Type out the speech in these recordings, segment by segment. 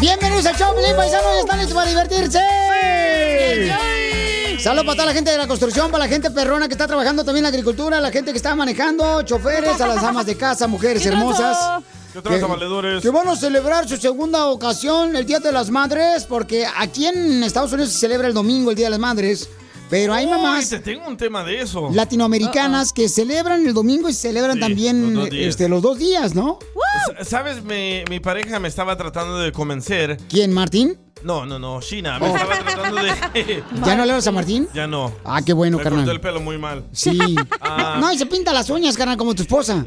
Bienvenidos al show, Pelín Paisanos. Ya están listos para divertirse. Saludos para toda la gente de la construcción, para la gente perrona que está trabajando también en la agricultura, la gente que está manejando, choferes, a las amas de casa, mujeres ¿Qué tranza? hermosas. ¿Qué tranza, Que- valedores? Que van a celebrar su segunda ocasión, el Día de las Madres, porque aquí en Estados Unidos se celebra el domingo el Día de las Madres, pero hay Uy, mamás te tengo un tema de eso. latinoamericanas que celebran el domingo y celebran también los los dos días. este, los dos días, ¿no? S- ¿Sabes? Mi, mi pareja me estaba tratando de convencer. ¿Quién, Martín? Oh. No, no, no, China. Me estaba tratando de. ¿Ya no le hablas a Martín? Ya no. Ah, qué bueno, me carnal. cortó el pelo muy mal. Sí. Ah. No, y se pinta las uñas, carnal, como tu esposa.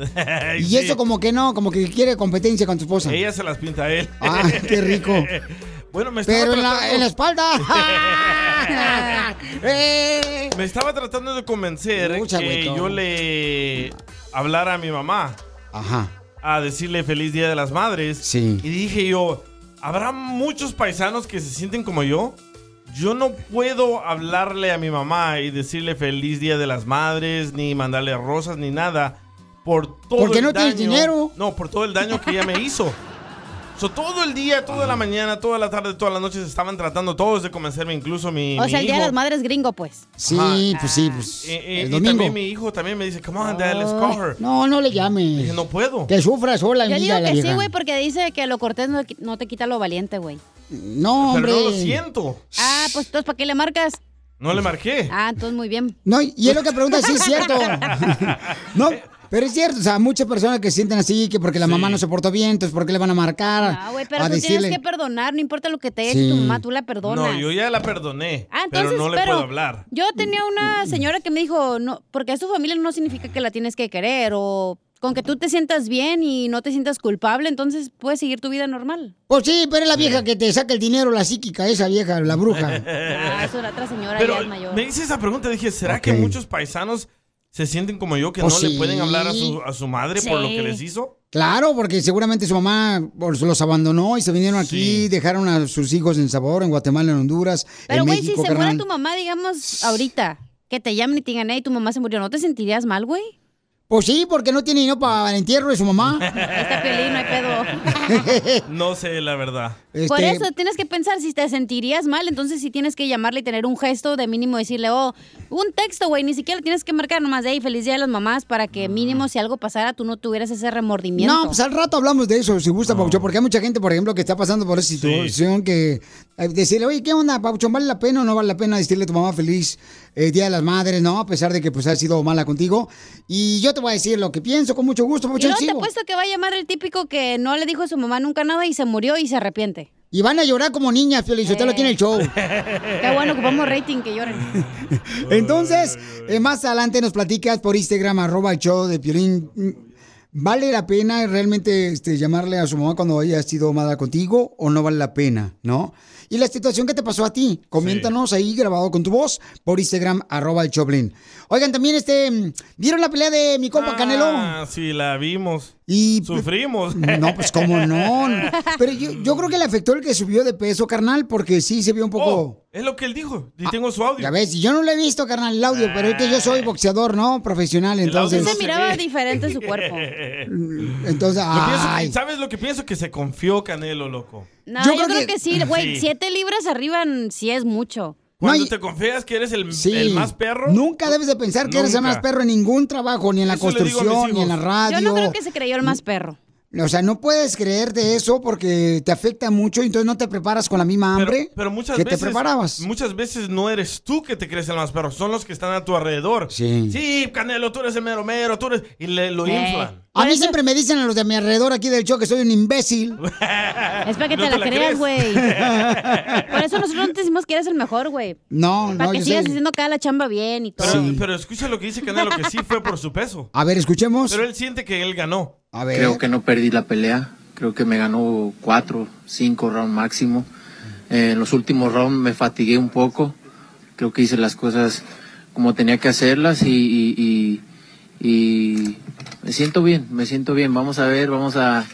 Y Sí. eso como que no, como que quiere competencia con tu esposa. Ella se las pinta a él. Ah, qué rico. Bueno, me estaba Pero en la, tratando- en la espalda. Eh. Me estaba tratando de convencer Mucha, que güey, yo le hablara a mi mamá Ajá. a decirle feliz Día de las Madres. Sí. Y dije yo, ¿habrá muchos paisanos que se sienten como yo? Yo no puedo hablarle a mi mamá y decirle feliz Día de las Madres, ni mandarle rosas, ni nada, por todo Porque el no tienes daño- dinero. No, por todo el daño que ella me hizo. So, todo el día, toda Ah. la mañana, toda la tarde, todas las noches estaban tratando todos de convencerme, incluso mi. O mi sea, el Día de hijo. las Madres gringo, pues. Sí, pues sí, pues. Eh, eh, el y domingo. también mi hijo también me dice, come on, dad, let's call her. No, no le llames. Dije, no puedo. Que sufra sola en Yo digo vida la que sí, vieja. güey, porque dice que lo cortés no, no te quita lo valiente, güey. no, Pero hombre. no lo siento. Ah, pues entonces, ¿para qué le marcas? No Pues, le Eh. marqué. Ah, entonces muy bien. No, y es lo que pregunta, sí es cierto. no, pero es cierto, o sea, muchas personas que se sienten así, que porque la mamá no se portó bien, entonces ¿por qué le van a marcar? Ah, güey, pero a tú decirle... tienes que perdonar, no importa lo que te haya Sí. hecho tu mamá, tú la perdonas. No, yo ya la perdoné. Ah, entonces, pero no le pero puedo hablar. Yo tenía Mm, una señora que me dijo, no, porque a su familia no significa que la tienes que querer o con que tú te sientas bien y no te sientas culpable, entonces puedes seguir tu vida normal. Pues sí, pero es la vieja que te saca el dinero, la psíquica, esa vieja, la bruja. Ah, eso era otra señora, Pero ya es mayor. me hice esa pregunta, dije, ¿será Ok. que muchos paisanos se sienten como yo que Pues no sí. le pueden hablar a su, a su madre por lo Sí. que les hizo? Claro, porque seguramente su mamá pues, los abandonó y se vinieron aquí, Sí. dejaron a sus hijos en Salvador, en Guatemala, en Honduras, Pero en güey, si México, se muera carnal. tu mamá, digamos, ahorita, que te llamen y te digan, hey, tu mamá se murió, ¿no te sentirías mal, güey? Pues sí, porque no tiene dinero para el entierro de su mamá. Ahí Está pelín, no hay pedo. No sé, la verdad. Por Este, eso tienes que pensar, si te sentirías mal, entonces sí tienes que llamarle y tener un gesto de mínimo decirle, oh, un texto, güey, ni siquiera tienes que marcar nomás de, hey, feliz día de las mamás, para que mínimo si algo pasara tú no tuvieras ese remordimiento. Ah. No, pues al rato hablamos de eso, si gusta, Pauchón, porque hay mucha gente, por ejemplo, que está pasando por esa situación que eh, decirle, oye, ¿qué onda, Pauchón? ¿Vale la pena o no vale la pena decirle a tu mamá feliz eh, Día de las Madres, no? A pesar de que pues ha sido mala contigo. Y yo te voy a decir lo que pienso con mucho gusto, Y Pauchón. no te sigo. apuesto que va a llamar el típico que no le dijo a su mamá nunca nada y se murió y se arrepiente. Y van a llorar como niñas, Pio Lizotelo, aquí en el show. Eh. Qué bueno, ocupamos rating que lloren. Entonces, eh, más adelante nos platicas por Instagram, arroba el show de Piolín. Mm, ¿Vale la pena realmente este, llamarle a su mamá cuando haya sido mala contigo o no vale la pena, no? Y la situación que te pasó a ti, coméntanos ahí grabado con tu voz por Instagram, arroba el Choplin. Oigan, también este, mm, ¿vieron la pelea de mi compa Canelo? Ah, sí, la vimos. Y Sufrimos. no, pues cómo no. Pero yo, yo creo que le afectó el que subió de peso, carnal, porque sí se vio un poco... Oh, es lo que él dijo. Y tengo su audio. Ya ves, yo no lo he visto, carnal, el audio, pero es que yo soy boxeador, ¿no? Profesional, entonces. Ah. audio Se no miraba ve. diferente su cuerpo. Mm. Entonces, Yo pienso que- ay. ¿Sabes lo que pienso? Que se confió Canelo, loco. No, Yo yo, creo creo, que- que, sí, güey, Sí. siete libras arriba mm, sí es mucho. Cuando y- te confías que eres el, Sí. el más perro. Nunca debes de pensar que eres el más Nunca. perro en ningún trabajo, ni en la Eso le digo a mis construcción, ni hijos. en la radio. Mm. Yo no creo que se creyó el más perro. O sea, no puedes creerte eso porque te afecta mucho y entonces no te preparas con la misma hambre Pero muchas que veces. te preparabas. Muchas veces no eres tú que te crees el más perro, son los que están a tu alrededor. Sí. Sí, Canelo, tú eres el mero mero, tú eres. Y le, lo Eh. inflan. A mí siempre me dicen a los de mi alrededor aquí del show que soy un imbécil. Es para que No te, la, te la creas, crees. güey. Por eso nosotros no te decimos que eres el mejor, güey. No, Para no, que yo sigas sé. haciendo cada la chamba bien y todo. Pero, Sí. pero escucha lo que dice Canelo, que sí fue por su peso. A ver, escuchemos. Pero él siente que él ganó. A ver. Creo que no perdí la pelea. Creo que me ganó cuatro, cinco rounds máximo. Eh, en los últimos rounds me fatigué un poco. Creo que hice las cosas como tenía que hacerlas y, y- y- y me siento bien, me siento bien. Vamos a ver, vamos a,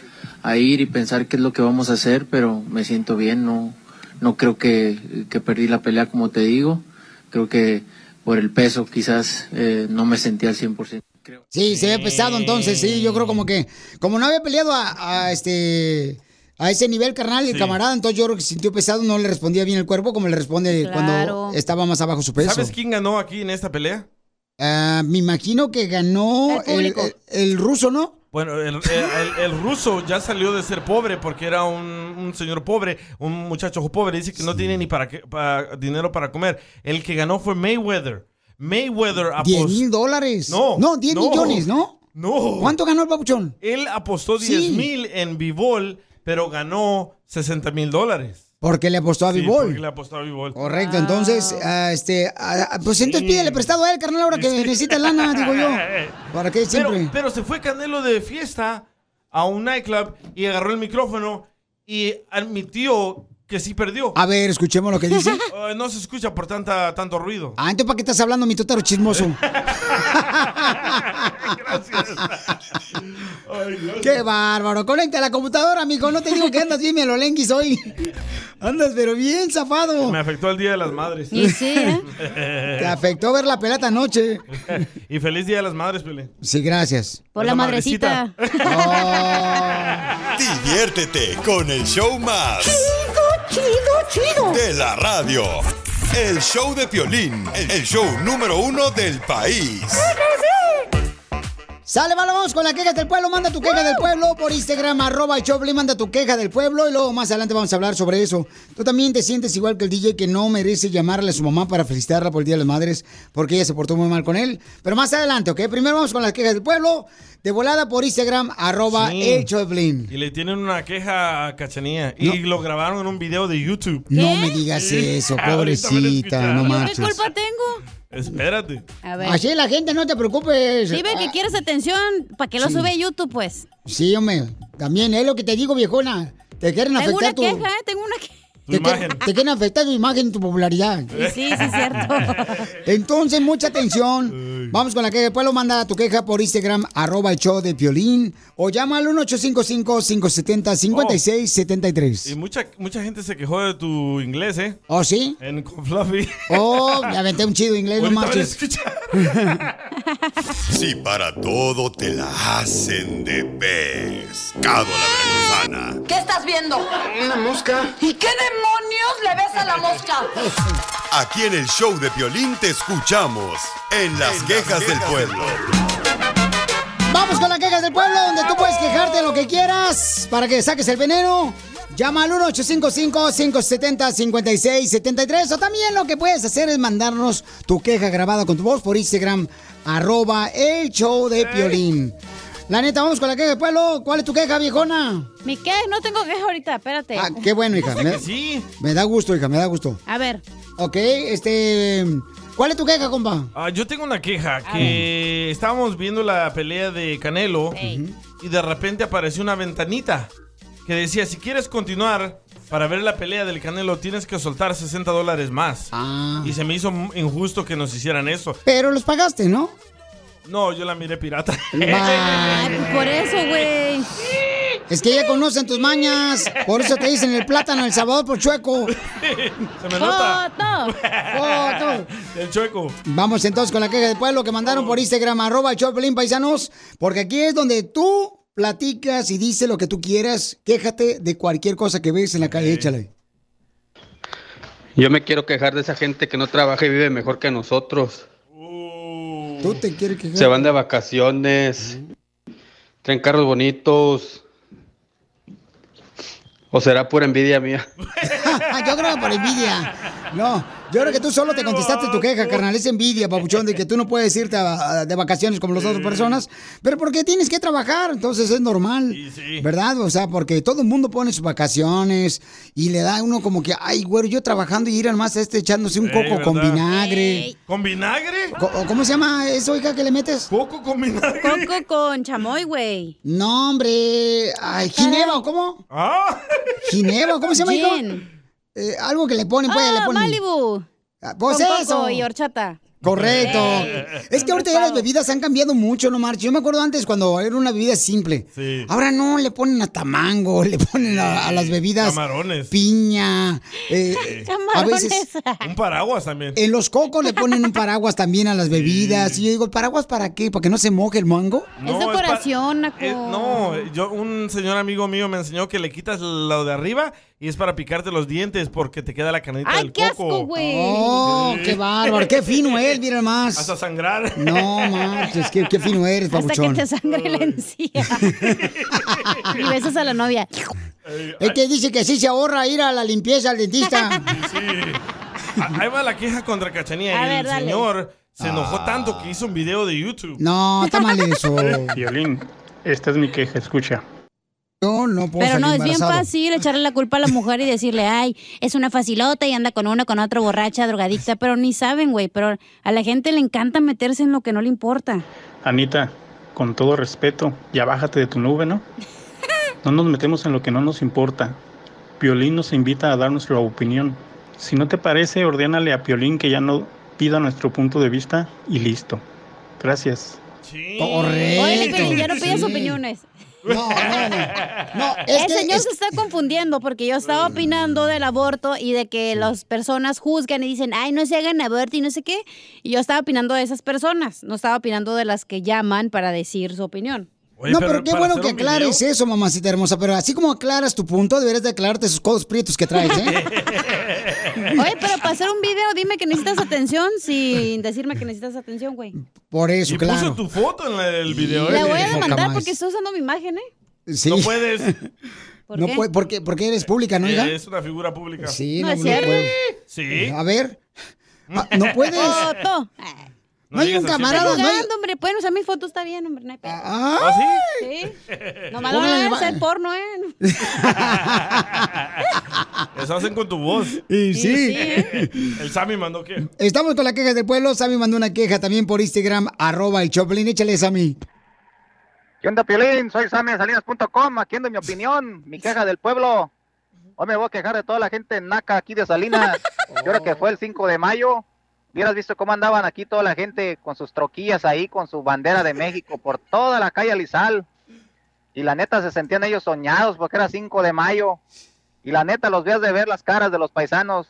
a ir y pensar qué es lo que vamos a hacer, pero me siento bien. No, no creo que, que perdí la pelea como te digo. Creo que por el peso quizás eh, no me sentí al 100%. Sí, se ve pesado entonces, sí, yo creo como que, como no había peleado a, a este a ese nivel carnal el Sí. camarada, entonces yo creo que se sintió pesado, no le respondía bien el cuerpo como le responde Claro. cuando estaba más abajo su peso. ¿Sabes quién ganó aquí en esta pelea? Ah, me imagino que ganó El el, público. el- el ruso, ¿no? Bueno, el, el- el- el ruso ya salió de ser pobre porque era un, un señor pobre, un muchacho pobre. Dice que no tiene ni para, qué, para- dinero para comer. El que ganó fue Mayweather. Mayweather 10 apostó. mil dólares. Ah, pues, No, No, 10 no. millones, ¿no? No. ¿Cuánto ganó el papuchón? Él apostó Sí. 10 mil en Bivol, pero ganó 60 mil dólares. Porque le apostó a Sí, Bibol. porque le apostó a Bivol. Correcto, entonces, ah, este, ah, ah, pues entonces pídele prestado a él, carnal, ahora que necesita lana, digo yo. ¿Para qué siempre? Ah. Pero, pero se fue Canelo de fiesta a un nightclub y agarró el micrófono y admitió que sí perdió. A ver, escuchemos Ah, lo que dice. Eh, no se escucha por tanta, tanto ruido. Ah, entonces, ¿para qué estás hablando, mi totero chismoso? Gracias. Ay, Dios. ¡Qué bárbaro! Conecta la computadora, mijo. No te digo que andas bien, mielolenguis hoy. Andas, pero bien zafado. Me afectó el Día de las Madres. Y sí, ¿eh? Te afectó ver la pelata anoche. y feliz Día de las Madres, Pele. Sí, gracias. Por la Esa madrecita. madrecita. Diviértete con el show más. Chido, chido, chido. de la radio. El show de Piolín, el show número uno del país. Sale, vale, vamos con la queja del pueblo. Manda tu queja del pueblo por Instagram, arroba el Choplin. Manda tu queja del pueblo y luego más adelante vamos a hablar sobre eso. Tú también te sientes igual que el DJ que no merece llamarle a su mamá para felicitarla por el Día de las Madres porque ella se portó muy mal con él. Pero más adelante, ¿ok? Primero vamos con las quejas del pueblo. De volada por Instagram, arroba Sí. el Choplin. Y le tienen una queja a Cachanía. Y lo grabaron en un video de YouTube. No me digas eso, Ahorita van a pobrecita, escuchar. no ¿Yo ¿Qué qué marches. culpa tengo? Espérate. A ver. Así la gente, no te preocupes. Dime que Ah, quieres atención, ¿para que lo sube a YouTube, pues? Sí, hombre, también es lo que te digo, viejona. Te quieren Tengo una afectar tu... queja, ¿eh? Tengo una queja. Tu Te, imagen. quieren- te quieren afectar tu imagen, tu popularidad. Y sí, sí, es cierto. Entonces, mucha atención. Vamos con la queja. Después lo manda tu queja por Instagram, arroba el show de Piolín. O llama al Y 1-855-570-5673. mucha, mucha gente se quejó de tu inglés, ¿eh? ¿Oh, sí? En con Fluffy. Oh, me aventé un chido inglés, no Ahorita van a marches. escuchar. Si para todo te la hacen de pescado la veracruzana. ¿Qué estás viendo? Una mosca. ¿Y qué demonios le ves a la mosca? Aquí en el show de Piolín te escuchamos en las quejas del pueblo. Vamos con las quejas del pueblo, donde tú puedes quejarte de lo que quieras para que saques el veneno. Llama al 1-855-570-5673. O también lo que puedes hacer es mandarnos tu queja grabada con tu voz por Instagram, arroba el show de Piolín. La neta, vamos con la queja del pueblo. ¿Cuál es tu queja, viejona? Mi queja, no tengo queja ahorita, espérate. Ah, qué bueno, hija. Me, Sí. me da gusto, hija, me da gusto. A ver, Ok, este... ¿Cuál es tu queja, compa? Ah, yo tengo una queja Ah. que estábamos viendo la pelea de Canelo Ey. y de repente apareció una ventanita que decía si quieres continuar para ver la pelea del Canelo tienes que soltar 60 dólares más. Ah. Y se me hizo m- injusto que nos hicieran eso. Pero los pagaste, ¿no? No, yo la miré pirata. Bye. Ay, pues por eso, güey. Es que ya conocen tus mañas. Por eso te dicen el plátano, el Salvador por chueco. se me nota. Foto. Foto. El chueco. Vamos entonces con la queja del pueblo que mandaron por Instagram, arroba el Choplin Paisanos. Porque aquí es donde tú platicas y dices lo que tú quieras. Quéjate de cualquier cosa que ves en la calle. Échale. Yo me quiero quejar de esa gente que no trabaja y vive mejor que nosotros. Tú te quieres quejar. Se van de vacaciones, traen carros bonitos, ¿O será pura envidia mía? yo creo que por envidia. No, yo creo que tú solo te contestaste tu queja, carnal. Es envidia, papuchón, de que tú no puedes irte a- a- de vacaciones como las otras personas. Pero porque tienes que trabajar, entonces es normal. ¿Verdad? O sea, porque todo el mundo pone sus vacaciones y le da a uno como que, ay, güero, yo trabajando y ir al más este echándose un Ey, coco con ¿verdad? vinagre. ¿Con vinagre? Co- ¿Cómo se llama eso, hija, que le metes? Coco con vinagre. Coco con chamoy, güey. No, hombre. Ay, Ginebra, ¿o ¿cómo? Ah. Ginebra, ¿cómo se llama, hijo? Gin. Eh, algo que le ponen, pues, le Ah, ponen. Malibu. Ah, pues con eso. coco y horchata. Correcto. Eh. Ey. Es que ahorita ya las bebidas han cambiado mucho, no marches. Yo me acuerdo antes cuando era una bebida simple. Sí. Ahora no, le ponen hasta mango, le ponen a, a las bebidas Camarones. piña. eh, a veces Un paraguas también. en los cocos le ponen un paraguas también a las bebidas. Y yo digo, ¿paraguas para qué? ¿Para que no se moje el mango? No, es decoración, pa- Naco. eh, no, yo, un señor amigo mío me enseñó que le quitas lo de arriba y es para picarte los dientes porque te queda la canita Ay, del qué coco. asco, güey. Oh, qué bárbaro, qué fino él, mira más. Hasta sangrar. No marches, qué, qué fino eres, Hasta que papuchón. te sangre la encía. y besas a la novia. Es que dice que sí se ahorra ir a la limpieza al dentista. A- Ahí va la queja contra Cachanía. A el ver, dale. señor se enojó Ah. tanto que hizo un video de YouTube. No, está mal eso. Violín, esta es mi queja, escucha. No, no pues. puedo Pero salir no, es bien embarazado. fácil echarle la culpa a la mujer y decirle, ay, es una facilota y anda con uno, con otro, borracha, drogadicta, pero ni saben, güey. Pero a la gente le encanta meterse en lo que no le importa. Anita, con todo respeto, ya bájate de tu nube, ¿no? No nos metemos en lo que no nos importa. Piolín nos invita a dar nuestra opinión. Si no te parece, ordénale a Piolín que ya no pida nuestro punto de vista y listo. Gracias. Correcto. Oye, Piolín, ya no pidas Sí. opiniones. No, no, no. No, Eh, es El que- señor es- se está confundiendo porque yo estaba opinando del aborto y de que las personas juzgan y dicen, ay, no se hagan aborto y no sé qué. Y yo estaba opinando de esas personas, no estaba opinando de las que llaman para decir su opinión. Oye, no, pero, qué para bueno hacer que un video- aclares eso, mamacita hermosa. Pero así como aclaras tu punto, deberías de aclararte esos codos prietos que traes, ¿eh? Oye, pero para hacer un video, dime que necesitas atención sin decirme que necesitas atención, güey. Por eso, Y puso claro. tu foto en la- el video. La ¿eh? voy a demandar jamás. porque está usando mi imagen, ¿eh? Sí. No puedes. ¿Por No qué? puede- porque, porque eres pública, ¿no, hija? Eh, Es una figura pública. Sí, No no, es no cierto. puede. Sí. A ver. Ah, no puedes. Foto. Ah, No hay digas un así, camarada, no hay- jugando, hombre. Pueden usar mis fotos, está bien, hombre. No hay pedo. Ah, ¿Ah, sí? Sí. Nomás no Eh, Ponle van el a ba- hacer porno, ¿eh? Eso hacen con tu voz. y sí. El Sammy mandó que. Estamos con las quejas del pueblo. Sammy mandó una queja también por Instagram, arroba el Choplin. Échale, Sammy. ¿Qué onda, Piolín? Soy Sammy de Salinas.com, aquí ando mi opinión, mi queja del pueblo. Hoy me voy a quejar de toda la gente naca aquí de Salinas. Yo creo que fue el 5 de mayo. Hubieras visto cómo andaban aquí toda la gente con sus troquillas ahí, con su bandera de México, por toda la calle Alizal. Y la neta se sentían ellos soñados porque era 5 de mayo. Y la neta los veas de ver las caras de los paisanos.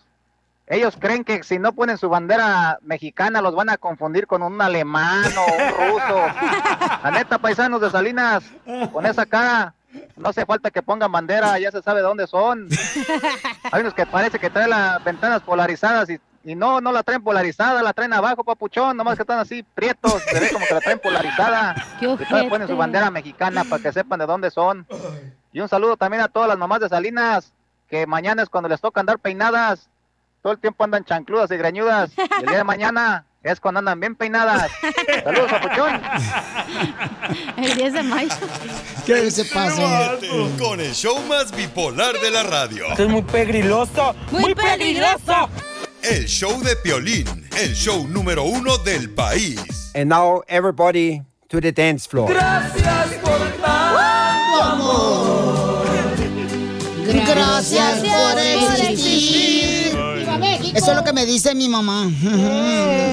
Ellos creen que si no ponen su bandera mexicana los van a confundir con un alemán o un ruso. La neta, paisanos de Salinas, con esa cara, no hace falta que pongan bandera, ya se sabe de dónde son. Hay unos que parece que traen las ventanas polarizadas y, y no, no la traen polarizada, la traen abajo, papuchón, nomás que están así prietos, se ve como que la traen polarizada. Qué Y todavía ponen ojete. su bandera mexicana para que sepan de dónde son. Y un saludo también a todas las mamás de Salinas, que mañana es cuando les toca andar peinadas. Todo el tiempo andan chancludas y greñudas. Y el día de mañana es cuando andan bien peinadas. Saludos, papuchón. El é 10 de mayo. ¿Qué se pasó? Ríete Con el show más bipolar de la radio. Muy, peligroso. El show de Piolín, el show número uno del país. And now everybody to the dance floor. Gracias por existir. Eso es lo que me dice mi mamá.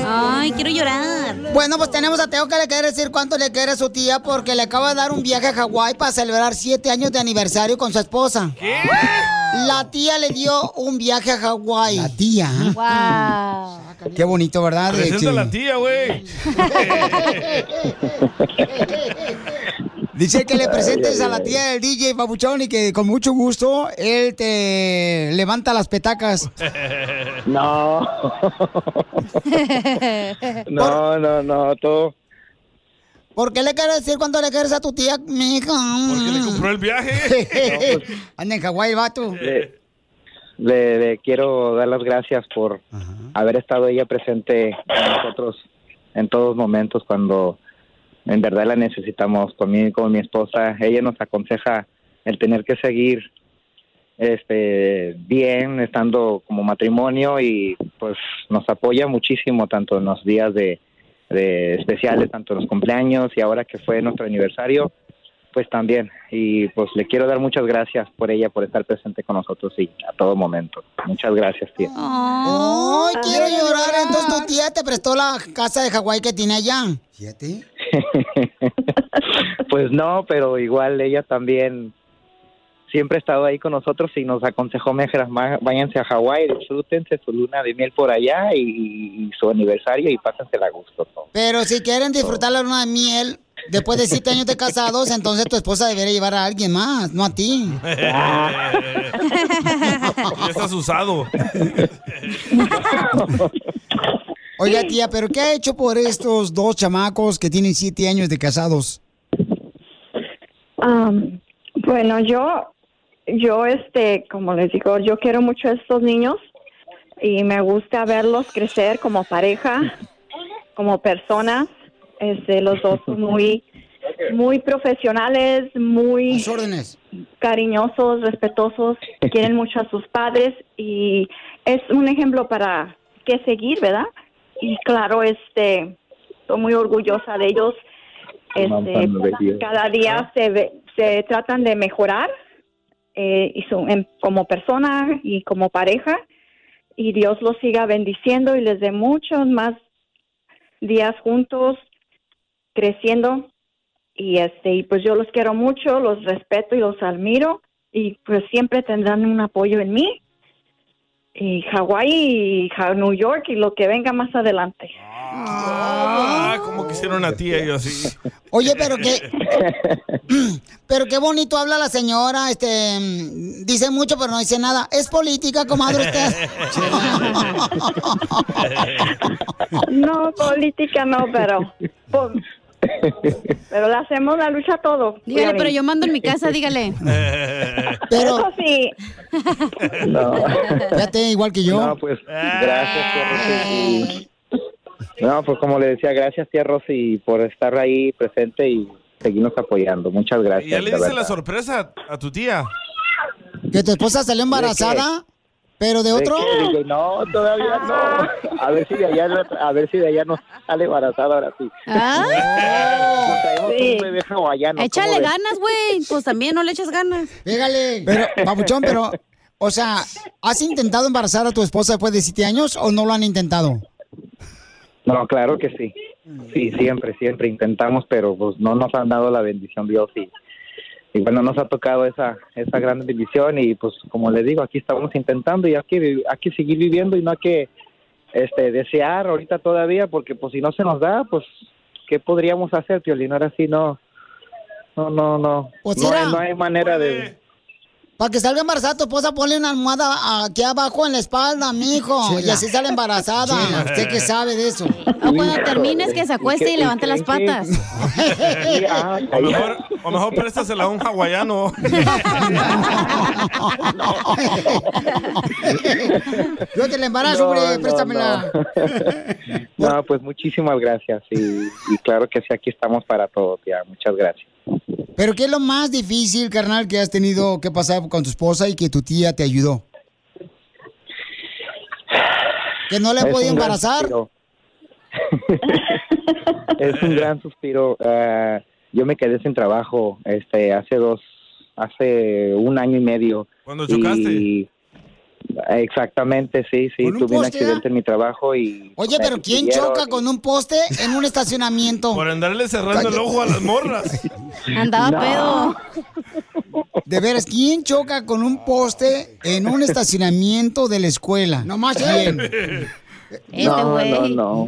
Ay, quiero llorar. Bueno, pues tenemos a Teo que le quiere decir cuánto le quiere su tía porque le acaba de dar un viaje a Hawái para celebrar siete años de aniversario con su esposa. La tía le dio un viaje a Hawái. La tía. ¿eh? Wow. Qué bonito, ¿verdad? Presenta a la tía, güey. Dice que le presentes a la tía del DJ Papuchón y que con mucho gusto él te levanta las petacas. No. no, no, no, todo, ¿Por qué le quieres decir cuánto le quieres a tu tía, mija? Porque le compró el viaje. Anda en Hawái, el vato. Le, le- le quiero dar las gracias por haber estado ella presente con nosotros en todos momentos cuando en verdad la necesitamos. Conmigo, con mi esposa, ella nos aconseja el tener que seguir este bien estando como matrimonio y pues nos apoya muchísimo tanto en los días de, de especiales tanto en los cumpleaños y ahora que fue nuestro aniversario pues también y pues le quiero dar muchas gracias por ella por estar presente con nosotros y a todo momento muchas gracias tía Oh. Ay, quiero llorar. Entonces tu tía te prestó la casa de Hawái que tiene allá. Fíjate. pues no pero igual ella también siempre ha estado ahí con nosotros y nos aconsejó mejor váyanse a Hawái disfrútense su luna de miel por allá y, y su aniversario y pásensela a gusto ¿no? Pero si quieren disfrutar la luna de miel después de siete años de casados, entonces tu esposa debería llevar a alguien más, no a ti. ya estás usado. Oiga, tía, ¿pero qué ha hecho por estos dos chamacos que tienen siete años de casados? Am, bueno, yo, yo, este, como les digo, yo quiero mucho a estos niños y me gusta verlos crecer como pareja, como personas. Este, los dos son muy, muy profesionales, muy cariñosos, respetuosos, quieren mucho a sus padres y es un ejemplo para que seguir, ¿verdad? Y claro, este, estoy muy orgullosa de ellos. Este, Mamá, me veía. cada día se, ve- se tratan de mejorar eh, y son, en- como persona y como pareja y Dios los siga bendiciendo y les dé muchos más días juntos creciendo y este y pues yo los quiero mucho los respeto y los admiro y pues siempre tendrán un apoyo en mí y Hawái y Ja- New York y lo que venga más adelante Ah, como quisieron a tía yo así. Oye, pero qué, pero qué bonito habla la señora, este, mm, dice mucho pero no dice nada. Es política, comadre usted. no política no pero po- pero le hacemos la lucha a todo Dígale, pero yo mando en mi casa, dígale. pero Eso sí No. Fíjate, igual que yo. No, pues gracias, tía Rosy. Y- No, pues como le decía, gracias, tía Rosy, por estar ahí presente y seguirnos apoyando. Muchas gracias. ¿Y ya le de diste verdad. la sorpresa a tu tía? Que tu esposa salió embarazada, pero de otro. qué? Digo, no, todavía no. A ver si de allá, no- a ver si de allá nos sale embarazada ahora sí. Ah. Nos traemos Sí. un bebé hawaiano, ¿cómo Échale ves? ganas, güey. Pues también no le echas ganas. Pégale. Pero, papuchón, pero, o sea, ¿has intentado embarazar a tu esposa después de siete años o no lo han intentado? No, claro que sí. Sí, siempre, siempre intentamos, pero pues no nos han dado la bendición Dios y, y bueno, nos ha tocado esa esa gran bendición y pues como les digo, aquí estamos intentando y hay que vi- hay que seguir viviendo y no hay que este desear ahorita todavía porque pues si no se nos da, pues ¿qué podríamos hacer, Piolín? Ahora sí no no no no. Pues no, mira. hay, no hay manera de Para que salga embarazada tu esposa, ponle una almohada aquí abajo en la espalda, mijo. Chela. Y así sale embarazada. Chela. Usted que sabe de eso. O cuando termines que se acueste ¿Y y qué- levante y las qué- patas. O mejor, o mejor préstasela a un hawaiano. Yo te la embarazo, No, hombre, no, préstamela. no. No, pues muchísimas gracias y, y claro que sí, aquí estamos para todo, tía. Muchas gracias. Pero ¿qué es lo más difícil, carnal, que has tenido que pasar con tu esposa y que tu tía te ayudó? Que no le Es he podido un gran embarazar. suspiro. es un gran suspiro. Ah, yo me quedé sin trabajo este hace dos, hace un año y medio. ¿Cuándo Y- Exactamente, sí, sí. ¿Con un Tuve un poste, accidente en mi trabajo y... Oye, me pero ¿quién persiguieron choca con un poste en un estacionamiento? Por andarle cerrando el ojo a las morras. Andaba No. pedo. De veras, ¿quién choca con un poste en un estacionamiento de la escuela? No más ¿eh? ¿quién? Este no, güey. no, no.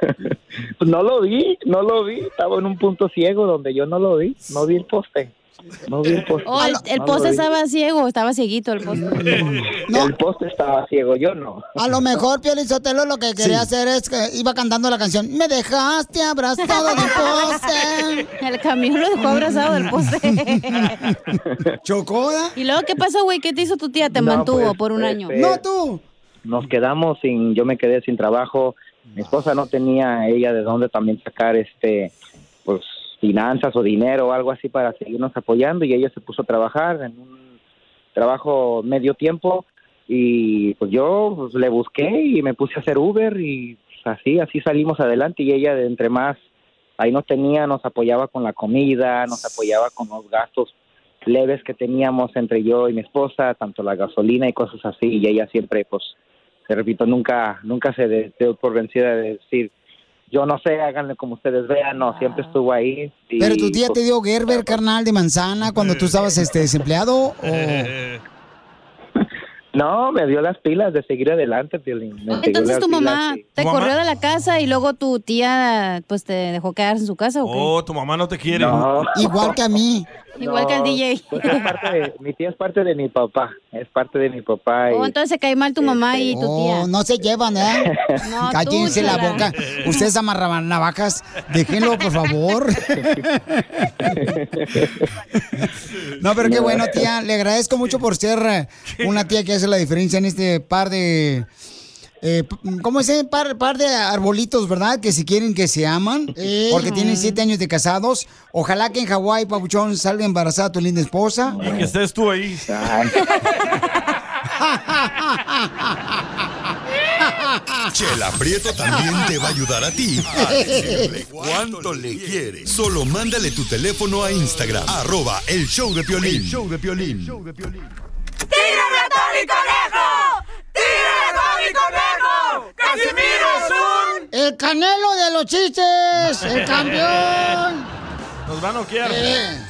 Pues no lo vi, no lo vi. Estaba en un punto ciego donde yo no lo vi. No vi el poste. No vi el poste. Oh, el, el No lo poste vi. estaba ciego, estaba cieguito el poste. El poste estaba ciego, yo no. A lo mejor Piolín Sotelo lo que quería hacer es que iba cantando la canción Me dejaste abrazado del poste. El camión lo dejó abrazado del poste. ¿Chocoda? ¿Y luego qué pasó, güey? ¿Qué te hizo tu tía? Te No, mantuvo pues, por un año. este- No, tú. Nos quedamos sin, yo me quedé sin trabajo. Mi esposa no tenía ella de dónde también sacar este, pues finanzas o dinero o algo así para seguirnos apoyando y ella se puso a trabajar en un trabajo medio tiempo y pues yo pues, le busqué y me puse a hacer Uber y pues, así así salimos adelante y ella de entre más ahí nos tenía nos apoyaba con la comida nos apoyaba con los gastos leves que teníamos entre yo y mi esposa tanto la gasolina y cosas así y ella siempre pues te repito nunca nunca se de- dio por vencida de decir yo no sé háganle como ustedes vean no siempre Ah. estuvo ahí y, Pero tu tía pues, te dio Gerber, carnal, de manzana cuando tú estabas este, desempleado. No, me dio las pilas de seguir adelante, Piolín. Me dio Entonces las tu pilas mamá y- te corrió de la casa y luego tu tía pues te dejó quedarse en su casa o qué? Oh, tu mamá no te quiere. No. Ah. Igual que a mí. Igual que el No, DJ. pues es parte de- mi tía es parte de mi papá. Es parte de mi papá. y- Oh, entonces se cae mal tu mamá y tu tía. Este, oh, No se llevan, ¿eh? No, Cállense tú, la chula. boca. Ustedes amarraban navajas. Déjenlo, por favor. No, pero qué bueno, tía. Le agradezco mucho por ser eh, una tía que hace la diferencia en este par de. eh, p- ¿Cómo se par, par de arbolitos, ¿verdad? Que si quieren que se aman, Eh, porque tienen siete años de casados. Ojalá que en Hawái, Pabuchón, salga embarazada tu linda esposa. Y que estés tú ahí. Chela Prieto también te va a ayudar a ti a decirle cuánto le quieres. Solo mándale tu teléfono a Instagram, arroba el show de Piolín. El show de Piolín. ¡Tira ratón y conejo! ¡Tira ratón y conejo! ¡Casimiro es un... El canelo de los chistes, el campeón. Nos van a noquear. Eh.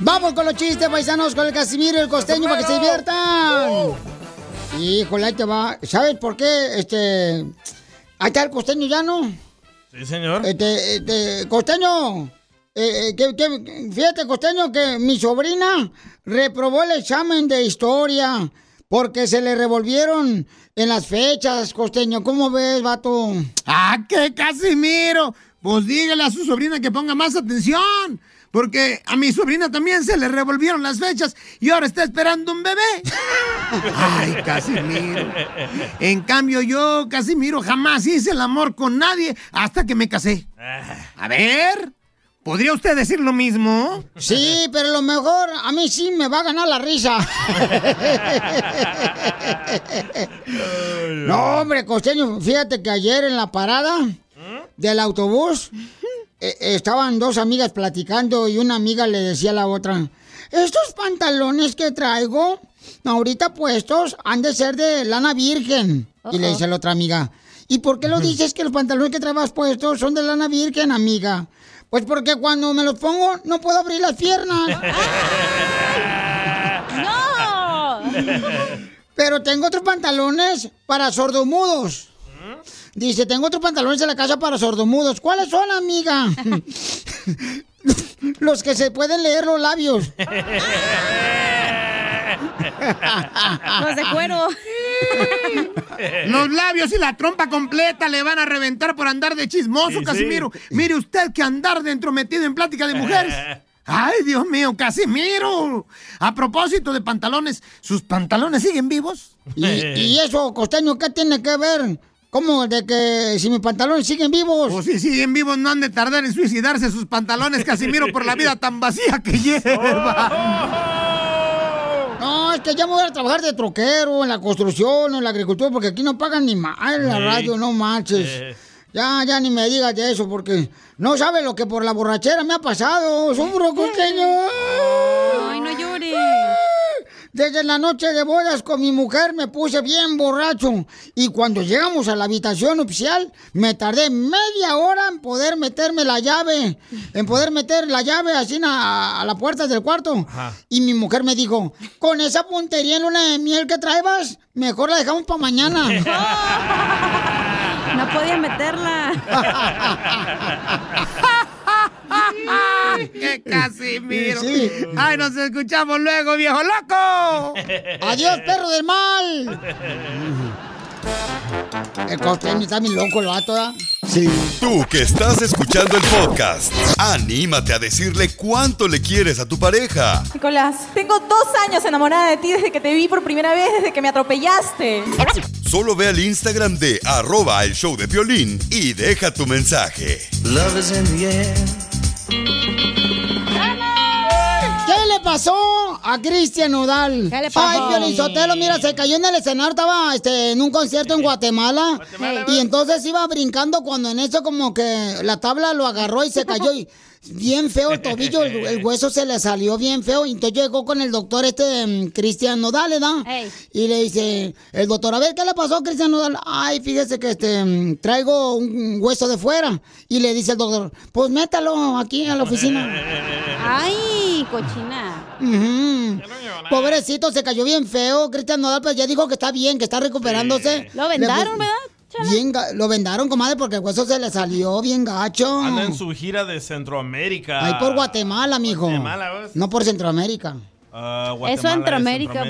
Vamos con los chistes, paisanos, con el Casimiro, el costeño, para que se diviertan. Híjole, ahí te va. ¿Sabes por qué? Este. Ahí está el costeño ya, ¿no? Sí, señor. Este, este, costeño. eh, eh, que- que- fíjate, costeño, que mi sobrina reprobó el examen de historia porque se le revolvieron en las fechas, costeño. ¿Cómo ves, vato? ¡Ah, qué Casimiro! Pues dígale a su sobrina que ponga más atención. Porque a mi sobrina también se le revolvieron las fechas y ahora está esperando un bebé. Ay, Casimiro. En cambio, yo, Casimiro, jamás hice el amor con nadie hasta que me casé. A ver, ¿podría usted decir lo mismo? Sí, pero lo mejor, a mí sí me va a ganar la risa. no, hombre, costeño, fíjate que ayer en la parada del autobús eh, estaban dos amigas platicando y una amiga le decía a la otra, estos pantalones que traigo ahorita puestos han de ser de lana virgen. Y le Uh-oh. dice la otra amiga, ¿y por qué lo dices que los pantalones que traes puestos son de lana virgen, amiga? Pues porque cuando me los pongo no puedo abrir las piernas. Pero tengo otros pantalones para sordomudos. ¿Mm? Dice, tengo otros pantalones en la casa para sordomudos. ¿Cuáles son, amiga? los que se pueden leer los labios. Los de cuero. Eh. Los labios y la trompa completa le van a reventar por andar de chismoso, Sí, Casimiro. Mire usted que andar de entrometido en plática de mujeres. Eh. Ay, Dios mío, Casimiro. A propósito de pantalones, ¿sus pantalones siguen vivos? Y, y eso, costeño, ¿qué tiene que ver? ¿Cómo? ¿De que si mis pantalones siguen vivos? Pues si siguen vivos no han de tardar en suicidarse sus pantalones, Casimiro, por la vida tan vacía que lleva. No, es que ya me voy a trabajar de troquero, en la construcción, en la agricultura, porque aquí no pagan ni mal en la Sí. radio, no manches. Eh. Ya, ya ni me digas de eso, porque no sabe lo que por la borrachera me ha pasado. Sufro, costeño. Ay, no llores. Desde la noche de bodas con mi mujer me puse bien borracho. Y cuando llegamos a la habitación nupcial, me tardé media hora en poder meterme la llave. En poder meter la llave así a, a la puerta del cuarto. Y mi mujer me dijo, con esa puntería en luna de miel que traebas, mejor la dejamos para mañana. no podía meterla. ¡Qué Casimiro! Sí. ¡Ay, nos escuchamos luego, viejo loco! Adiós, perro del mal! El costeño está bien loco, el vato, ¿ah? ¿verdad? Tú que estás escuchando el podcast, anímate a decirle cuánto le quieres a tu pareja. Nicolás, tengo dos años enamorada de ti desde que te vi por primera vez, desde que me atropellaste. Solo ve al Instagram de arroba el show de violín y deja tu mensaje. ¿Qué le pasó a Cristian Nodal? ¿Qué le pasó? Ay, Piolizotelo, mira, se cayó en el escenario, estaba este, en un concierto en Guatemala. y entonces iba brincando cuando en eso como que la tabla lo agarró y se cayó y bien feo el tobillo, el, el hueso se le salió bien feo. Y entonces llegó con el doctor este, mm, Cristian Nodal, ¿verdad? Y le dice, el doctor, a ver, ¿qué le pasó, Cristian Nodal? Ay, fíjese que este, mm, traigo un hueso de fuera. Y le dice el doctor, pues métalo aquí a la oficina. Ay, cochina. Ujú. Pobrecito, se cayó bien feo. Cristian Nodal, pero ya dijo que está bien, que está recuperándose. Lo vendaron, Le- Bien ga- lo vendaron, comadre, porque el hueso se le salió bien gacho. Anda en su gira de Centroamérica. Ahí por Guatemala, mijo. Guatemala, ¿ves? no por Centroamérica. Ah, Guatemala Eso Centroamérica,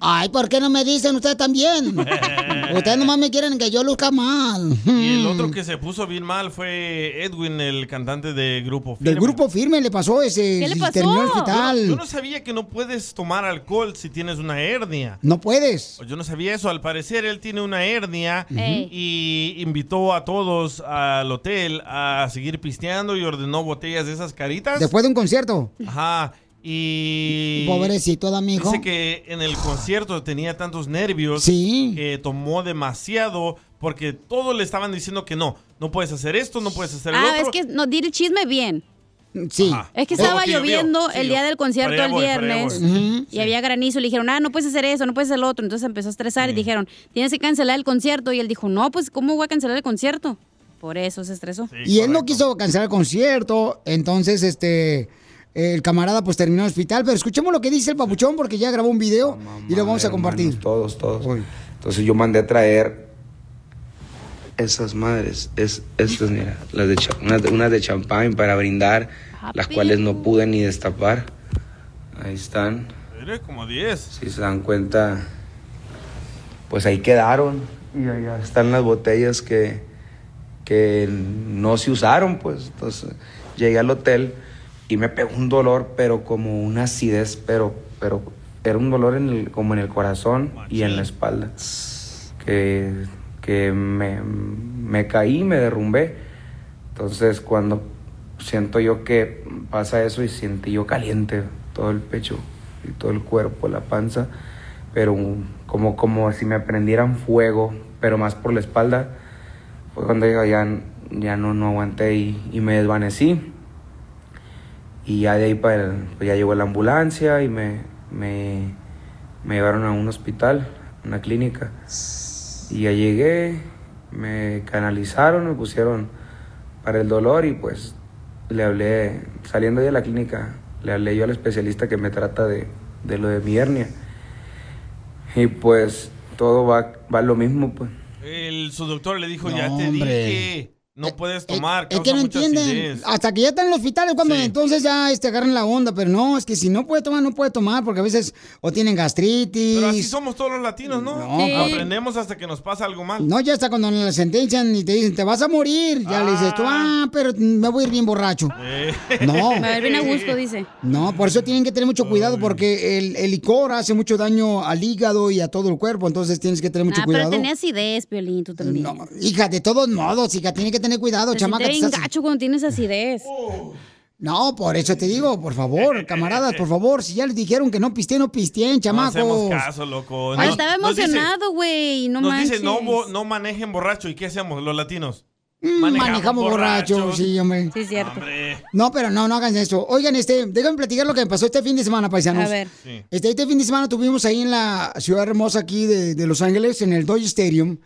Ay, ¿por qué no me dicen ustedes también? ustedes nomás me quieren que yo luzca mal. Y el Mm. otro que se puso bien mal fue Edwin, el cantante de Grupo Firme. Del grupo firme le pasó ese. ¿Qué le pasó? Terminó el hospital. Yo no sabía que no puedes tomar alcohol si tienes una hernia. No puedes. Yo no sabía eso. Al parecer él tiene una hernia Ujú. Ey. y invitó a todos al hotel a seguir pisteando y ordenó botellas de esas caritas. Después de un concierto. Ajá. Y. Pobrecito, da, mijo. Dice que en el concierto tenía tantos nervios que tomó demasiado porque todos le estaban diciendo que no, no puedes hacer esto, no puedes hacer el Ah, otro. es que no, di el chisme bien. Sí. Es que estaba Sí, llovió. lloviendo Sí, el día llovió. del concierto Para allá el voy, para allá viernes voy. y había granizo. Le dijeron, ah, no puedes hacer eso, no puedes hacer lo otro. Entonces empezó a estresar y dijeron, tienes que cancelar el concierto. Y él dijo, no, pues, ¿cómo voy a cancelar el concierto? Por eso se estresó. Y él no quiso cancelar el concierto, entonces este el camarada pues terminó en el hospital, pero escuchemos lo que dice el papuchón porque ya grabó un video y lo vamos a compartir. todos, todos. Entonces yo mandé a traer esas madres, es, estas, mira, las de, cha- unas, de- unas de champán para brindar, las cuales no pude ni destapar. Ahí están, Mire, como 10. si se dan cuenta, pues ahí quedaron. Y allá están las botellas que, que no se usaron, pues. Entonces llegué al hotel y me pegó un dolor, pero como una acidez, pero, pero era un dolor en el- como en el corazón y en la espalda. Que, que me, me caí, me derrumbé. Entonces cuando siento yo que pasa eso y siento yo caliente todo el pecho y todo el cuerpo, la panza, pero un- como, como si me prendieran fuego, pero más por la espalda. Fue cuando yo ya, ya no, no aguanté y, y me desvanecí. Y ya de ahí para el- pues ya llegó la ambulancia y me, me, me llevaron a un hospital, una clínica. Y ya llegué, me canalizaron, me pusieron para el dolor y pues le hablé, saliendo de la clínica, le hablé yo al especialista que me trata de, de lo de mi hernia. Y pues todo va, va lo mismo, pues. El, su doctor le dijo, ya te hombre. dije, no puedes tomar, Eh, Es causa que no mucha entienden, acidez". hasta que ya están en el hospital es cuando entonces ya este, agarran la onda, pero no, es que si no puede tomar, no puede tomar, porque a veces o tienen gastritis. Pero así somos todos los latinos, ¿no? No, Sí. papi. Aprendemos hasta que nos pasa algo mal. No, ya está cuando la sentencian y te dicen, te vas a morir. Ya le dices tú, ah, pero me voy a ir bien borracho. No. Me va a ver bien a gusto, dice. No, por eso tienen que tener mucho cuidado porque el, el licor hace mucho daño al hígado y a todo el cuerpo, entonces tienes que tener mucho ah, pero cuidado. tenías ideas, Piolín, tú también. No, Hija, de todos modos, hija, tiene que tener cuidado, te chamaca. sientes te bien estás- gacho cuando tienes acidez. No, por eso te digo, por favor, camaradas, por favor, si ya les dijeron que no pisteen, no pisteen, No chamacos. hacemos caso, loco. Ay, No- estaba nos dice- emocionado, güey, no nos manches. dice, no, bo- no manejen borracho. ¿Y qué hacemos los latinos? Mm, Manejamos, borrachos, sí, hombre. Sí, es cierto. No, pero no, no hagan eso. Oigan, este, déjenme platicar lo que me pasó este fin de semana, paisanos. A ver. Sí. Este, este fin de semana tuvimos ahí en la ciudad hermosa aquí de, de Los Ángeles, en el Dodge Stadium.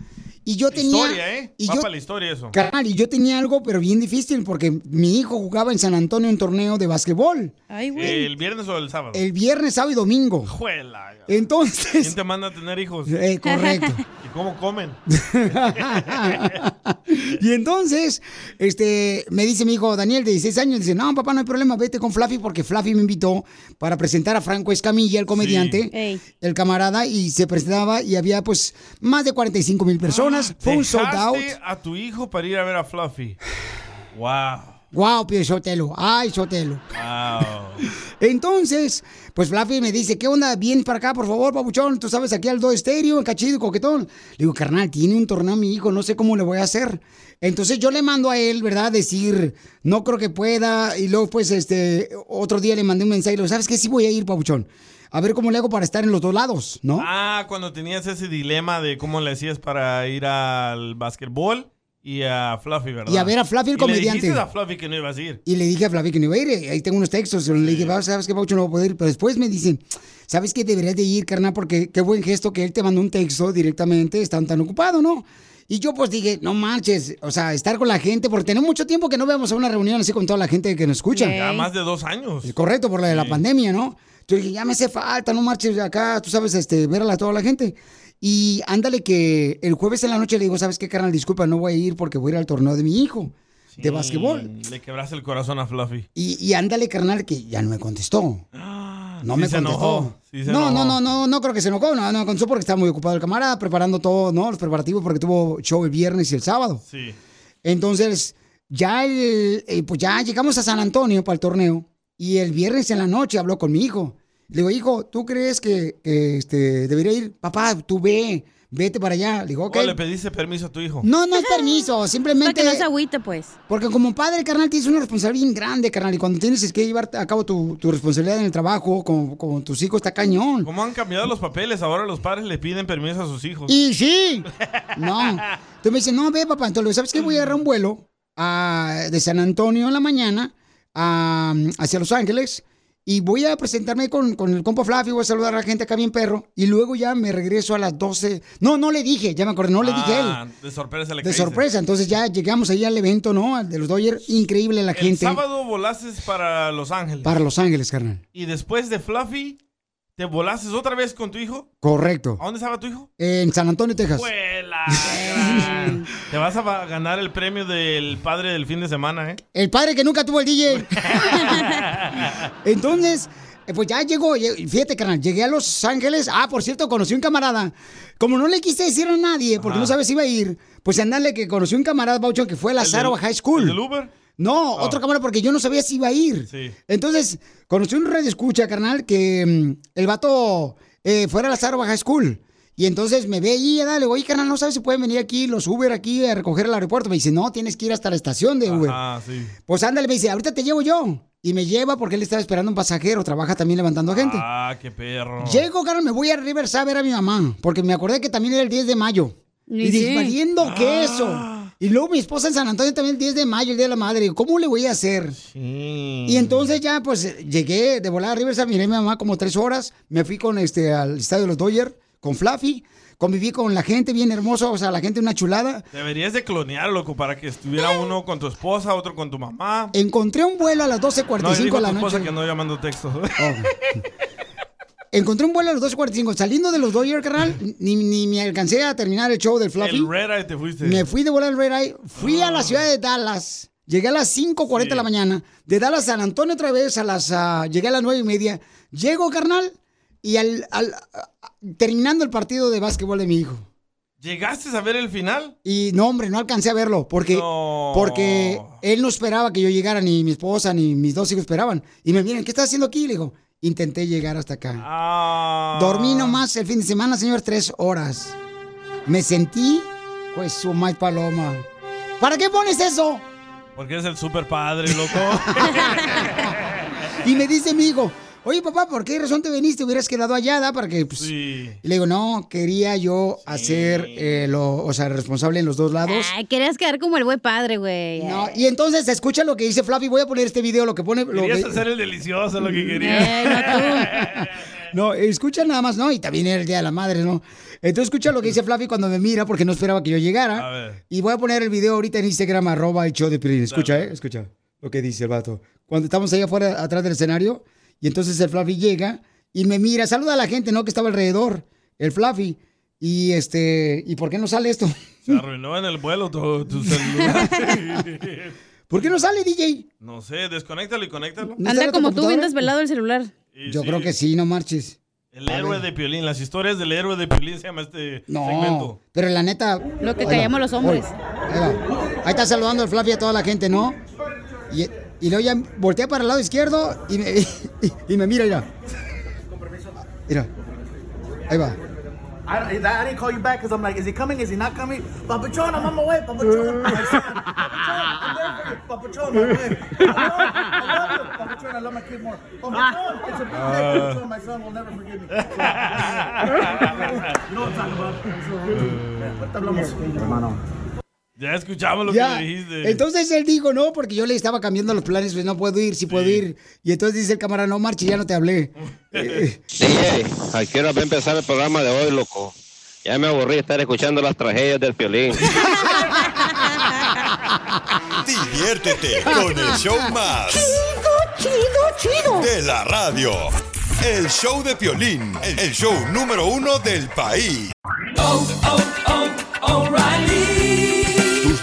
Y yo tenía. Historia, ¿eh? y Va yo- para la historia eso. Carnal, y yo tenía algo, pero bien difícil, porque mi hijo jugaba en San Antonio un torneo de básquetbol. ¿El viernes o el sábado? El viernes, sábado y domingo. Juela. Entonces. ¿Quién te manda a tener hijos? Eh, correcto. Y ¿Cómo comen? y entonces, este, me dice mi hijo Daniel de 16 años, dice, no, papá, no hay problema, vete con Fluffy porque Fluffy me invitó para presentar a Franco Escamilla, el comediante, el camarada, y se presentaba y había pues más de 45 mil personas, fue un sold out. Ah, Dejaste a tu hijo para ir a ver a Fluffy. Wow. Wow, Pio Sotelo. Ay, Sotelo. Wow. Entonces, pues Fluffy me dice, ¿qué onda? Bien para acá, por favor, papuchón. Tú sabes, aquí al do estéreo, en cachido, coquetón. Le digo, carnal, tiene un torneo mi hijo, no sé cómo le voy a hacer. Entonces yo le mando a él, ¿verdad? Decir, no creo que pueda. Y luego, pues, este, otro día le mandé un mensaje y le digo, ¿sabes qué? Sí voy a ir, papuchón. A ver cómo le hago para estar en los dos lados, ¿no? Ah, cuando tenías ese dilema de cómo le hacías para ir al básquetbol y a Fluffy, ¿verdad? Y a ver a Fluffy, el Y comediante. Le dijiste a Fluffy que no ibas a ir. Y le dije a Flavio que no iba a ir. eh, Ahí tengo unos textos. Le dije, "Va, ¿sabes qué, Paucho? No voy a poder ir". Pero después me dicen, ¿sabes qué? Deberías de ir, carnal, porque qué buen gesto que él te mandó un texto directamente. Están tan ocupado, ¿no? Y yo pues dije, no manches, o sea, estar con la gente, porque tenemos mucho tiempo que no vemos a una reunión así con toda la gente que nos escucha. Ya más de dos años. Correcto, por la de la pandemia, ¿no? Yo dije, ya me hace falta, no marches de acá, tú sabes, este, ver a la- toda la gente. Y ándale que el jueves en la noche le digo, ¿sabes qué, carnal? Disculpa, no voy a ir porque voy a ir al torneo de mi hijo de básquetbol. Mm, Le quebraste el corazón a Fluffy. Y, y ándale, carnal, que ya no me contestó. No Ah, sí me se contestó. enojó, sí se no, no, enojó. no, no, no creo que se enojó. No, no me contestó porque estaba muy ocupado el camarada preparando todo, ¿no? Los preparativos porque tuvo show el viernes y el sábado. Sí. Entonces, ya el, eh, pues ya llegamos a San Antonio para el torneo y el viernes en la noche habló con mi hijo. Le digo, hijo, ¿tú crees que, que, este, debería ir? Papá, tú ve, vete para allá. Le digo, ok. ¿O le pediste permiso a tu hijo? No, no es permiso, simplemente... Para que no se agüite, pues. Porque como padre, carnal, tienes una responsabilidad bien grande, carnal. Y cuando tienes que llevar a cabo tu, tu responsabilidad en el trabajo, con, con tus hijos, está cañón. ¿Cómo han cambiado los papeles? Ahora los padres le piden permiso a sus hijos. Y sí. No. Entonces me dice, no, ve, papá. Entonces, le digo, ¿sabes qué? Voy a agarrar un vuelo a- de San Antonio en la mañana a- hacia Los Ángeles. Y voy a presentarme con, con el compa Fluffy, voy a saludar a la gente acá bien perro. Y luego ya me regreso a las 12. No, no le dije, ya me acordé, no le dije a él. Ah, De sorpresa le De caíste. sorpresa, entonces ya llegamos ahí al evento, ¿no? Al de los Dodgers, increíble la El gente. sábado volaste para Los Ángeles. Para Los Ángeles, carnal. Y después de Fluffy, ¿te volaste otra vez con tu hijo? Correcto. ¿A dónde estaba tu hijo? En San Antonio, Texas. Te vas a va- ganar el premio del padre del fin de semana, ¿eh? El padre que nunca tuvo el DJ. Entonces, eh, pues ya llegó, lle- fíjate, carnal, llegué a Los Ángeles. Ah, por cierto, conocí un camarada. Como no le quise decir a nadie, porque no sabes si iba a ir, pues andale que conocí un camarada, Baucho, que fue a la Sarova High School. del Uber? Ah. No, otro camarada, porque yo no sabía si iba a ir. Sí. Entonces, conocí un radio escucha, carnal, que mm, el vato eh, fuera a la Sarova High School. Y entonces me ve ahí, dale, le digo, oye, carnal, no sabes si pueden venir aquí los Uber aquí a recoger el aeropuerto. Me dice, no, tienes que ir hasta la estación de Uber. Ah, sí. Pues ándale, me dice, ahorita te llevo yo. Y me lleva porque él estaba esperando un pasajero, trabaja también levantando gente. Ah, qué perro. Llego, carnal, me voy a Riverside a ver a mi mamá, porque me acordé que también era el 10 de mayo. Y Y sí. disvaliendo Ah. queso. Y luego mi esposa en San Antonio también el 10 de mayo, el Día de la Madre. Digo, ¿Cómo le voy a hacer? Y entonces ya, pues, llegué de volada a Riverside, miré a mi mamá como tres horas, me fui con este al estadio de los Dodgers, con Fluffy, conviví con la gente bien hermosa, o sea, la gente una chulada. Deberías de clonear, loco, para que estuviera uno con tu esposa, otro con tu mamá. Encontré un vuelo a las Ah. No, 12.45 de dijo tu la noche. esposa Oh, que no llamando textos. Encontré un vuelo a las 12.45. Saliendo de los Dodgers, carnal, ni, ni me alcancé a terminar el show del Fluffy. El Red Eye te fuiste. Me fui de volar al Red Eye. Fui a la ciudad de Dallas. Llegué a las 5.40 de la mañana. De Dallas a San Antonio otra vez. A las, ah, llegué a las 9 y media. Llego, carnal. Y al, al- ah, ah, terminando el partido de básquetbol de mi hijo. ¿Llegaste a ver el final? Y no, hombre, no alcancé a verlo. Porque, porque él no esperaba que yo llegara. Ni mi esposa, ni mis dos hijos esperaban. Y me miran, ¿qué estás haciendo aquí? Le digo, intenté llegar hasta acá. Ah. Dormí nomás el fin de semana, señor, tres horas. Me sentí, pues, su más paloma. ¿Para qué pones eso? Porque eres el super padre, loco. Y me dice mi hijo, oye, papá, ¿por qué razón te viniste? Hubieras quedado allá, ¿da? Para que, pues... Sí. Y le digo, no, quería yo hacer, eh, lo, o sea, responsable en los dos lados. Ay, querías quedar como el buen padre, güey. No, y entonces, escucha lo que dice Flappy. Voy a poner este video, lo que pone... Lo Querías que- hacer el delicioso, lo que querías. No, escucha nada más, ¿no? Y también era el Día de la Madre, ¿no? Entonces escucha lo que dice Flappy cuando me mira porque no esperaba que yo llegara. A ver. Y voy a poner el video ahorita en Instagram, arroba el show de Piolín. Escucha, ¿eh? Escucha lo que dice el vato. Cuando estamos ahí afuera, atrás del escenario, y entonces el Fluffy llega y me mira, saluda a la gente, ¿no? Que estaba alrededor, el Fluffy. Y este, ¿y por qué no sale esto? Se arruinó en el vuelo tu, tu celular. ¿Por qué no sale, DJ? No sé, desconéctalo y conéctalo. ¿No Anda está la como tú, bien computadora? desvelado el celular. Yo creo que sí, no marches. El héroe de Piolín, las historias del héroe de Piolín se llama este No, segmento. pero la neta... Lo que Hola. callamos los hombres. Hola. Ahí, va. Ahí está saludando el Flappy a toda la gente, ¿no? Y, y luego ya voltea para el lado izquierdo y me, y me mira, mira. Mira. Ahí va. I, I didn't call you back because I'm like, is he coming? Is he not coming? Papa John, I'm on my way. Papa John, my son. Papa John, I'm there for you. Papa John, my way. I love you. Papa John, I love my kid more. Ah. Papa John, it's a big day. Papa John, my son will never forgive me. you know what I'm talking about. Ahorita hablamos. Ya escuchamos lo Ya. Eh. que dijiste. Entonces él dijo, no, porque yo le estaba cambiando los planes, pues no puedo ir, sí puedo ir. Y entonces dice el camarada, no marche, ya no te hablé. DJ, Eh, ¿a qué hora va a empezar el programa de hoy, loco? Ya me aburrí de estar escuchando las tragedias del violín. Diviértete con el show más. Chido, chido, chido. De la radio. El show de Piolín, el show número uno del país. ¿Tus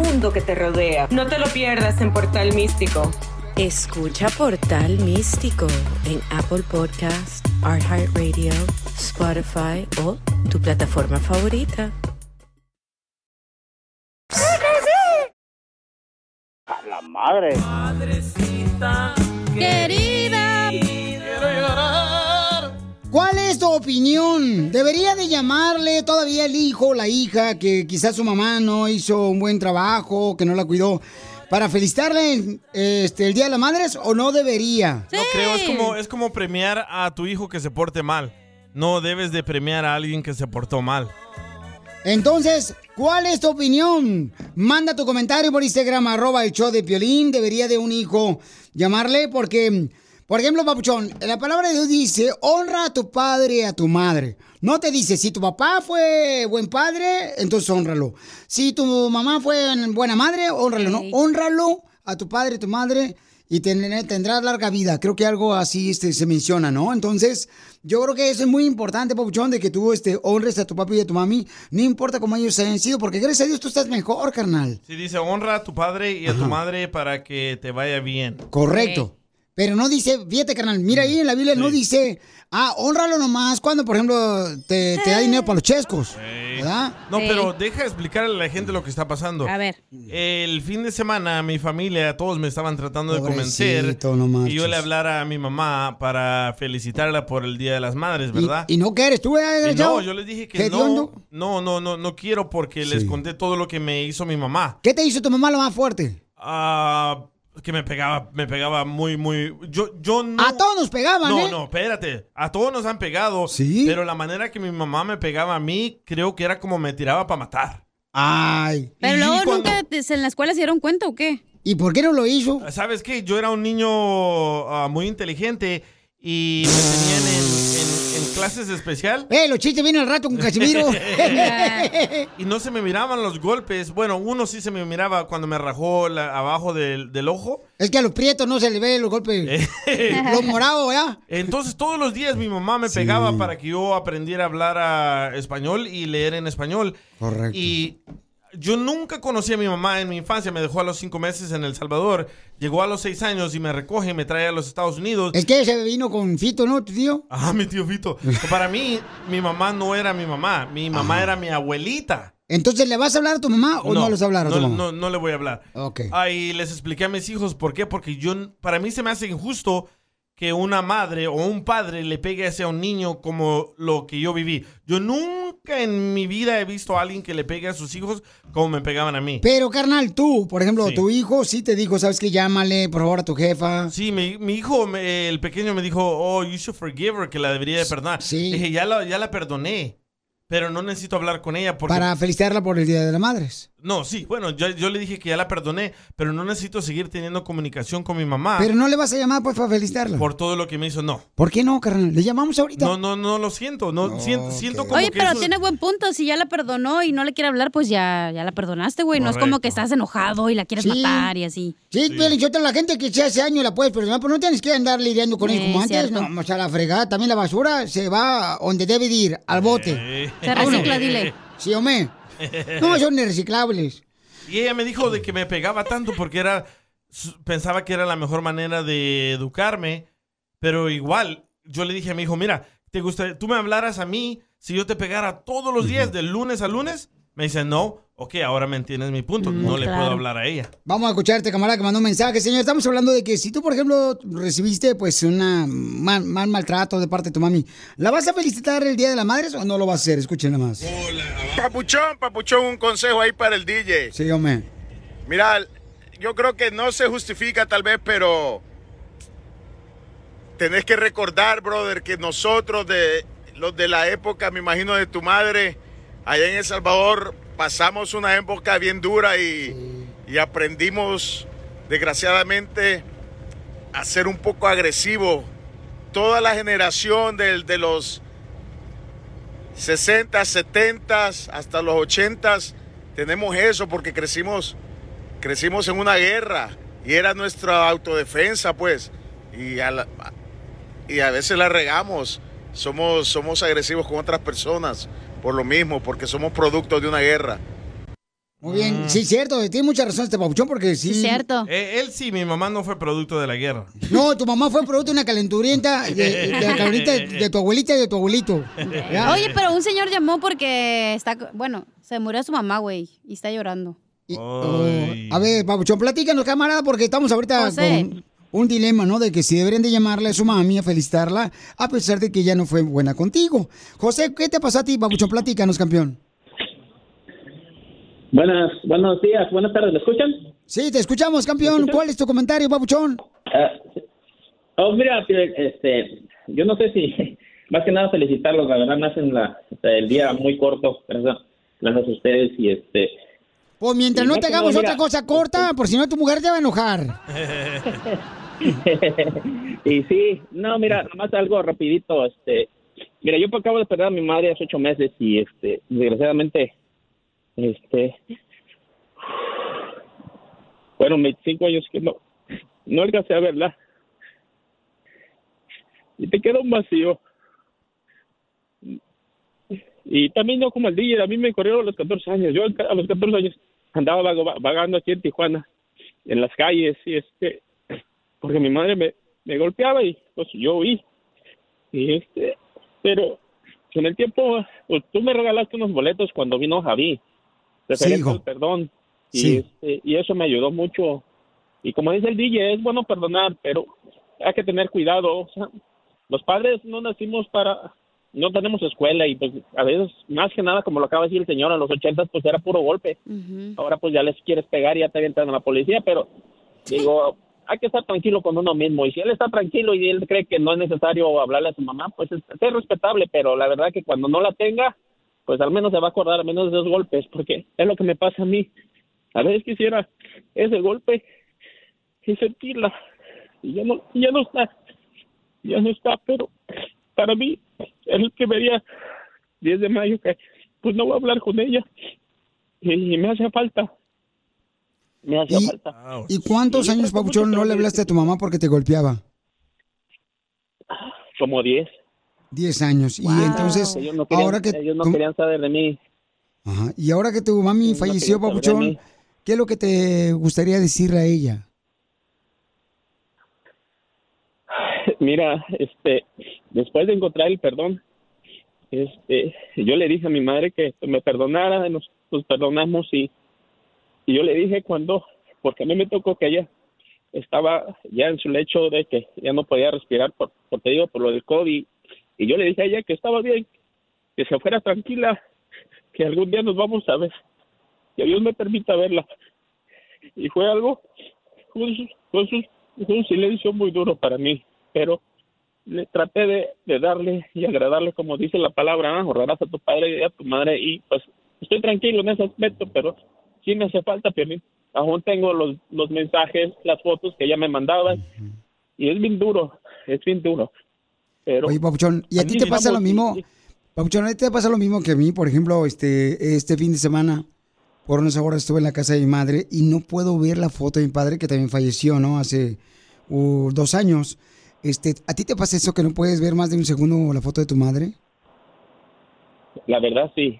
mundo que te rodea. No te lo pierdas en Portal Místico. Escucha Portal Místico en Apple Podcast, iHeartRadio, Spotify o tu plataforma favorita. A la madre. Madrecita querida. Quiero llorar. ¿Cuál es tu opinión? ¿Debería de llamarle todavía el hijo o la hija que quizás su mamá no hizo un buen trabajo, que no la cuidó, para felicitarle en, este, el Día de las Madres o no debería? No creo, es como, es como premiar a tu hijo que se porte mal. No debes de premiar a alguien que se portó mal. Entonces, ¿cuál es tu opinión? Manda tu comentario por Instagram, arroba el show de Piolín. ¿Debería de un hijo llamarle? Porque, por ejemplo, Papuchón, la palabra de Dios dice, honra a tu padre y a tu madre. No te dice, si tu papá fue buen padre, entonces honralo. Si tu mamá fue buena madre, honralo, ¿no? Honralo a tu padre y tu madre y ten- tendrás larga vida. Creo que algo así este, se menciona, ¿no? Entonces, yo creo que eso es muy importante, Papuchón, de que tú este, honres a tu papi y a tu mami, no importa cómo ellos hayan sido, porque gracias a Dios tú estás mejor, carnal. Si dice honra a tu padre y a tu madre para que te vaya bien. Correcto. Pero no dice, fíjate, carnal, mira ahí en la Biblia no dice, ah, honralo nomás cuando, por ejemplo, te, te da dinero para los chescos. ¿ah? ¿Verdad? No, pero deja explicarle a la gente lo que está pasando. A ver. El fin de semana, mi familia, todos me estaban tratando de convencer Pobrecito, no y yo marches. le hablara a mi mamá para felicitarla por el Día de las Madres, ¿verdad? Y, y no quieres, tú, Y eh, no, yo les dije que no, hediondo? no, no, no, no quiero porque les conté todo lo que me hizo mi mamá. ¿Qué te hizo tu mamá lo más fuerte? Ah, que me pegaba, me pegaba muy, muy. Yo, yo no. A todos nos pegaban, no, ¿eh? no, espérate. A todos nos han pegado. Pero la manera que mi mamá me pegaba a mí, creo que era como me tiraba para matar. Ay. Pero luego nunca te- en la escuela se dieron cuenta o qué? ¿Y por qué no lo hizo? ¿Sabes qué? Yo era un niño ah, muy inteligente y me tenían en, en- en clases especial. ¡Eh, los chistes vienen al rato con Casimiro! y no se me miraban los golpes. Bueno, uno sí se me miraba cuando me rajó la- abajo del, del ojo. es que a los prietos no se le ve los golpes. los morados, ¿verdad? Entonces todos los días mi mamá me pegaba para que yo aprendiera a hablar a español y leer en español. Correcto. Y yo nunca conocí a mi mamá en mi infancia. Me dejó a los cinco meses en El Salvador. Llegó a los seis años y me recoge y me trae a los Estados Unidos. Es que se vino con Fito, ¿no, tu tío? Ah, mi tío Fito. Para mí, mi mamá no era mi mamá. Mi mamá era mi abuelita. Entonces, ¿le vas a hablar a tu mamá o no, les hablar a tu no, mamá? no- no le voy a hablar. Ok. Ahí les expliqué a mis hijos por qué. Porque yo, para mí se me hace injusto que una madre o un padre le pegue hacia un niño como lo que yo viví. Yo nunca en mi vida he visto a alguien que le pegue a sus hijos como me pegaban a mí. Pero, carnal, tú, por ejemplo, tu hijo sí te dijo, ¿sabes qué? Llámale, por favor, a tu jefa. Sí, mi, mi hijo, me- el pequeño, me dijo, oh, you should forgive her, que la debería de perdonar. Dije, ya la, ya la perdoné, pero no necesito hablar con ella porque... Para felicitarla por el Día de las Madres. No, sí, bueno, yo, yo le dije que ya la perdoné, pero no necesito seguir teniendo comunicación con mi mamá Pero no le vas a llamar, pues, para felicitarla. por todo lo que me hizo. No, ¿Por qué no, carnal? Le llamamos ahorita. no, no, no lo siento, no, siento, siento como Oye, que pero eso- tiene buen punto. Si ya la perdonó y no le quiere hablar, pues ya, ya la perdonaste, güey. No es como Correcto. que estás enojado y la quieres Sí. matar y así. Sí, Piolín, yo te- la gente que se hace año la puedes perdonar, pero no tienes que andar lidiando con ellos Eh, como antes. cierto. No, o sea, la fregada, también la basura se va donde debe de ir, al bote. Eh. Se recicla, dile. Sí, hombre. No, son reciclables. Y ella me dijo de que me pegaba tanto porque era su- pensaba que era la mejor manera de educarme, pero igual yo le dije a mi hijo, mira, te gusta, tú me hablaras a mí si yo te pegara todos los días de lunes a lunes. Me dice, "No, ok, ahora me entiendes mi punto, no le puedo claro. hablar a ella." Vamos a escucharte, camarada, que mandó un mensaje. Señor, estamos hablando de que si tú, por ejemplo, recibiste pues una mal, mal maltrato de parte de tu mami, ¿la vas a felicitar el Día de las Madres o no lo vas a hacer? Escuchen nada más. Papuchón, papuchón, un consejo ahí para el DJ. Sí, hombre. Mira, yo creo que no se justifica tal vez, pero tenés que recordar, brother, que nosotros de los de la época, me imagino, de tu madre, allá en El Salvador, pasamos una época bien dura y, y aprendimos, desgraciadamente, a ser un poco agresivos. Toda la generación del- de los 60, 70, hasta los 80 tenemos eso porque crecimos crecimos en una guerra y era nuestra autodefensa, pues. Y a, la- y a veces la regamos. Somos, somos agresivos con otras personas por lo mismo, porque somos productos de una guerra. Muy bien. Sí, cierto. Tiene mucha razón este papuchón porque Ah. sí. Eh, él sí, mi mamá no fue producto de la guerra. No, tu mamá fue producto de una calenturienta de, de la calenturienta de, de tu abuelita y de tu abuelito. ¿Ya? Oye, pero un señor llamó porque está. Bueno, se murió su mamá, güey, y está llorando. A ver, Papuchón, platícanos, camarada, porque estamos ahorita José. con un dilema, ¿no? De que si deberían de llamarle a su mami a felicitarla, a pesar de que ella no fue buena contigo. José, ¿qué te pasó a ti, Papuchón? Platícanos, campeón. Buenas, buenos días, buenas tardes, ¿me escuchan? Sí, te escuchamos, campeón. ¿Cuál es tu comentario, Papuchón? Ah, oh, mira, Fidel, este, yo no sé si, más que nada felicitarlos, la verdad me hacen la, el día muy corto, gracias, gracias a ustedes y este... Pues mientras no Mira te cómo, hagamos mira. otra cosa corta, por si no tu mujer te va a enojar. y sí, no, mira, nomás algo rapidito, este, mira, yo acabo de perder a mi madre hace ocho meses y este, desgraciadamente, este, fueron 25 años que no, no alcancé a verla. Y te queda un vacío. Y también no como el DJ, a mí me corrieron a los 14 años, yo a los 14 años andaba vago- vagando aquí en Tijuana, en las calles, y este, porque mi madre me, me golpeaba y pues yo huí. Y este, pero con el tiempo, pues, tú me regalaste unos boletos cuando vino Javi, referente hijo. al perdón. Y, Sí. este, y eso me ayudó mucho. Y como dice el DJ, es bueno perdonar, pero hay que tener cuidado. o sea, los padres no nacimos para, no tenemos escuela y pues a veces, más que nada, como lo acaba de decir el señor, a los ochentas pues era puro golpe. Ahora pues ya les quieres pegar y ya te avientan a la policía, pero digo, hay que estar tranquilo con uno mismo. Y si él está tranquilo y él cree que no es necesario hablarle a su mamá, pues es, es respetable, pero la verdad que cuando no la tenga, pues al menos se va a acordar al menos de esos golpes, porque es lo que me pasa a mí. A veces quisiera ese golpe y sentirla. Y ya no, ya no está, ya no está, pero para mí, el que vería 10 de mayo, que pues no voy a hablar con ella. Y, y me hace falta. Me hacía ¿Y, falta. ¿y cuántos años, Papuchón, no le hablaste a tu mamá porque te golpeaba? Como 10. Diez años. Y entonces, Ellos no querían, ahora que... ellos no ¿cómo? querían saber de mí. Ajá. Ah, Y ahora que tu mami falleció, querían saber de Papuchón, mí. ¿qué es lo que te gustaría decirle a ella? Mira, este, después de encontrar el perdón, este, yo le dije a mi madre que me perdonara, nos, nos perdonamos y, y yo le dije cuando, porque a mí me tocó que ella estaba ya en su lecho de que ya no podía respirar, por, por te digo, por lo del COVID, y yo le dije a ella que estaba bien, que se fuera tranquila, que algún día nos vamos a ver, que Dios me permita verla. Y fue algo, un, su- fue un su- fue un silencio muy duro para mí, pero le traté de, de darle y agradarle, como dice la palabra, ah, honrarás a tu padre y a tu madre, y pues estoy tranquilo en ese aspecto, pero sí me hace falta, Piolín. Aún tengo los, los mensajes, las fotos que ella me mandaba, y es bien duro, es bien duro. Pero Oye, Papuchón, ¿y a ti mí, te pasa lo mismo? digamos, sí, sí. Papuchón, ¿a ti te pasa lo mismo que a mí? Por ejemplo, este, este fin de semana, por unas horas estuve en la casa de mi madre y no puedo ver la foto de mi padre que también falleció, ¿no? Hace uh, dos años. Este, ¿A ti te pasa eso que no puedes ver más de un segundo la foto de tu madre? La verdad sí.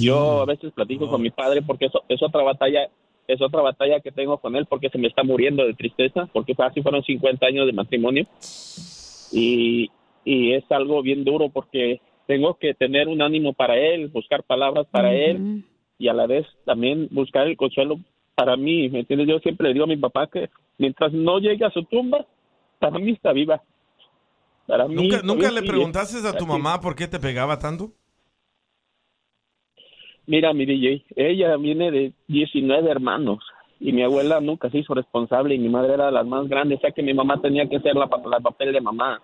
Yo a veces platico con mi padre porque eso, es otra batalla, es otra batalla que tengo con él porque se me está muriendo de tristeza, porque casi fueron 50 años de matrimonio. Y, y es algo bien duro porque tengo que tener un ánimo para él, buscar palabras para él y a la vez también buscar el consuelo para mí, ¿me entiendes? Yo siempre le digo a mi papá que mientras no llegue a su tumba, para mí está viva. Para mí, ¿Nunca, nunca le todavía sí, preguntaste a tu así. mamá por qué te pegaba tanto? Mira, mi DJ, ella viene de 19 hermanos y mi abuela nunca se hizo responsable y mi madre era de las más grandes, o sea que mi mamá tenía que hacer la, pa- la papel de mamá.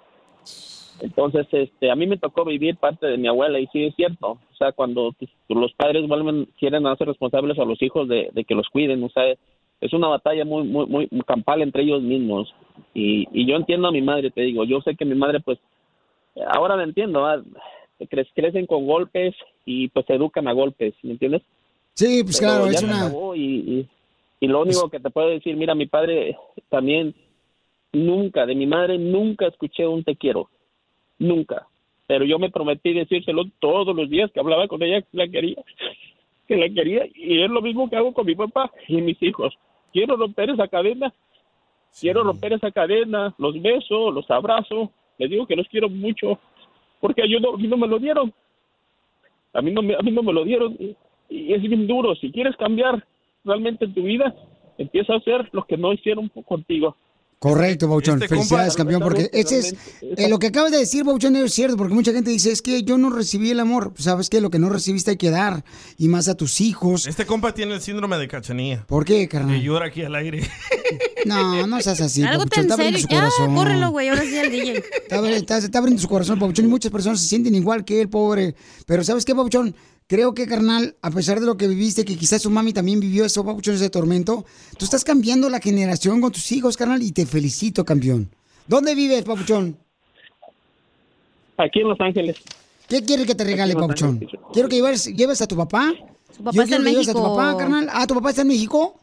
Entonces, este, a mí me tocó vivir parte de mi abuela y sí es cierto, o sea, cuando t- los padres vuelven, quieren hacer responsables a los hijos de, de que los cuiden, o sea, es una batalla muy, muy, muy campal entre ellos mismos. Y, y yo entiendo a mi madre, te digo, yo sé que mi madre, pues, ahora me entiendo, ¿verdad? Cre- crecen con golpes y pues se educan a golpes, ¿me entiendes? Sí, pues Pero claro, ya es se una... acabó Y, y- y lo único que te puedo decir, mira, mi padre también nunca, de mi madre nunca escuché un te quiero, nunca. Pero yo me prometí decírselo todos los días que hablaba con ella, que la quería, que la quería. Y es lo mismo que hago con mi papá y mis hijos. Quiero romper esa cadena, quiero romper esa cadena, los besos, los abrazos, les digo que los quiero mucho, porque yo no, a mí no me lo dieron. A mí no me, a mí no me lo dieron. Y, y es bien duro. Si quieres cambiar realmente tu vida, empieza a hacer lo que no hicieron contigo. Correcto, Bauchón. Este Felicidades, compa- campeón, porque Realmente, ese es realmente, eh, lo que acabas de decir, Bauchón, es cierto, porque mucha gente dice, es que yo no recibí el amor. Pues, Sabes que lo que no recibiste hay que dar, y más a tus hijos. Este compa tiene el síndrome de cachanía. ¿Por qué, carnal? Que llora aquí al aire. No, no seas así, Algo Papuchón. tan Está abriendo su serio. Ya, corazón. córrelo, güey. Ahora sí al DJ. Está, abri- está- está abriendo su corazón, Papuchón, y muchas personas se sienten igual que él, pobre. Pero ¿sabes qué, Papuchón? Creo que, carnal, a pesar de lo que viviste, que quizás su mami también vivió eso, Papuchón, ese tormento, tú estás cambiando la generación con tus hijos, carnal, y te felicito, campeón. ¿Dónde vives, Papuchón? Aquí en Los Ángeles. ¿Qué quieres que te regale, Aquí no Papuchón? Quiero que lleves, lleves a tu papá. Su papá Yo está quiero en que lleves a tu México. papá, carnal. Ah, ¿tu papá está en México?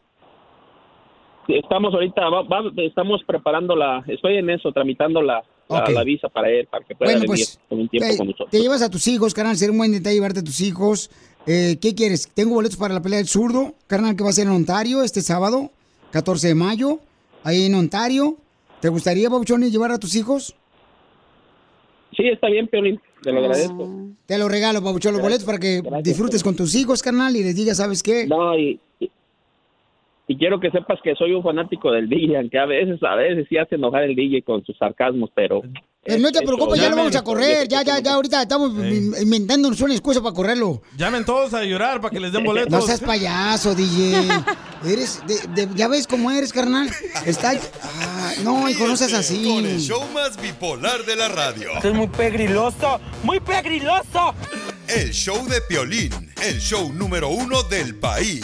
Estamos ahorita, va- va- estamos preparando la, estoy en eso, tramitando la, la- Ok. la visa para él, para que pueda Bueno, venir pues, con un tiempo te, con nosotros. te llevas a tus hijos, carnal. Ser un buen detalle llevarte a tus hijos. Eh, ¿Qué quieres? Tengo boletos para la pelea del zurdo, carnal, que va a ser en Ontario este sábado, 14 de mayo, ahí en Ontario. ¿Te gustaría, Papuchón, llevar a tus hijos? Sí, está bien, Piolín, te lo agradezco. Te lo regalo, Papuchón, los boletos para que disfrutes con tus hijos, carnal, y les digas, ¿sabes qué? No, y, y- y quiero que sepas que soy un fanático del DJ, aunque a veces, a veces sí hace enojar el DJ con sus sarcasmos, pero... Eh, no te eso, preocupes, ya lo me- vamos a correr. Ya, ya, ya, ahorita estamos inventándonos una excusa para correrlo. Llamen todos a llorar para que les den boletos. No seas payaso, DJ. Eres, de- de- ya ves cómo eres, carnal. Está, ah, no, hijo, no seas Con el así. show más bipolar de la radio. Esto es muy pegriloso, muy pegriloso. El show de Piolín, el show número uno del país.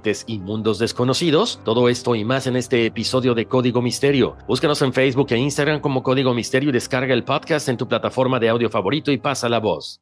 y mundos desconocidos. Todo esto y más en este episodio de Código Misterio. Búscanos en Facebook e Instagram como Código Misterio y descarga el podcast en tu plataforma de audio favorito y pasa la voz.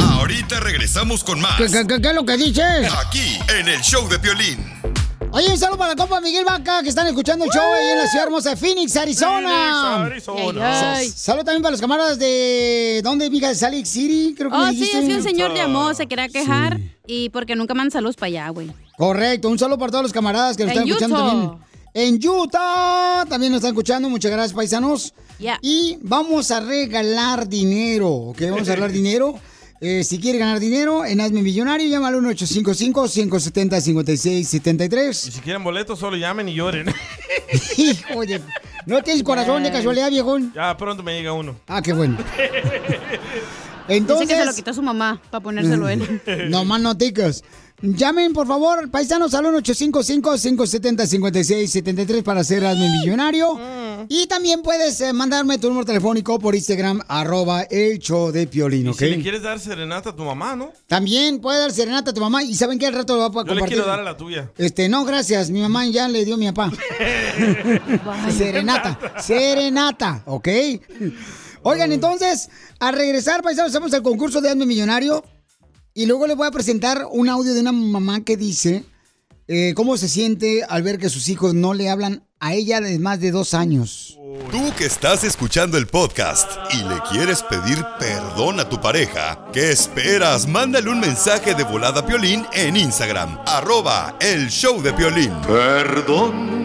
Ahorita regresamos con más. ¿Qué, qué, qué- qué es lo que dices? Aquí, en el show de Piolín. Oye, un saludo para la compa Miguel Vaca, que están escuchando el show ahí en la ciudad hermosa de Phoenix, Arizona. Phoenix, Arizona. Ay, ay. Sa- Saludo también para los camaradas de... ¿Dónde, mija? Salt City, creo que Oh, me sí, dijiste. es que un señor llamó, se quería quejar y porque nunca mandan saludos para allá, güey. Correcto, un saludo para todos los camaradas que nos En están escuchando Utah. también. En Utah también nos están escuchando. Muchas gracias, paisanos. Y vamos a regalar dinero, ¿ok? Vamos a regalar dinero. Eh, si quiere ganar dinero, en Hazme Millonario, llámalo al 1-855-570-5673. Si quieren boletos, solo llamen y lloren. Hijo de... ¿No tienes corazón de casualidad, viejón? Ya pronto me llega uno. Ah, qué bueno. Dice Entonces... que se lo quitó su mamá para ponérselo él. No más noticas. Llamen, por favor, paisanos al 1-855-570-5673 para ser hazme millonario. Mm. Y también puedes eh, mandarme tu número telefónico por Instagram, arroba el show de Piolín, Y ¿ok? Si le quieres dar serenata a tu mamá, ¿no? También puedes dar serenata a tu mamá y ¿saben que Al rato lo va a Yo compartir. le quiero dar a la tuya. Este, no, gracias. Mi mamá ya le dio a mi papá. serenata, serenata, ¿ok? Oigan, entonces, al regresar, paisanos, hacemos el concurso de Hazme Millonario. Y luego les voy a presentar un audio de una mamá que dice eh, cómo se siente al ver que sus hijos no le hablan a ella de más de dos años. Tú que estás escuchando el podcast y le quieres pedir perdón a tu pareja, ¿qué esperas? Mándale un mensaje de volada a Piolín en Instagram, arroba el show de Piolín. Perdón.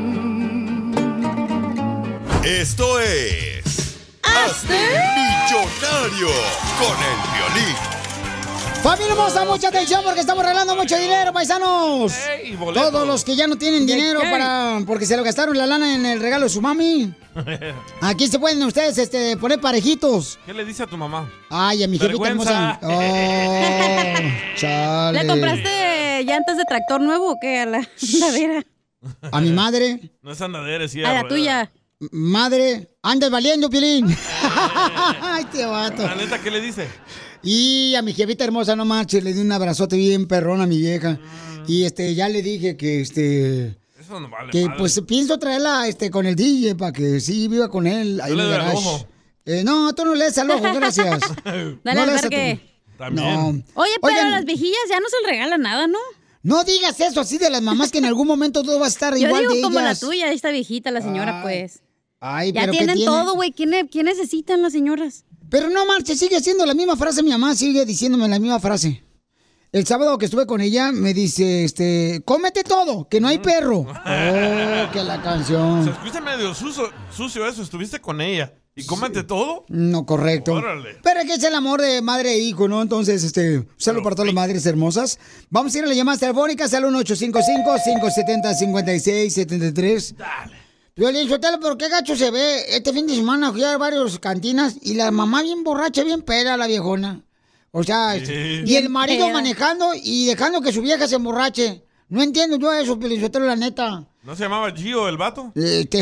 Esto es... ¡Hazte millonario con el Piolín! Familia hermosa, mucha atención porque estamos regalando mucho dinero, paisanos. boleto. Todos los que ya no tienen Yay, dinero yay. para porque se lo gastaron la lana en el regalo de su mami. Aquí se pueden ustedes este, poner parejitos. ¿Qué le dice a tu mamá? Ay, a mi jefita hermosa. Vergüenza. Oh, chale. ¿Le compraste llantas de tractor nuevo o qué? A la andadera. A mi madre. No es andadera, es A sierra. la tuya. M- Madre, andas valiendo, Pilín. Ay, qué vato. La neta, ¿qué le dice? Y a mi jefita hermosa, no marches, le di un abrazote bien perrón a mi vieja. Y este, ya le dije que este. Eso no Mm. vale. que madre. pues pienso traerla este con el DJ para que sí viva con él ahí Yo en le el doy al garage. ojo. Eh, no, tú no le des al ojo, gracias. Dale no al le des a tu- parque. No. Oye, pero Oigan. las vejillas ya no se le regala nada, ¿no? No digas eso así de las mamás que en algún momento tú vas a estar Yo igual digo de como la ellas. tuya, esta viejita, la señora, pues. Ay, ya pero ¿qué tienen tiene? todo, güey. ¿Qué, ne- qué necesitan las señoras? Pero no marches, sigue siendo la misma frase, mi mamá sigue diciéndome la misma frase. El sábado que estuve con ella me dice, este, cómete todo, que no hay perro. Oh, que la Se canción. escucha medio sucio, sucio eso. Estuviste con ella. ¿Y cómete todo? No, correcto. Órale. Pero es que es el amor de madre e hijo, ¿no? Entonces, este, un saludo para todas las madres hermosas. Vamos a ir a las llamadas telefónicas al 1-855-570-5673. Violín Sotelo, pero qué gacho se ve. Este fin de semana fui a varias cantinas y la mamá bien borracha, bien peda, la viejona. O sea, Sí. y el marido Peda. manejando y dejando que su vieja se emborrache. No entiendo yo eso, Violín Sotelo, la neta. Eh, ¿No se llamaba Gio el vato? Este...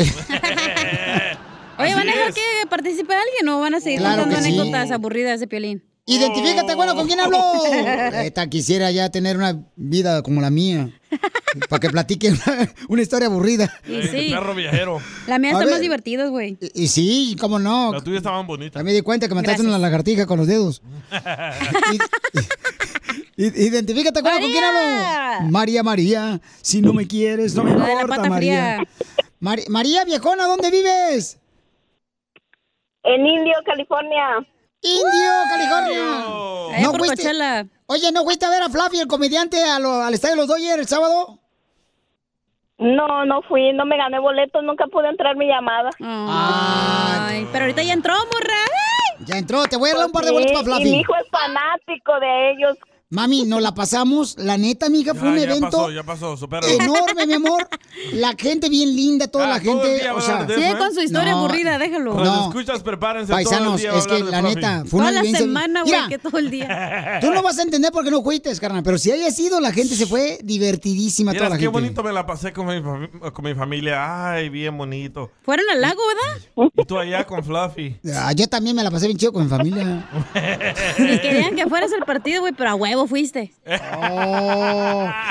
Oye, Así ¿van a dejar es. que participe alguien o van a seguir Claro contando que sí. anécdotas aburridas de Piolín? Identifícate, bueno, ¿con quién hablo? Esta quisiera ya tener una vida como la mía. Para que platique una, una historia aburrida. Y sí. Perro viajero. La mía A están ver. Eh. más divertidas, güey. Y sí, cómo no. La tuya estaban bonitas. También di cuenta que mataste una lagartija con los dedos. I- Identifícate, bueno, ¿con quién hablo? María, María. Si no me quieres, no me La de la importa, pata María. Mari- María, viejona, ¿dónde vives? En Indio, California. Indio, California. Allá por Oye, ¿no fuiste a ver a Flavio, el comediante, a lo- al estadio de los Dodgers el sábado? No, no fui, no me gané boletos, nunca pude entrar mi llamada. Ay, pero ahorita ya entró, morra. Ya entró, te voy a dar un par de boletos para Flavio. Mi hijo es fanático de ellos. Mami, nos la pasamos. La neta, amiga, fue Ya, un Ah, ya evento pasó, ya pasó, supéralo. enorme, mi amor. La gente bien linda, toda la todo el gente. día va o a sea, hablar de eso, Sigue ¿eh? con su historia aburrida, déjalo. Cuando No, escuchas, prepárense. todo el paisanos, día va a es que hablar de la Fluffy. neta, fue Toda una la vivencia- semana, güey, Mira, que todo el día. Tú no vas a entender por qué no fuiste, carnal, pero si haya sido, la gente se fue divertidísima Vieras toda la qué gente. bonito me la pasé con mi, fami- con mi familia. Ay, bien bonito. Fueron al lago, ¿verdad? Y tú allá con Fluffy. Ah, yo también me la pasé bien chido con mi familia. Ni querían que fueras al partido, güey, pero a huevo fuiste.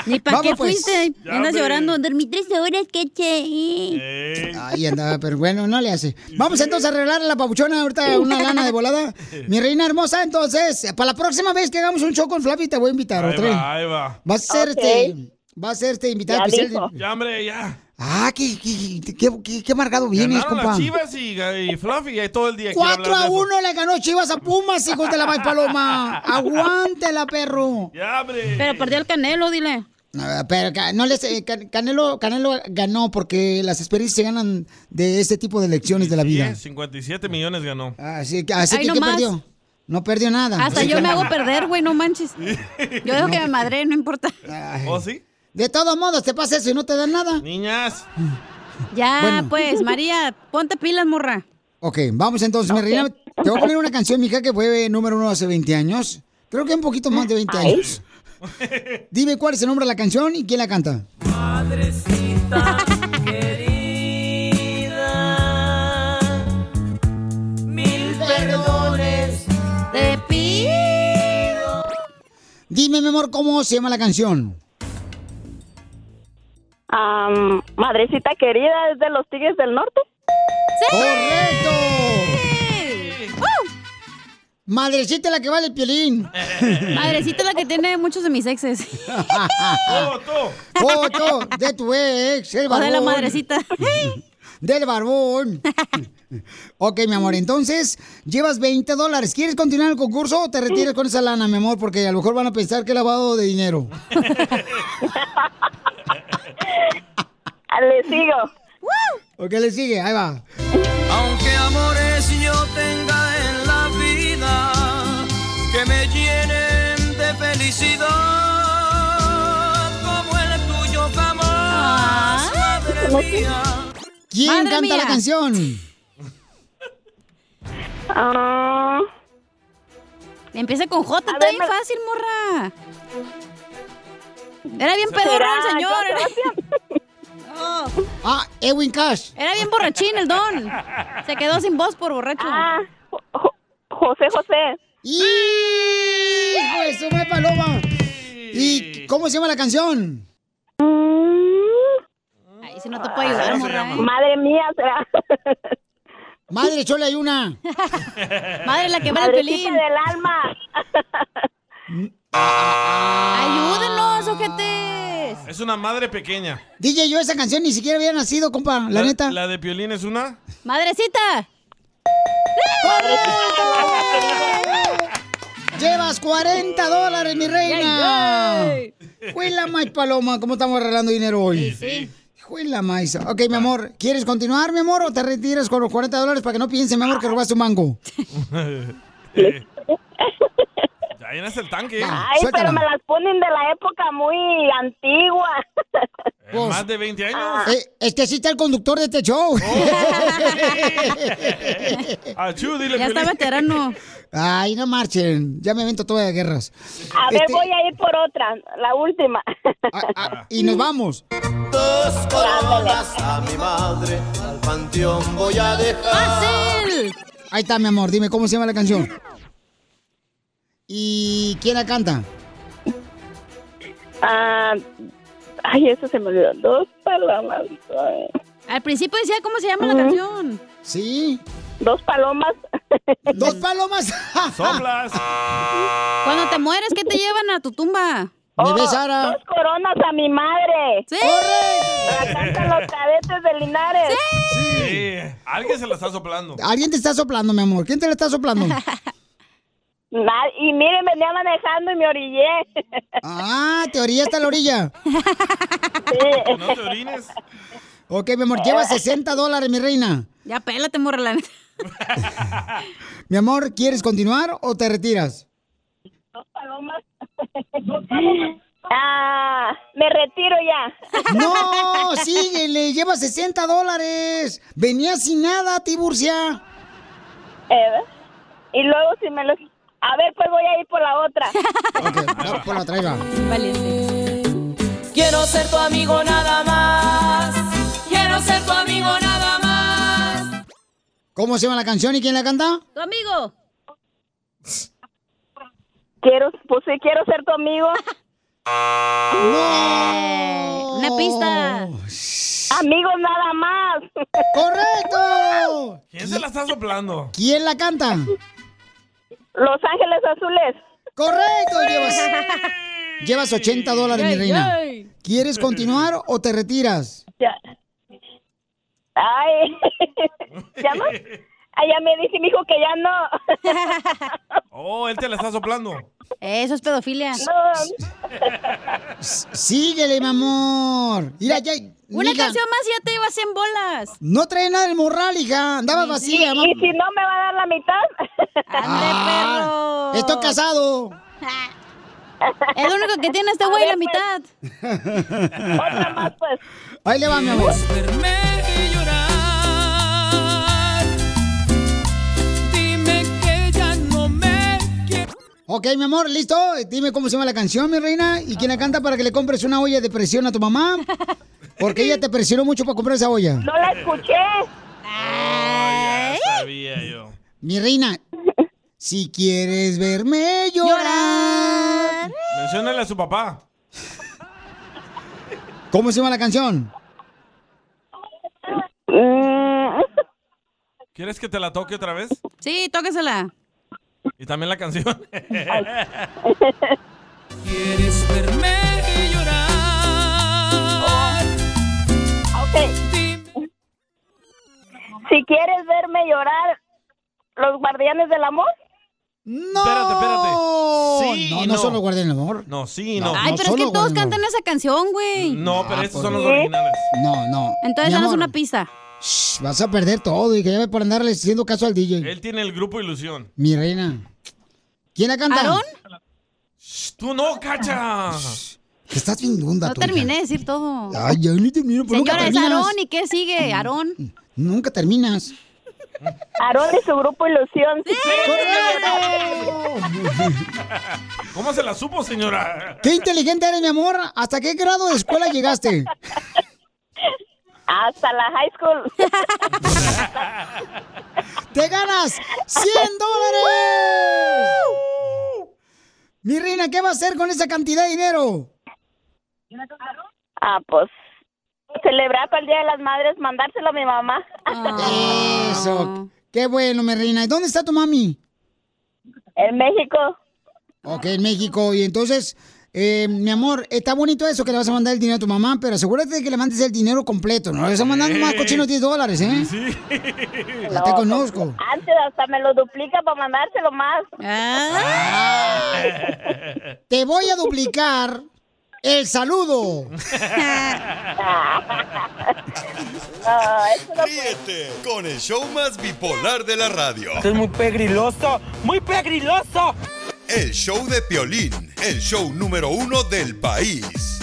Ni para Oh. Vamos, qué pues. fuiste. Ya, Andas hombre. llorando. Dormí tres horas, qué che. Ahí andaba, pero bueno, no le hace. Vamos entonces a arreglar a la papuchona ahorita una lana de volada. Mi reina hermosa, entonces, para la próxima vez que hagamos un show con Flappy te voy a invitar, Ahí otra vez. va, ahí va. Vas a ser este, va a ser este invitado Ya, especial. de- ya, hombre, ya. Ah, qué, qué, qué, qué, qué amargado vienes, Ganaron las compa. chivas y, y Fluffy ahí todo el día. quiere 4 hablar a de eso. 1 le ganó Chivas a Pumas, hijos de la Bay Paloma. Aguántela, perro. Ya, hombre. Pero perdió el canelo, dile. Ah, Pero ca- no les, eh, Can- Canelo, Canelo ganó porque las experiencias se ganan de este tipo de lecciones de la vida. 57 millones ganó. Así, que- así Ay, que, no ¿qué más. perdió? No perdió nada. Hasta Así yo que- me hago perder, güey, no manches. Yo dejo que me madre, no importa. ¿O sí? De todos modos, te pasa eso y no te dan nada. Niñas. Ya, Bueno. pues, María, ponte pilas, morra. Ok, vamos entonces, mi reina. Te voy a poner una canción, mija, que fue número uno hace 20 años. Creo que un poquito más de 20 años. Dime cuál es el nombre de la canción y quién la canta. Madrecita querida, mil perdones te pido. Dime, mi amor, cómo se llama la canción. Am, madrecita querida, es de los Tigres del Norte. ¡Correcto! Madrecita la que vale el piolín. Madrecita la que tiene muchos de mis exes. Foto. Foto de tu ex, el O barbón. de la madrecita. Del barbón. Ok, mi amor, entonces llevas 20 dólares. ¿Quieres continuar el concurso o te retiras con esa lana, mi amor? Porque a lo mejor van a pensar que he lavado de dinero. Le sigo. Ok, le sigue, ahí va. Aunque amores yo tenga en la vida que me llenen de felicidad, como el tuyo jamás, madre mía. ¿Quién Madre canta mía. la canción? Empieza con J, está bien fácil, morra. Era bien ¿Será pedorro el yo, señor. era- No. Ah, Edwin Cash. Era bien borrachín el don. Se quedó sin voz por borracho. Ah, José José. ¡Hijo de su madre, pues, paloma! ¿Y cómo se llama la canción? Ay, si no te puedo ayudar, morra. ¿eh? Mm. Ah, Madre mía, será. Madre Chola hay una. Madre, la que va el Madrecita pelín. del alma. Ayúdenos, ojetes. Es una madre pequeña. DJ, yo esa canción ni siquiera había nacido, compa, la, neta. La de Piolín es una. Madrecita. Llevas 40 dólares, mi reina. Huela más paloma, ¿cómo estamos arreglando dinero hoy? Sí, Huela más. Ok, mi amor, ¿quieres continuar, mi amor, o te retiras con los 40 dólares para que no piense, mi amor, que robaste un mango? ya Llenaste el tanque. Ay, pero me las ponen de la época muy antigua. Eh, Más de 20 años. Eh, es que sí está el conductor de este show. Achú, dile. Ya está Piolín. veterano. Ay, no marchen. Ya me invento todas las guerras. A ver, Este- voy a ir por otra, la última. Y nos vamos. Dos coronas a mi madre, al panteón voy a dejar. Ahí está, mi amor. Dime, ¿cómo se llama la canción? ¿Y quién la canta? Ah, ay, eso se me olvidó. Dos palomas. ay. Al principio decía cómo se Uh-huh. llama la canción. Sí. Dos palomas. Dos palomas. Soplas. Cuando te mueres, ¿qué te llevan a tu tumba? Oh, Dos coronas a mi madre. Sí. La cantan los cadetes de Linares. Sí. Alguien se la está soplando. Alguien te está soplando, mi amor. ¿Quién te la está soplando? Na- Y miren, venía manejando y me orillé. Ah, te orillaste a la orilla. No te orines. Ok, mi amor, lleva 60 dólares, mi reina. Ya pélate, morra, la neta. Mi amor, ¿quieres continuar o te retiras? Dos palomas. Ah, me retiro ya. No, síguele, lleva 60 dólares. Venía sin nada, Tiburcia. Eh, y luego si me los... A ver, pues voy a ir por la otra. Por pues, la otra, ahí va. Quiero ser tu amigo nada más. Quiero ser tu amigo nada más. ¿Cómo se llama la canción y quién la canta? Tu amigo. Quiero, pues sí, quiero ser tu amigo. Una pista. Amigos nada más. ¡Correcto! ¿Quién se la está soplando? ¿Quién la canta? Los Ángeles Azules. Correcto, llevas. Llevas 80 dólares, mi Yay, reina. yay. ¿Quieres continuar o te retiras? Ya. Ay. ¿Ya Ah, no? Ay, ya me dice mi hijo que ya no. Oh, él te la está soplando. Eso es pedofilia. S- Síguele, mi amor. Mira, ya. Una mija, canción más y ya te ibas en bolas. No trae nada el morral, hija. Andaba Y- vacía, y- mamá. y si no me va a dar la mitad. Ah, Estoy casado. El único que tiene este güey, la mitad. Otra más, pues. Ahí le va, mi amor. Dime que ya no me Ok, mi amor, ¿listo? Dime cómo se llama la canción, mi reina. Y Ah. quién la canta para que le compres una olla de presión a tu mamá. Porque ella te presionó mucho para comprar esa olla. No la escuché. Ah, Ya sabía yo. Mi reina, si quieres verme llorar. Menciónale a su papá. ¿Cómo se llama la canción? Mm, ¿Quieres que te la toque otra vez? Sí, tóquesela. Y también la canción. quieres verme llorar. Ok. Si quieres verme llorar, los guardianes del amor. No. Espérate, espérate. Sí no, y no, no. solo guarden el amor. No, sí, no. Ay, pero es que todos cantan esa canción, güey. No, pero estos son los ¿Qué? originales. No, no. Entonces Ah, pues Mi danos amor, una pista. shh, Vas a perder todo y que ya ve por andarle haciendo caso al DJ. Él tiene el grupo Ilusión. Mi reina. ¿Quién la canta? ¿Aarón? Tú no, cacha. Que Estás bien onda, No tú, hija. terminé de decir todo. Ay, ya ni termino, pues nunca Señora, es terminas. Aarón. ¿Y qué sigue? Aarón. Nunca terminas. Aarón y su grupo Ilusión. Si ¡Eh! quieres verme Oh, ¿Cómo se la supo, señora? Qué inteligente eres, mi amor. ¿Hasta qué grado de escuela llegaste? llorar, Hasta la high school. ¡Te ganas 100 dólares! Mi reina, ¿qué va a hacer con esa cantidad de dinero? Ah, pues. Celebrar para el Día de las Madres, mandárselo a mi mamá. Ah. Eso. Qué bueno, mi reina. ¿Y dónde está tu mami? En México. Ok, en México. Y entonces, eh, mi amor, está bonito eso que le vas a mandar el dinero a tu mamá, pero asegúrate de que le mandes el dinero completo. No le vas a mandar más cochinos 10 dólares, ¿eh? Ya te No, conozco. Antes hasta me lo duplica para mandárselo más. Ah. Te voy a duplicar el saludo. Ríete con el show más bipolar de la radio. muy pegriloso, muy pegriloso. el show de Piolín, el show número uno del país.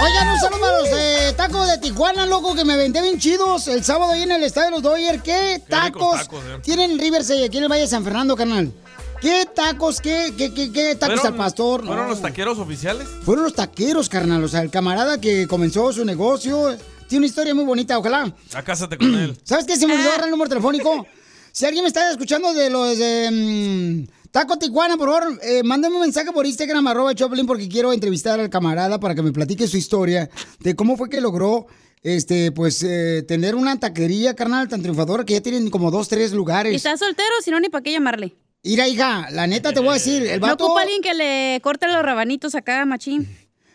Oigan, un saludo a los eh, tacos de Tijuana, loco, que me vendé bien chidos el sábado ahí en el estadio de los Dodgers. ¿Qué, tacos, tacos, eh. tienen Riverside aquí en el Valle de San Fernando, canal? ¿Qué tacos? ¿Qué, qué, qué, qué tacos ¿Fueron- Pues al pastor? No. ¿Fueron los taqueros oficiales? Fueron los taqueros, carnal. O sea, el camarada que comenzó su negocio. Tiene una historia muy bonita, ojalá. A cásate con él. ¿Sabes qué? Se Ah. me olvidó agarrar el número telefónico. Si alguien me está escuchando de los de mm, Taco Tijuana, por favor, eh, mándame un mensaje por Instagram, arroba Choplin, porque quiero entrevistar al camarada para que me platique su historia de cómo fue que logró este, pues, eh, tener una taquería, carnal, tan triunfadora que ya tienen como dos, tres ¿Y lugares. está soltero? Si no, ni para qué llamarle. Mira, hija, la neta te voy a decir, el vato... No ocupa alguien que le corte los rabanitos acá a Machín.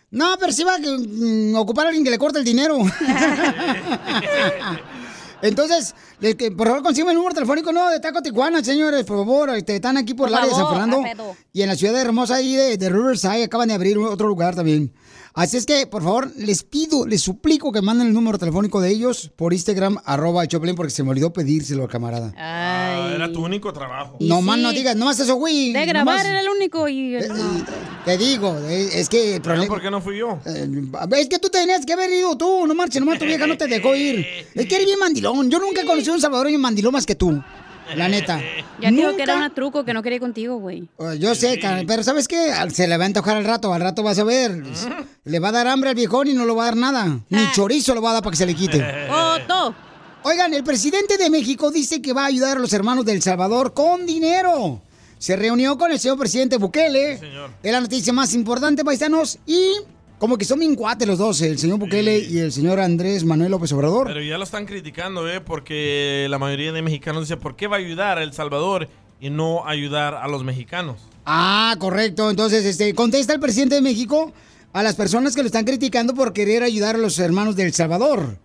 No, pero sí va a mm, ocupar a alguien que le corte el dinero. Entonces, le- que, por favor, consígueme el número telefónico no de Taco Tijuana, señores, por favor. este, están aquí por, Por el área de San favor, Fernando. a pedo. Y en la ciudad de hermosa ahí de, de Riverside acaban de abrir otro lugar también. Así es que, por favor, les pido, les suplico que manden el número telefónico de ellos por Instagram, arroba el Choplin, porque se me olvidó pedírselo al camarada. Ah, era tu único trabajo. No más no digas, no más eso, güey. Eh, De no grabar más. era el único y... Te digo, eh, es que el problema... Eh, ¿Por qué no fui yo? Es que tú tenías que haber ido tú, no marches, nomás tu vieja no te dejó ir. Es que eres bien mandilón. Yo nunca conocí a un salvadoreño mandilón más que tú. La neta. Ya te digo que Nunca- era un truco que no quería ir contigo, güey. Eh, Yo sé, carnal, pero ¿sabes qué? Al- Se le va a antojar al rato, al rato vas a ver. Le va a dar hambre al viejón y no lo va a dar nada. Ni chorizo lo va a dar para que se le quite. Oigan, el presidente de México dice que va a ayudar a los hermanos del Salvador con dinero. Se reunió con el señor presidente Bukele. Es la noticia más importante, paisanos. Y como que son bien cuates los dos, el señor Bukele y el señor Andrés Manuel López Obrador. Pero ya lo están criticando, ¿eh? Porque la mayoría de mexicanos dice, ¿por qué va a ayudar a El Salvador y no ayudar a los mexicanos? Ah, correcto. Entonces, este, contesta el presidente de México a las personas que lo están criticando por querer ayudar a los hermanos del Salvador.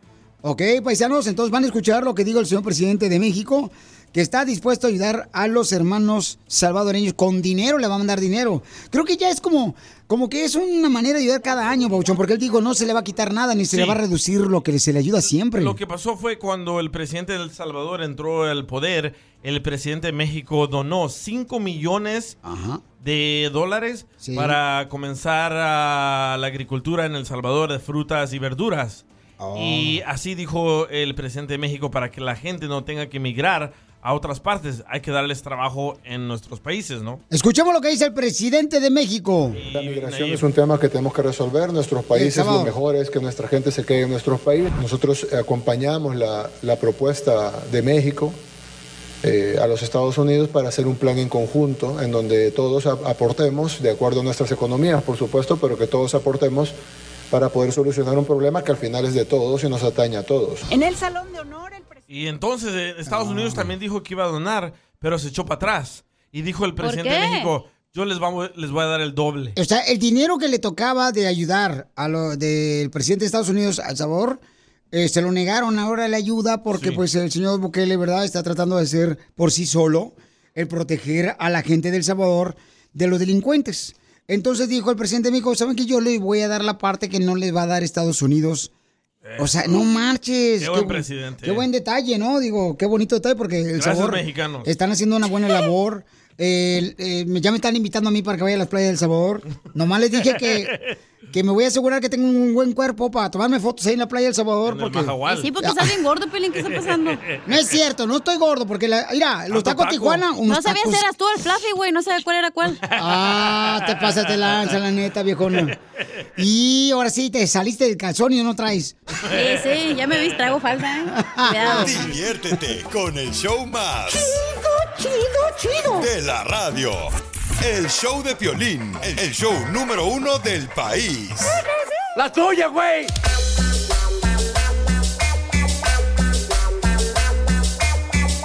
Ok, paisanos, entonces van a escuchar lo que dijo el señor presidente de México, que está dispuesto a ayudar a los hermanos salvadoreños con dinero, le va a mandar dinero. Creo que ya es como, como que es una manera de ayudar cada año, Bauchón, porque él dijo, no se le va a quitar nada, ni se le Sí. va a reducir lo que se le ayuda siempre. Lo que pasó fue cuando el presidente de El Salvador entró al poder, el presidente de México donó 5 millones de dólares para comenzar a la agricultura en El Salvador de frutas y verduras. Y así dijo el presidente de México para que la gente no tenga que emigrar a otras partes. Hay que darles trabajo en nuestros países, ¿no? Escuchemos lo que dice el presidente de México. La migración es un tema que tenemos que resolver. Nuestros países, lo Salvador. mejor es que nuestra gente se quede en nuestros países. Nosotros acompañamos la, la propuesta de México eh, a los Estados Unidos para hacer un plan en conjunto en donde todos ap- aportemos, de acuerdo a nuestras economías, por supuesto, pero que todos aportemos para poder solucionar un problema que al final es de todos y nos atañe a todos. En el Salón de Honor, Y entonces eh, Estados Unidos también dijo que iba a donar, pero se echó para atrás. Y dijo el presidente de qué? México, yo les, vamos, les voy a dar el doble. O sea, el dinero que le tocaba de ayudar a lo del presidente de Estados Unidos al sabor, eh, se lo negaron ahora la ayuda porque pues el señor Bukele, ¿verdad? Está tratando de hacer por sí solo el proteger a la gente del Salvador de los delincuentes. Entonces dijo el presidente de México, ¿saben que yo le voy a dar la parte que no les va a dar Estados Unidos? O sea, no marches. Qué buen bu- presidente. Qué buen detalle, ¿no? Digo, qué bonito detalle porque el Gracias, sabor mexicanos. están haciendo una buena labor. Eh, eh, ya me están invitando a mí para que vaya a las playas del Salvador. Nomás les dije que, que me voy a asegurar que tengo un buen cuerpo para tomarme fotos ahí en la playa del Salvador. porque... Ay, sí, porque estás bien gordo, Pelín, ¿qué está pasando? No es cierto, no estoy gordo, porque la- mira, los Tanto tacos taco. Tijuana, unos No sabías, tacos- eras tú el Fluffy, güey, no sabía cuál era cuál. Ah, te pasas de lanza, la neta, viejona. Y ahora sí, te saliste del calzón y no traes. Sí, sí, ya me viste, traigo falda, ¿eh? Cuidado. Diviértete con el show más. Chido, chido, chido. De la radio. El show de Piolín, el show número uno del país. ¡La tuya, güey!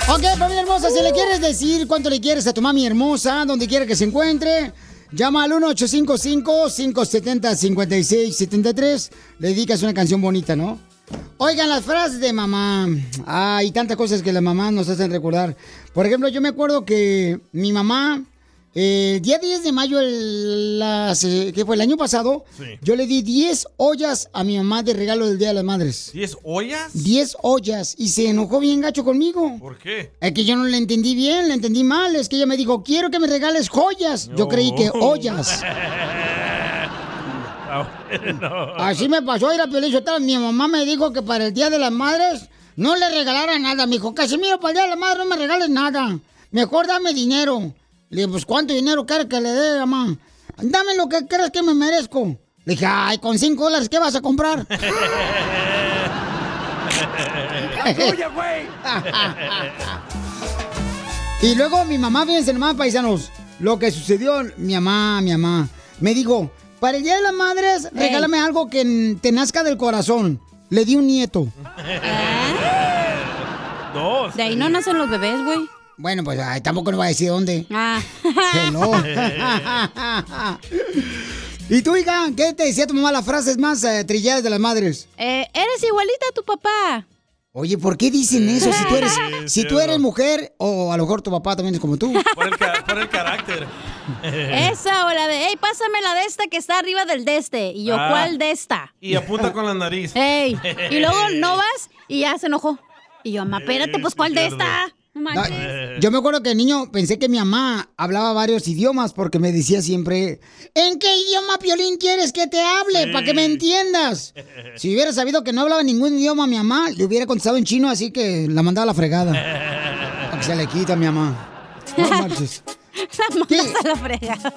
Ok, familia hermosa, si le quieres decir cuánto le quieres a tu mami hermosa, donde quiera que se encuentre, llama al 1-855-570-5673. Le dedicas una canción bonita, ¿no? Oigan las frases de mamá. Hay tantas cosas que las mamás nos hacen recordar. Por ejemplo, yo me acuerdo que mi mamá eh, el día 10 de mayo, el, las, eh, que fue el año pasado, Sí. yo le di 10 ollas a mi mamá de regalo del Día de las Madres. ¿10 ollas? 10 ollas. Y se enojó bien gacho conmigo. ¿Por qué? Es que yo no le entendí bien, le entendí mal. Es que ella me dijo, quiero que me regales joyas. Yo creí que ollas. Está bueno. Así me pasó, era Piolín Sotelo. Mi mamá me dijo que para el Día de las Madres no le regalara nada. Me dijo, Casimiro, para el Día de las Madres no me regales nada. Mejor dame dinero. Le dije, pues, ¿cuánto dinero quieres que le dé, mamá? Dame lo que crees que me merezco. Le dije, ay, con cinco dólares, ¿qué vas a comprar? ¡Tuya, güey! Y luego mi mamá, fíjense nomás, paisanos, lo que sucedió, mi mamá, mi mamá, me dijo, para el Día de las Madres, regálame algo que mm, te nazca del corazón. Le di un nieto. Ah. Dos. De ahí no nacen los bebés, güey. Bueno, pues ay, tampoco nos va a decir dónde. Ah. no. ¿Y tú, hija, qué te decía tu mamá las frases más eh, trilladas de las madres? Eh, eres igualita a tu papá. Oye, ¿por qué dicen eso si tú eres, si tú cierto. eres mujer o a lo mejor tu papá también es como tú? Por el, ca- por el carácter. Esa o la de, hey, pásame la de esta que está arriba del de este. Y yo, Ah. ¿cuál de esta? Y apunta con la nariz. Ey, y luego no vas y ya se enojó. Y yo, mamá, espérate, pues, ¿cuál de esta? No, No manches. yo me acuerdo que de niño pensé que mi mamá hablaba varios idiomas porque me decía siempre, ¿en qué idioma Piolín quieres que te hable para que me entiendas? Si hubiera sabido que no hablaba ningún idioma mi mamá, le hubiera contestado en chino, así que la mandaba a la fregada. Para que se le quita a mi mamá. No manches. La mandas a la fregada.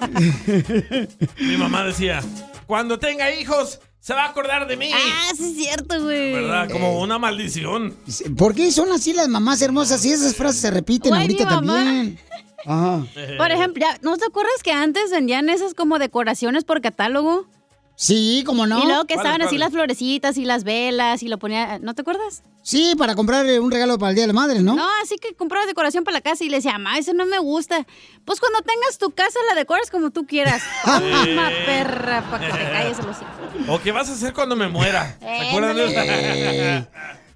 Mi mamá decía, cuando tenga hijos, se va a acordar de mí. Ah, sí es cierto, güey. ¿Verdad? Como una maldición. ¿Por qué son así las mamás hermosas y esas frases se repiten Güey, ahorita mi mamá. también? Ajá. eh. Por ejemplo, ya, ¿no te acuerdas que antes vendían esas como decoraciones por catálogo? Sí, como no. Y luego que estaban así las florecitas y las velas y lo ponía, ¿no te acuerdas? Sí, para comprar eh, un regalo para el Día de la Madre, ¿no? No, así que compraba decoración para la casa y le decía, mamá, eso no me gusta. Pues cuando tengas tu casa la decoras como tú quieras. Toma, perra, para que te calles el hocico. ¿O qué vas a hacer cuando me muera? ¿Se acuerdan de Eh.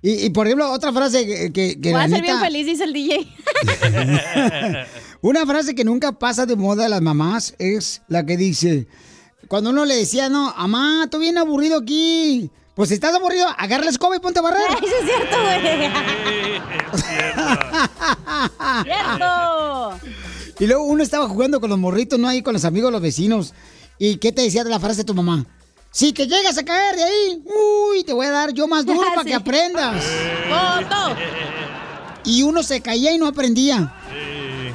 Y, y, por ejemplo, otra frase que, que, que Voy la a ser neta- bien feliz, dice el DJ. Una frase que nunca pasa de moda de las mamás es la que dice, cuando uno le decía, no, mamá, estoy bien aburrido aquí. Pues si estás aburrido, agarra la escoba y ponte a barrer. Eso es cierto, ¡Cierto! y luego uno estaba jugando con los morritos, ¿no? Ahí con los amigos, los vecinos. ¿Y qué te decía de la frase de tu mamá? Si que llegas a caer de ahí, uy, te voy a dar yo más duro para que aprendas. ¡Foto! Y uno se caía y no aprendía.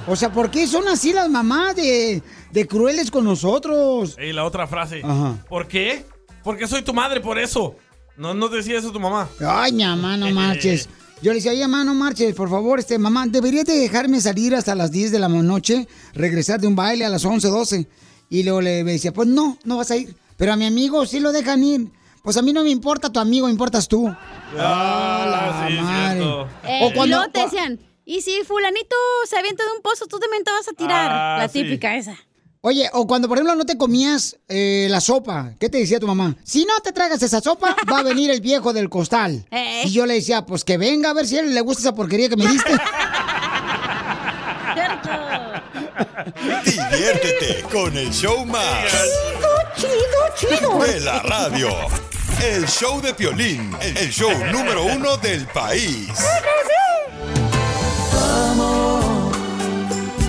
O sea, ¿por qué son así las mamás de, de crueles con nosotros? Y la otra frase. Ajá. ¿Por qué? Porque soy tu madre por eso. No nos decía eso tu mamá. Eh, Ay, mi mamá, no marches. Yo le decía, oye, mamá, no marches, por favor, este, mamá, deberías de dejarme salir hasta las 10 de la noche, regresar de un baile a las 11, 12. Y luego le decía, pues no, no vas a ir. Pero a mi amigo sí lo dejan ir. Pues a mí no me importa tu amigo, me importas tú. Ah, sí, madre. cierto. Eh, O cuando- y luego te decían, y si fulanito se avienta de un pozo, tú también te vas a tirar. Ah, la sí. típica esa. Oye, o cuando, por ejemplo, no te comías eh, la sopa, ¿qué te decía tu mamá? Si no te tragas esa sopa, va a venir el viejo del costal. Eh. Y yo le decía, pues que venga a ver si a él le gusta esa porquería que me diste. Diviértete con el show más. ¡Chido, chido, De la radio. El show de Piolín. El show número uno del país.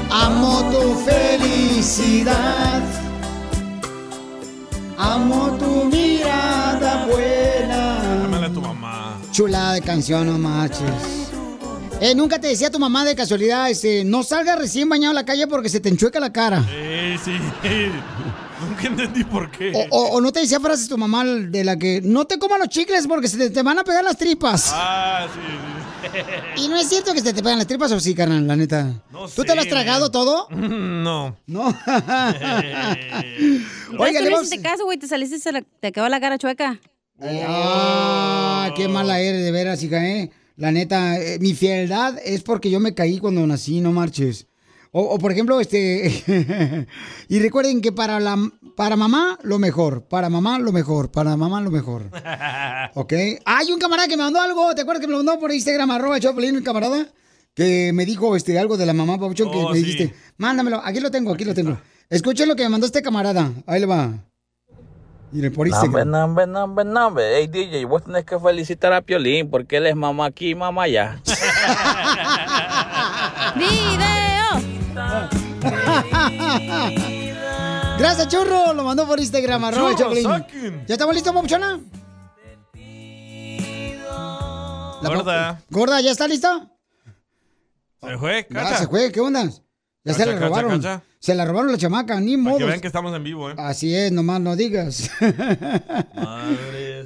Amo tu felicidad. Amo tu mirada buena. Llámale a tu mamá. Chulada de canción, no marches. Eh, nunca te decía tu mamá de casualidad, este, no salgas recién bañado a la calle porque se te enchueca la cara. Sí, sí. Nunca entendí por qué. O, o- o no te decía frases tu mamá de la que no te comas los chicles porque se te, te van a pegar las tripas. Ah, sí. sí. Y no es cierto que se te pegan las tripas o sí, carnal, la neta. No ¿Tú te sé, lo has tragado man. todo? No. No. Oiga, Oiga, tú le no vamos... hiciste caso, güey, te saliste, y se la- te quedó la cara chueca. Ah, qué mala eres, de veras, hija, eh. La neta, eh, mi fieldad es porque yo me caí cuando nací, no marches. O, o, por ejemplo, este. y recuerden que para la para mamá, lo mejor. Para mamá, lo mejor. Para mamá, lo mejor. ¿Ok? Hay un camarada que me mandó algo. ¿Te acuerdas que me lo mandó por Instagram, arroba Choplin, el camarada? que me dijo este, algo de la mamá, Pabuchón, que Oh, me sí. dijiste, mándamelo, aquí lo tengo, aquí lo tengo. Escuchen lo que me mandó este camarada, ahí le va. Mire, por Nambe, Instagram. nambe, nambe, nambe. Ey, DJ, vos tenés que felicitar a Piolín porque él es mamá aquí y mamá allá. ¡Video! Gracias, churro, lo mandó por Instagram, arroba el Churro, Choplin. saquen. ¿Ya estamos listos, Pabuchona? Gorda. Gorda, ¿ya está lista? Se fue, Ya cacha. se fue, ¿qué onda? Ya se Cacha, la cacha, robaron. cacha. Se la robaron la chamaca, ni modo. Que vean que estamos en vivo, ¿eh? Así es, nomás no digas.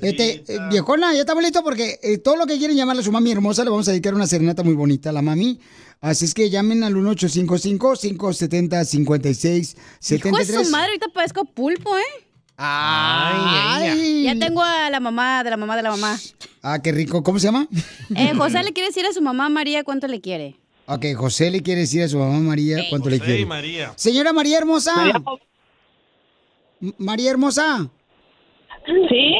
Este, eh, viejona, ya estamos listos porque eh, todo lo que quieren llamarle a su mami hermosa le vamos a dedicar una serenata muy bonita a la mami. Así es que llamen al 1855-570-5673. Hijo de su madre, ahorita parezco pulpo, ¿eh? Ay, ay. Ya tengo a la mamá de la mamá de la mamá. Ah, qué rico. ¿Cómo se llama? Eh, José le quiere decir a su mamá María cuánto le quiere. Ok, José le quiere decir a su mamá Eh, María cuánto le José y quiere. María. Señora María Hermosa. María. M- María Hermosa. Sí.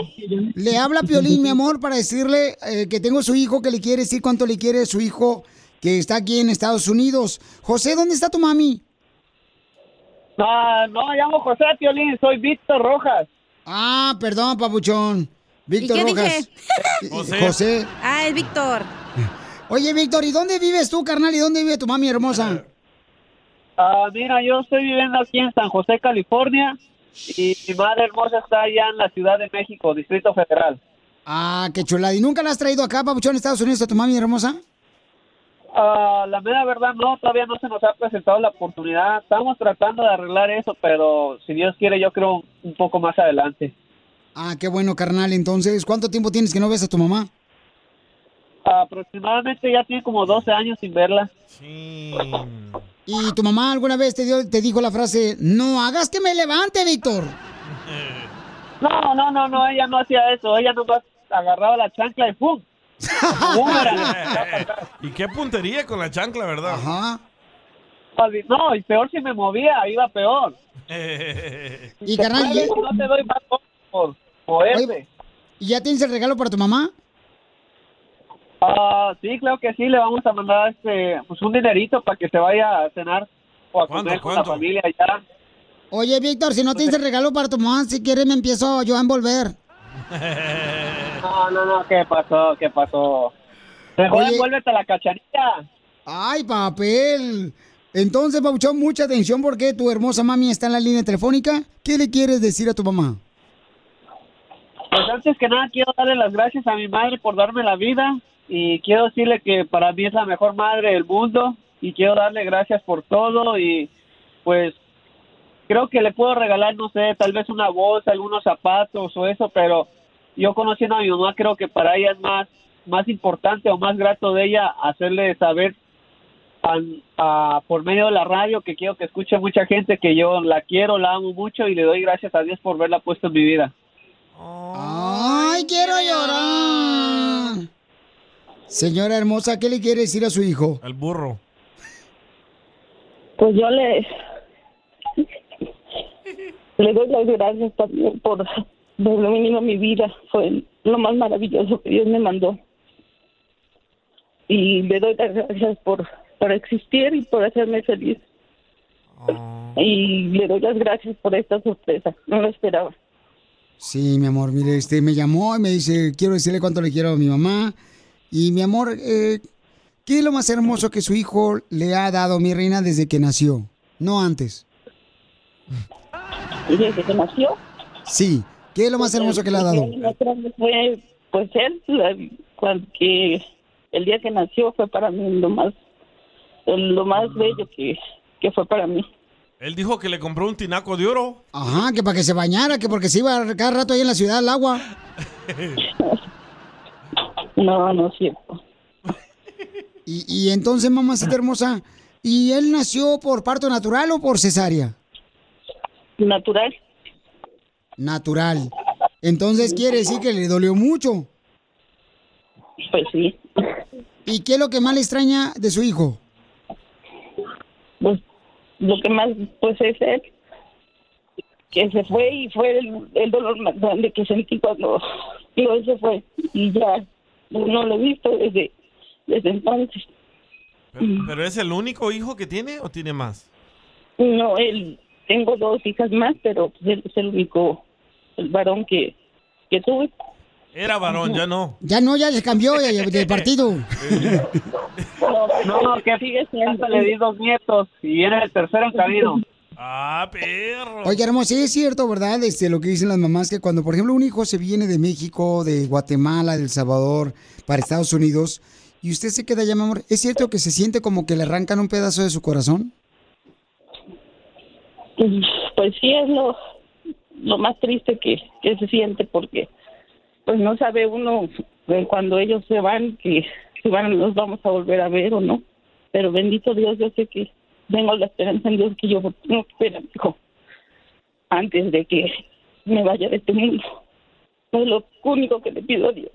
Le habla Piolín, mi amor, para decirle eh, que tengo su hijo, que le quiere decir cuánto le quiere su hijo que está aquí en Estados Unidos. José, ¿dónde está tu mami? Ah, no, llamo José Piolín, soy Víctor Rojas. Ah, perdón, papuchón. Víctor ¿Y qué Rojas. José. José. Ah, es Víctor. Oye, Víctor, ¿y dónde vives tú, carnal? ¿Y dónde vive tu mami hermosa? Ah, mira, yo estoy viviendo aquí en San José, California, y mi madre hermosa está allá en la Ciudad de México, Distrito Federal. Ah, qué chulada. ¿Y nunca la has traído acá, papuchón, a Estados Unidos a tu mami hermosa? Ah, la mera verdad, no, todavía no se nos ha presentado la oportunidad. Estamos tratando de arreglar eso, pero si Dios quiere, yo creo un poco más adelante. Ah, qué bueno, carnal. Entonces, ¿cuánto tiempo tienes que no ves a tu mamá? Aproximadamente ya tiene como 12 años sin verla. ¿Y tu mamá alguna vez te, dio, te dijo la frase, no hagas que me levante, Víctor? No, no, no, no, ella no hacía eso. Ella nomás agarraba la chancla y ¡pum! Y qué puntería con la chancla, ¿verdad? Ajá. No, y peor si me movía, iba peor. Eh, Eh, Y carnal, ya- Te mueves, no te doy más por- por este. moverte. Oye, ¿y ya tienes el regalo para tu mamá? Ah, sí, claro que sí, le vamos a mandar este, pues un dinerito para que se vaya a cenar o a comer con la familia allá. Oye, Víctor, si no tienes el regalo para tu mamá, si quieres me empiezo yo a envolver. No, no, no, ¿qué pasó? ¿Qué pasó? Mejor Oye. envuélvete a la cacharita. ¡Ay, papel! Entonces, Pabuchón, mucha atención porque tu hermosa mami está en la línea telefónica. ¿Qué le quieres decir a tu mamá? Pues antes que nada quiero darle las gracias a mi madre por darme la vida y quiero decirle que para mí es la mejor madre del mundo y quiero darle gracias por todo y pues creo que le puedo regalar, no sé, tal vez una bolsa, algunos zapatos o eso, pero yo conociendo a mi mamá creo que para ella es más, más importante o más grato de ella hacerle saber al- a- por medio de la radio que quiero que escuche mucha gente que yo la quiero, la amo mucho y le doy gracias a Dios por verla puesto en mi vida. ¡Ay, quiero llorar! Señora hermosa, ¿qué le quiere decir a su hijo? Al burro. Pues yo le, le doy las gracias también por por lo mínimo mi vida. Fue lo más maravilloso que Dios me mandó. Y le doy las gracias por, por existir y por hacerme feliz. Ah. Y le doy las gracias por esta sorpresa. No lo esperaba. Sí, mi amor, mire, este me llamó y me dice, quiero decirle cuánto le quiero a mi mamá. Y mi amor, eh, ¿qué es lo más hermoso que su hijo le ha dado, mi reina, desde que nació? No antes. Desde que nació. Sí, ¿qué es lo más hermoso que le ha dado? Lo más grande Fue, pues él, la- cual- que el día que nació fue para mí lo más, lo más bello que, que fue para mí. Él dijo que le compró un tinaco de oro. Ajá, que para que se bañara, que porque se iba cada rato ahí en la ciudad al agua. No, no es cierto. Y, y entonces, mamacita hermosa, ¿y él nació por parto natural o por cesárea? Natural. Natural. Entonces quiere decir que le dolió mucho. Pues sí. ¿Y qué es lo que más le extraña de su hijo? Pues lo que más, pues es él, que se fue y fue el, el dolor más grande que sentí cuando cuando él se fue. Y ya no lo he visto desde, desde entonces. Pero, pero es el único hijo que tiene o tiene más? No, él, tengo dos hijas más, pero pues, él es el único el varón que, que tuve. Era varón, ya no. Ya no, ya se cambió de, de partido. No, no, que hasta le di dos nietos y era el tercero en camino. Ah, perro. Oye, hermoso, sí es cierto, ¿verdad? Este, lo que dicen las mamás, que cuando, por ejemplo, un hijo se viene de México, de Guatemala, de El Salvador, para Estados Unidos, y usted se queda allá, mi amor, ¿es cierto que se siente como que le arrancan un pedazo de su corazón? Pues sí, es lo, lo más triste que, que se siente porque pues no sabe uno eh, cuando ellos se van que si van los vamos a volver a ver o no. Pero bendito Dios, yo sé que tengo la esperanza en Dios que yo no espera, hijo, antes de que me vaya de este mundo. Es lo único que le pido a Dios.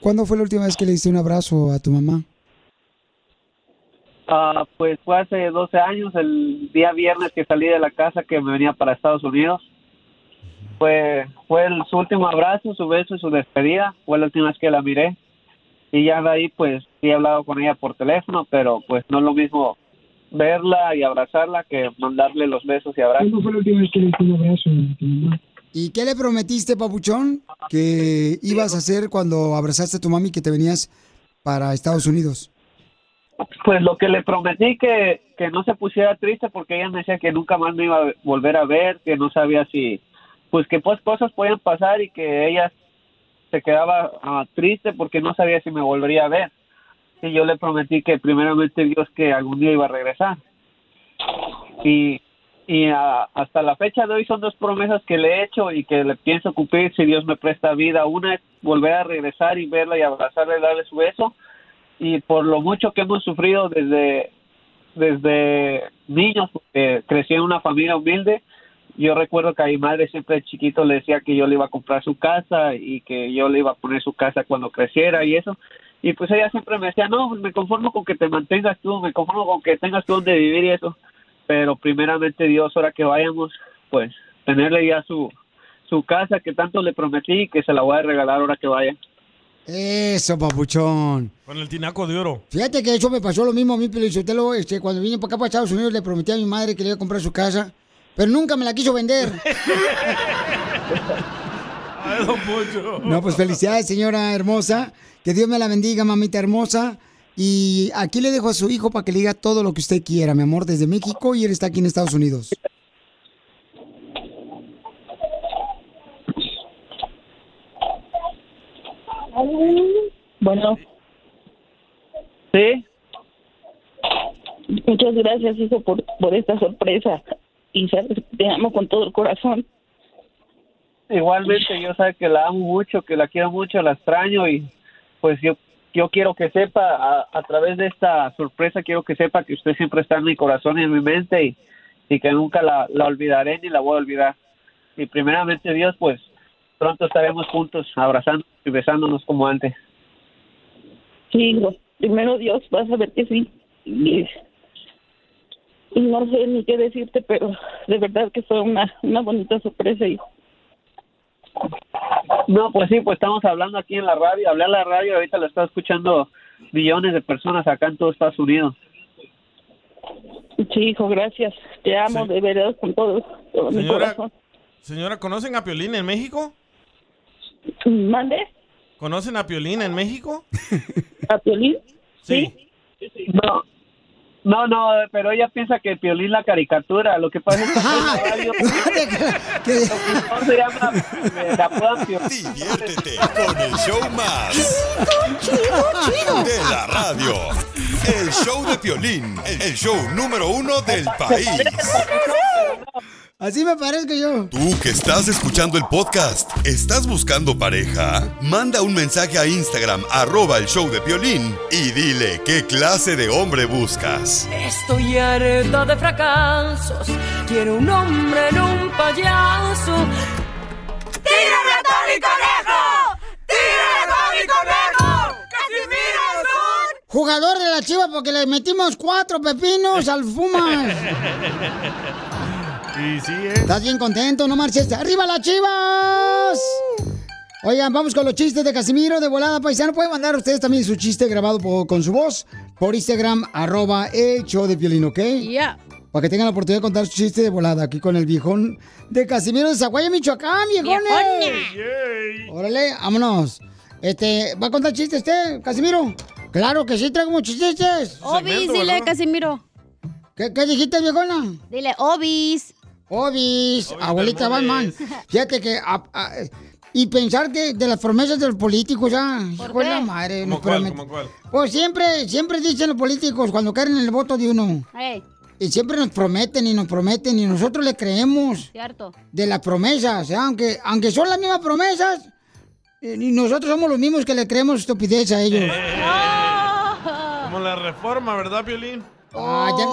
¿Cuándo fue la última vez que le diste un abrazo a tu mamá? Ah, pues fue hace 12 años, el día viernes que salí de la casa que me venía para Estados Unidos. Fue, fue el, su último abrazo, su beso y su despedida. Fue la última vez que la miré. Y ya de ahí, pues, sí he hablado con ella por teléfono, pero pues no es lo mismo verla y abrazarla que mandarle los besos y abrazos. fue la última vez que le diste un abrazo a tu mamá? ¿Y qué le prometiste, Papuchón, que ibas a hacer cuando abrazaste a tu mami que te venías para Estados Unidos? Pues lo que le prometí que, que no se pusiera triste porque ella me decía que nunca más me iba a volver a ver, que no sabía si, pues que pues cosas podían pasar y que ella se quedaba ah, triste porque no sabía si me volvería a ver. Y yo le prometí que primeramente Dios que algún día iba a regresar. Y, y ah, hasta la fecha de hoy son dos promesas que le he hecho y que le pienso cumplir si Dios me presta vida. Una es volver a regresar y verla y abrazarla y darle su beso. Y por lo mucho que hemos sufrido desde, desde niños, porque crecí en una familia humilde, yo recuerdo que a mi madre siempre de chiquito le decía que yo le iba a comprar su casa y que yo le iba a poner su casa cuando creciera y eso. Y pues ella siempre me decía, no, me conformo con que te mantengas tú, me conformo con que tengas tú donde vivir y eso. Pero primeramente Dios, ahora que vayamos, pues tenerle ya su, su casa que tanto le prometí y que se la voy a regalar ahora que vaya. Eso, Papuchón. Con el tinaco de oro. Fíjate que eso me pasó lo mismo a mí, Pelizotelo. Este, cuando vine para acá, para Estados Unidos, le prometí a mi madre que le iba a comprar su casa, pero nunca me la quiso vender. Ay, don Poncho. No, pues felicidades, señora hermosa. Que Dios me la bendiga, mamita hermosa. Y aquí le dejo a su hijo para que le diga todo lo que usted quiera, mi amor, desde México y él está aquí en Estados Unidos. Bueno. Sí. Muchas gracias, hijo, por, por esta sorpresa. Y sabes, te amo con todo el corazón. Igualmente, yo sé que la amo mucho, que la quiero mucho, la extraño y pues yo, yo quiero que sepa, a, a través de esta sorpresa, quiero que sepa que usted siempre está en mi corazón y en mi mente y, y que nunca la, la olvidaré ni la voy a olvidar. Y primeramente Dios, pues pronto estaremos juntos, abrazándonos y besándonos como antes. Sí, hijo. Primero Dios, vas a ver que sí. Y, y no sé ni qué decirte, pero de verdad que fue una, una bonita sorpresa, hijo. No, pues sí, pues estamos hablando aquí en la radio, hablé a la radio, ahorita la está escuchando millones de personas acá en todo Estados Unidos. Sí, hijo, gracias. Te amo de verdad con todo, todo mi Señora- corazón. Señora, ¿conocen a Piolín en México? ¿Mande? ¿Conocen a Piolín en México? ¿A Piolín? Sí. No, no, no, pero ella piensa que Piolín la caricatura, lo que pasa es Ah, que en la radio- No, se llama, eh, la apodan Piolín. Diviértete con el show más. De la radio. El show de Piolín. El show número uno del país. Así me parezco yo. Tú que estás escuchando el podcast, ¿estás buscando pareja? Manda un mensaje a Instagram, arroba el show de Piolín, y dile qué clase de hombre buscas. Estoy harta de fracasos. Quiero un hombre en un payaso. ¡Tira ratón y conejo! ¡Tira ratón y conejo! ¡Casimiro es un Jugador de la chiva porque le metimos cuatro pepinos al Fumas. Y sí, ¿eh? Estás bien contento, no marches. ¡Arriba las chivas! Oigan, vamos con los chistes de Casimiro de Volada Paisano. Pueden mandar ustedes también su chiste grabado por- con su voz por Instagram, arroba el show de violín, ¿ok? Ya. Para que tengan la oportunidad de contar su chiste de volada aquí con el viejón de Casimiro de Zaguaya, Michoacán, viejones. Órale, vámonos. Este, ¿va a contar chistes usted, Casimiro? Claro que sí, traigo muchos chistes. Obis, dile, Casimiro. ¿Qué, qué dijiste, viejona? Dile, Obis. Obis, abuelita Batman. Bermúdez. Fíjate que. a- a- y pensar que de las promesas de los políticos, ya. ¿Por hijo de qué? la madre, ¿Cómo nos cuál, prometen. cómo cuál? Pues siempre, siempre dicen los políticos cuando quieren el voto de uno. Ey, Y siempre nos prometen y nos prometen y nosotros le creemos cierto. de las promesas, ¿eh? aunque, aunque son las mismas promesas, eh, y nosotros somos los mismos que le creemos estupidez a ellos. Eh, Como la reforma, ¿verdad, Piolín? Ah, ya,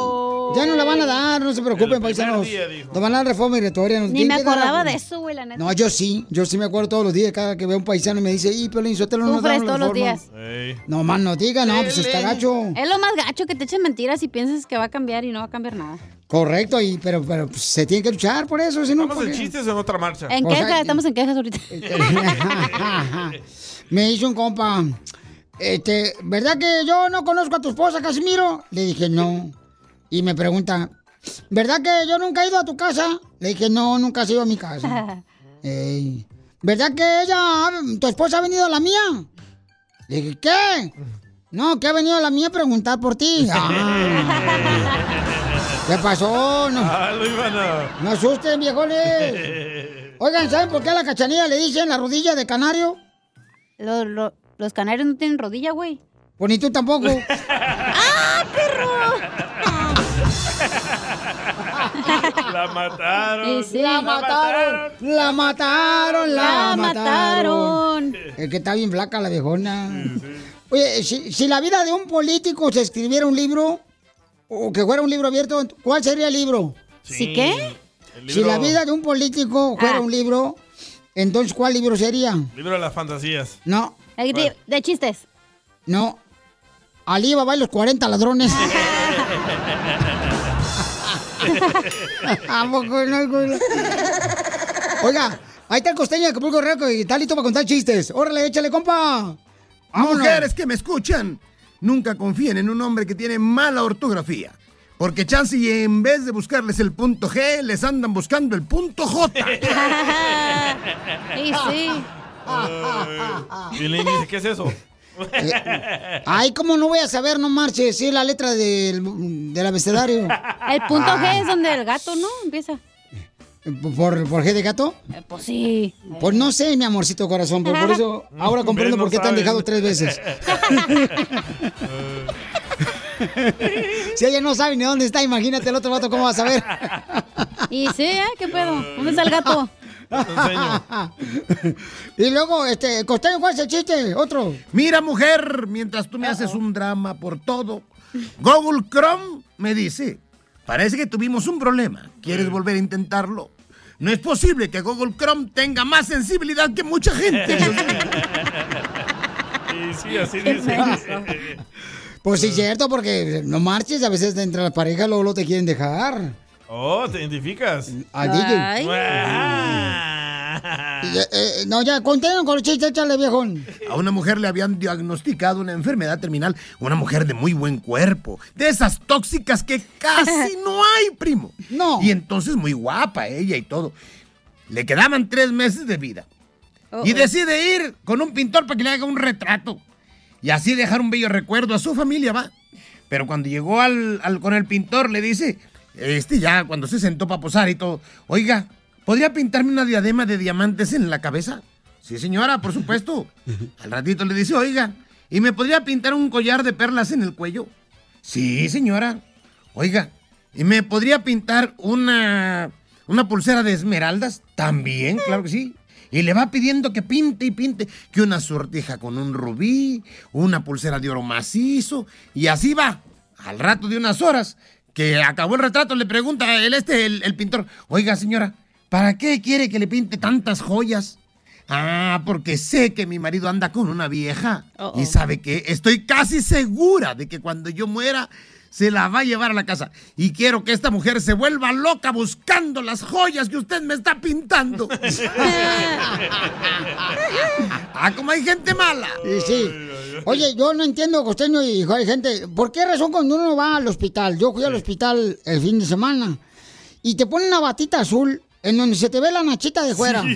ya no la van a dar, no se preocupen, paisanos. día, dijo. Nos van a dar reforma migratoria. nos Ni tienen me que dar la- acordaba de eso, güey, la neta. No, yo sí, yo sí me acuerdo todos los días, cada que veo un paisano y me dice, y Piolín, Sotelo no nos Sufres daban la todos los reforma". días. No, más no diga, no, pues está gacho. Es lo más gacho que te echen mentiras y piensas que va a cambiar y no va a cambiar nada. Correcto, y, pero, pero pues, se tiene que luchar por eso, si no... Estamos ¿por en qué? chistes en otra marcha. En O sea, quejas, estamos en quejas ahorita. Me hizo un compa, este, ¿verdad que yo no conozco a tu esposa, Casimiro? Le dije, no. Y me pregunta, ¿verdad que yo nunca he ido a tu casa? Le dije, no, nunca has ido a mi casa. Ey, ¿Verdad que ella, tu esposa ha venido a la mía? Le dije, ¿qué? No, que ha venido a la mía a preguntar por ti. Ah, ¿Qué pasó? No. Ah, lo iban a... No asusten, viejones. Oigan, ¿saben por qué a la cachanilla le dicen la rodilla de canario? Los, canarios no tienen rodilla, güey. Pues ni tú tampoco. ¡Ah, perro! La mataron. Y sí. La mataron, la mataron, la La mataron. Es que está bien flaca la viejona. Oye, si, si la vida de un político se escribiera un libro, o que fuera un libro abierto, ¿cuál sería el libro? ¿Sí qué? El Si libro, la vida de un político fuera Ah. un libro, entonces ¿cuál libro sería? libro de las fantasías. No. de- chistes. No. Ali Baba y los 40 ladrones. ¿A poco no, güey? Oiga, ahí está el costeño de Acapulco Reco y está listo para contar chistes. Órale, échale, compa. A mujeres que me escuchan, nunca confíen en un hombre que tiene mala ortografía. Porque chance y en vez de buscarles el punto G, les andan buscando el punto J. Y sí. Ah. Piolín dice, ¿qué es eso? Ay, ¿cómo no voy a saber? No marches, sí, la letra del, del abecedario. El punto G Ah, es donde el gato, ¿no? Empieza. ¿Por, por G de gato? Pues sí. Pues no sé, mi amorcito corazón, pero por eso ahora comprendo Ven, no por qué te han saben. dejado tres veces. si ella no sabe ni dónde está, imagínate el otro vato cómo va a saber. Y sí, ¿eh? ¿Qué pedo? ¿Dónde está el gato? y luego, este, Costeño, ¿cuál es el chiste? Otro. Mira, mujer, mientras tú me haces un drama por todo, Google Chrome me dice, parece que tuvimos un problema. ¿Quieres volver a intentarlo? No es posible que Google Chrome tenga más sensibilidad que mucha gente. Y sí, así dice. Pues sí, cierto, porque no marches, a veces entre las parejas luego lo te quieren dejar. Oh, ¿te identificas? Al DJ. Ay. Ah. Y, eh, eh, no, ya, conténlo con los chistes, échale, viejón. A una mujer le habían diagnosticado una enfermedad terminal, una mujer de muy buen cuerpo, de esas tóxicas que casi no hay, primo. No. Y entonces muy guapa ella y todo. Le quedaban tres meses de vida. Oh, eh. Y decide ir con un pintor para que le haga un retrato. Y así dejar un bello recuerdo a su familia, va. Pero cuando llegó al, al- con el pintor, le dice, este ya, cuando se sentó para posar y todo, oiga, ¿podría pintarme una diadema de diamantes en la cabeza? Sí, señora, por supuesto. Al ratito le dice, oiga, ¿y me podría pintar un collar de perlas en el cuello? Sí, señora. Oiga, ¿y me podría pintar una, una pulsera de esmeraldas? También, claro que sí. Y le va pidiendo que pinte y pinte, que una sortija con un rubí, una pulsera de oro macizo, y así va. Al rato de unas horas, que acabó el retrato, le pregunta el, este, el, el pintor, oiga señora, ¿para qué quiere que le pinte tantas joyas? Ah, porque sé que mi marido anda con una vieja. Y sabe que estoy casi segura de que cuando yo muera, se la va a llevar a la casa. Y quiero que esta mujer se vuelva loca buscando las joyas que usted me está pintando. ah, como hay gente mala. Y sí. Oye, yo no entiendo, costeño y hay gente, ¿por qué razón cuando uno va al hospital? Yo fui al hospital el fin de semana y te ponen una batita azul en donde se te ve la nachita de fuera. sí,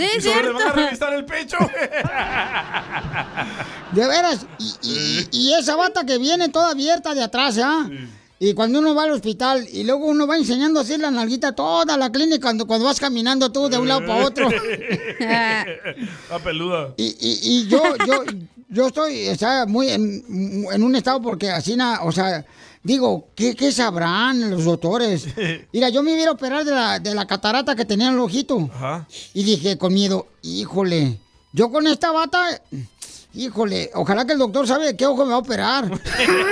es Sobre cierto. van a revisar el pecho. De veras, y, y- y esa bata que viene toda abierta de atrás, ¿ah? Y cuando uno va al hospital y luego uno va enseñando así la nalguita toda la clínica cuando, cuando vas caminando tú de un lado para otro. Está peluda. Y, y- y yo, yo, yo estoy, o sea, muy en, en un estado porque así, na- o sea, digo, ¿qué, qué sabrán los doctores? Mira, yo me iba a ir a operar de la, de la catarata que tenía en el ojito. Y dije con miedo, híjole, yo con esta bata, híjole, ojalá que el doctor sabe de qué ojo me va a operar.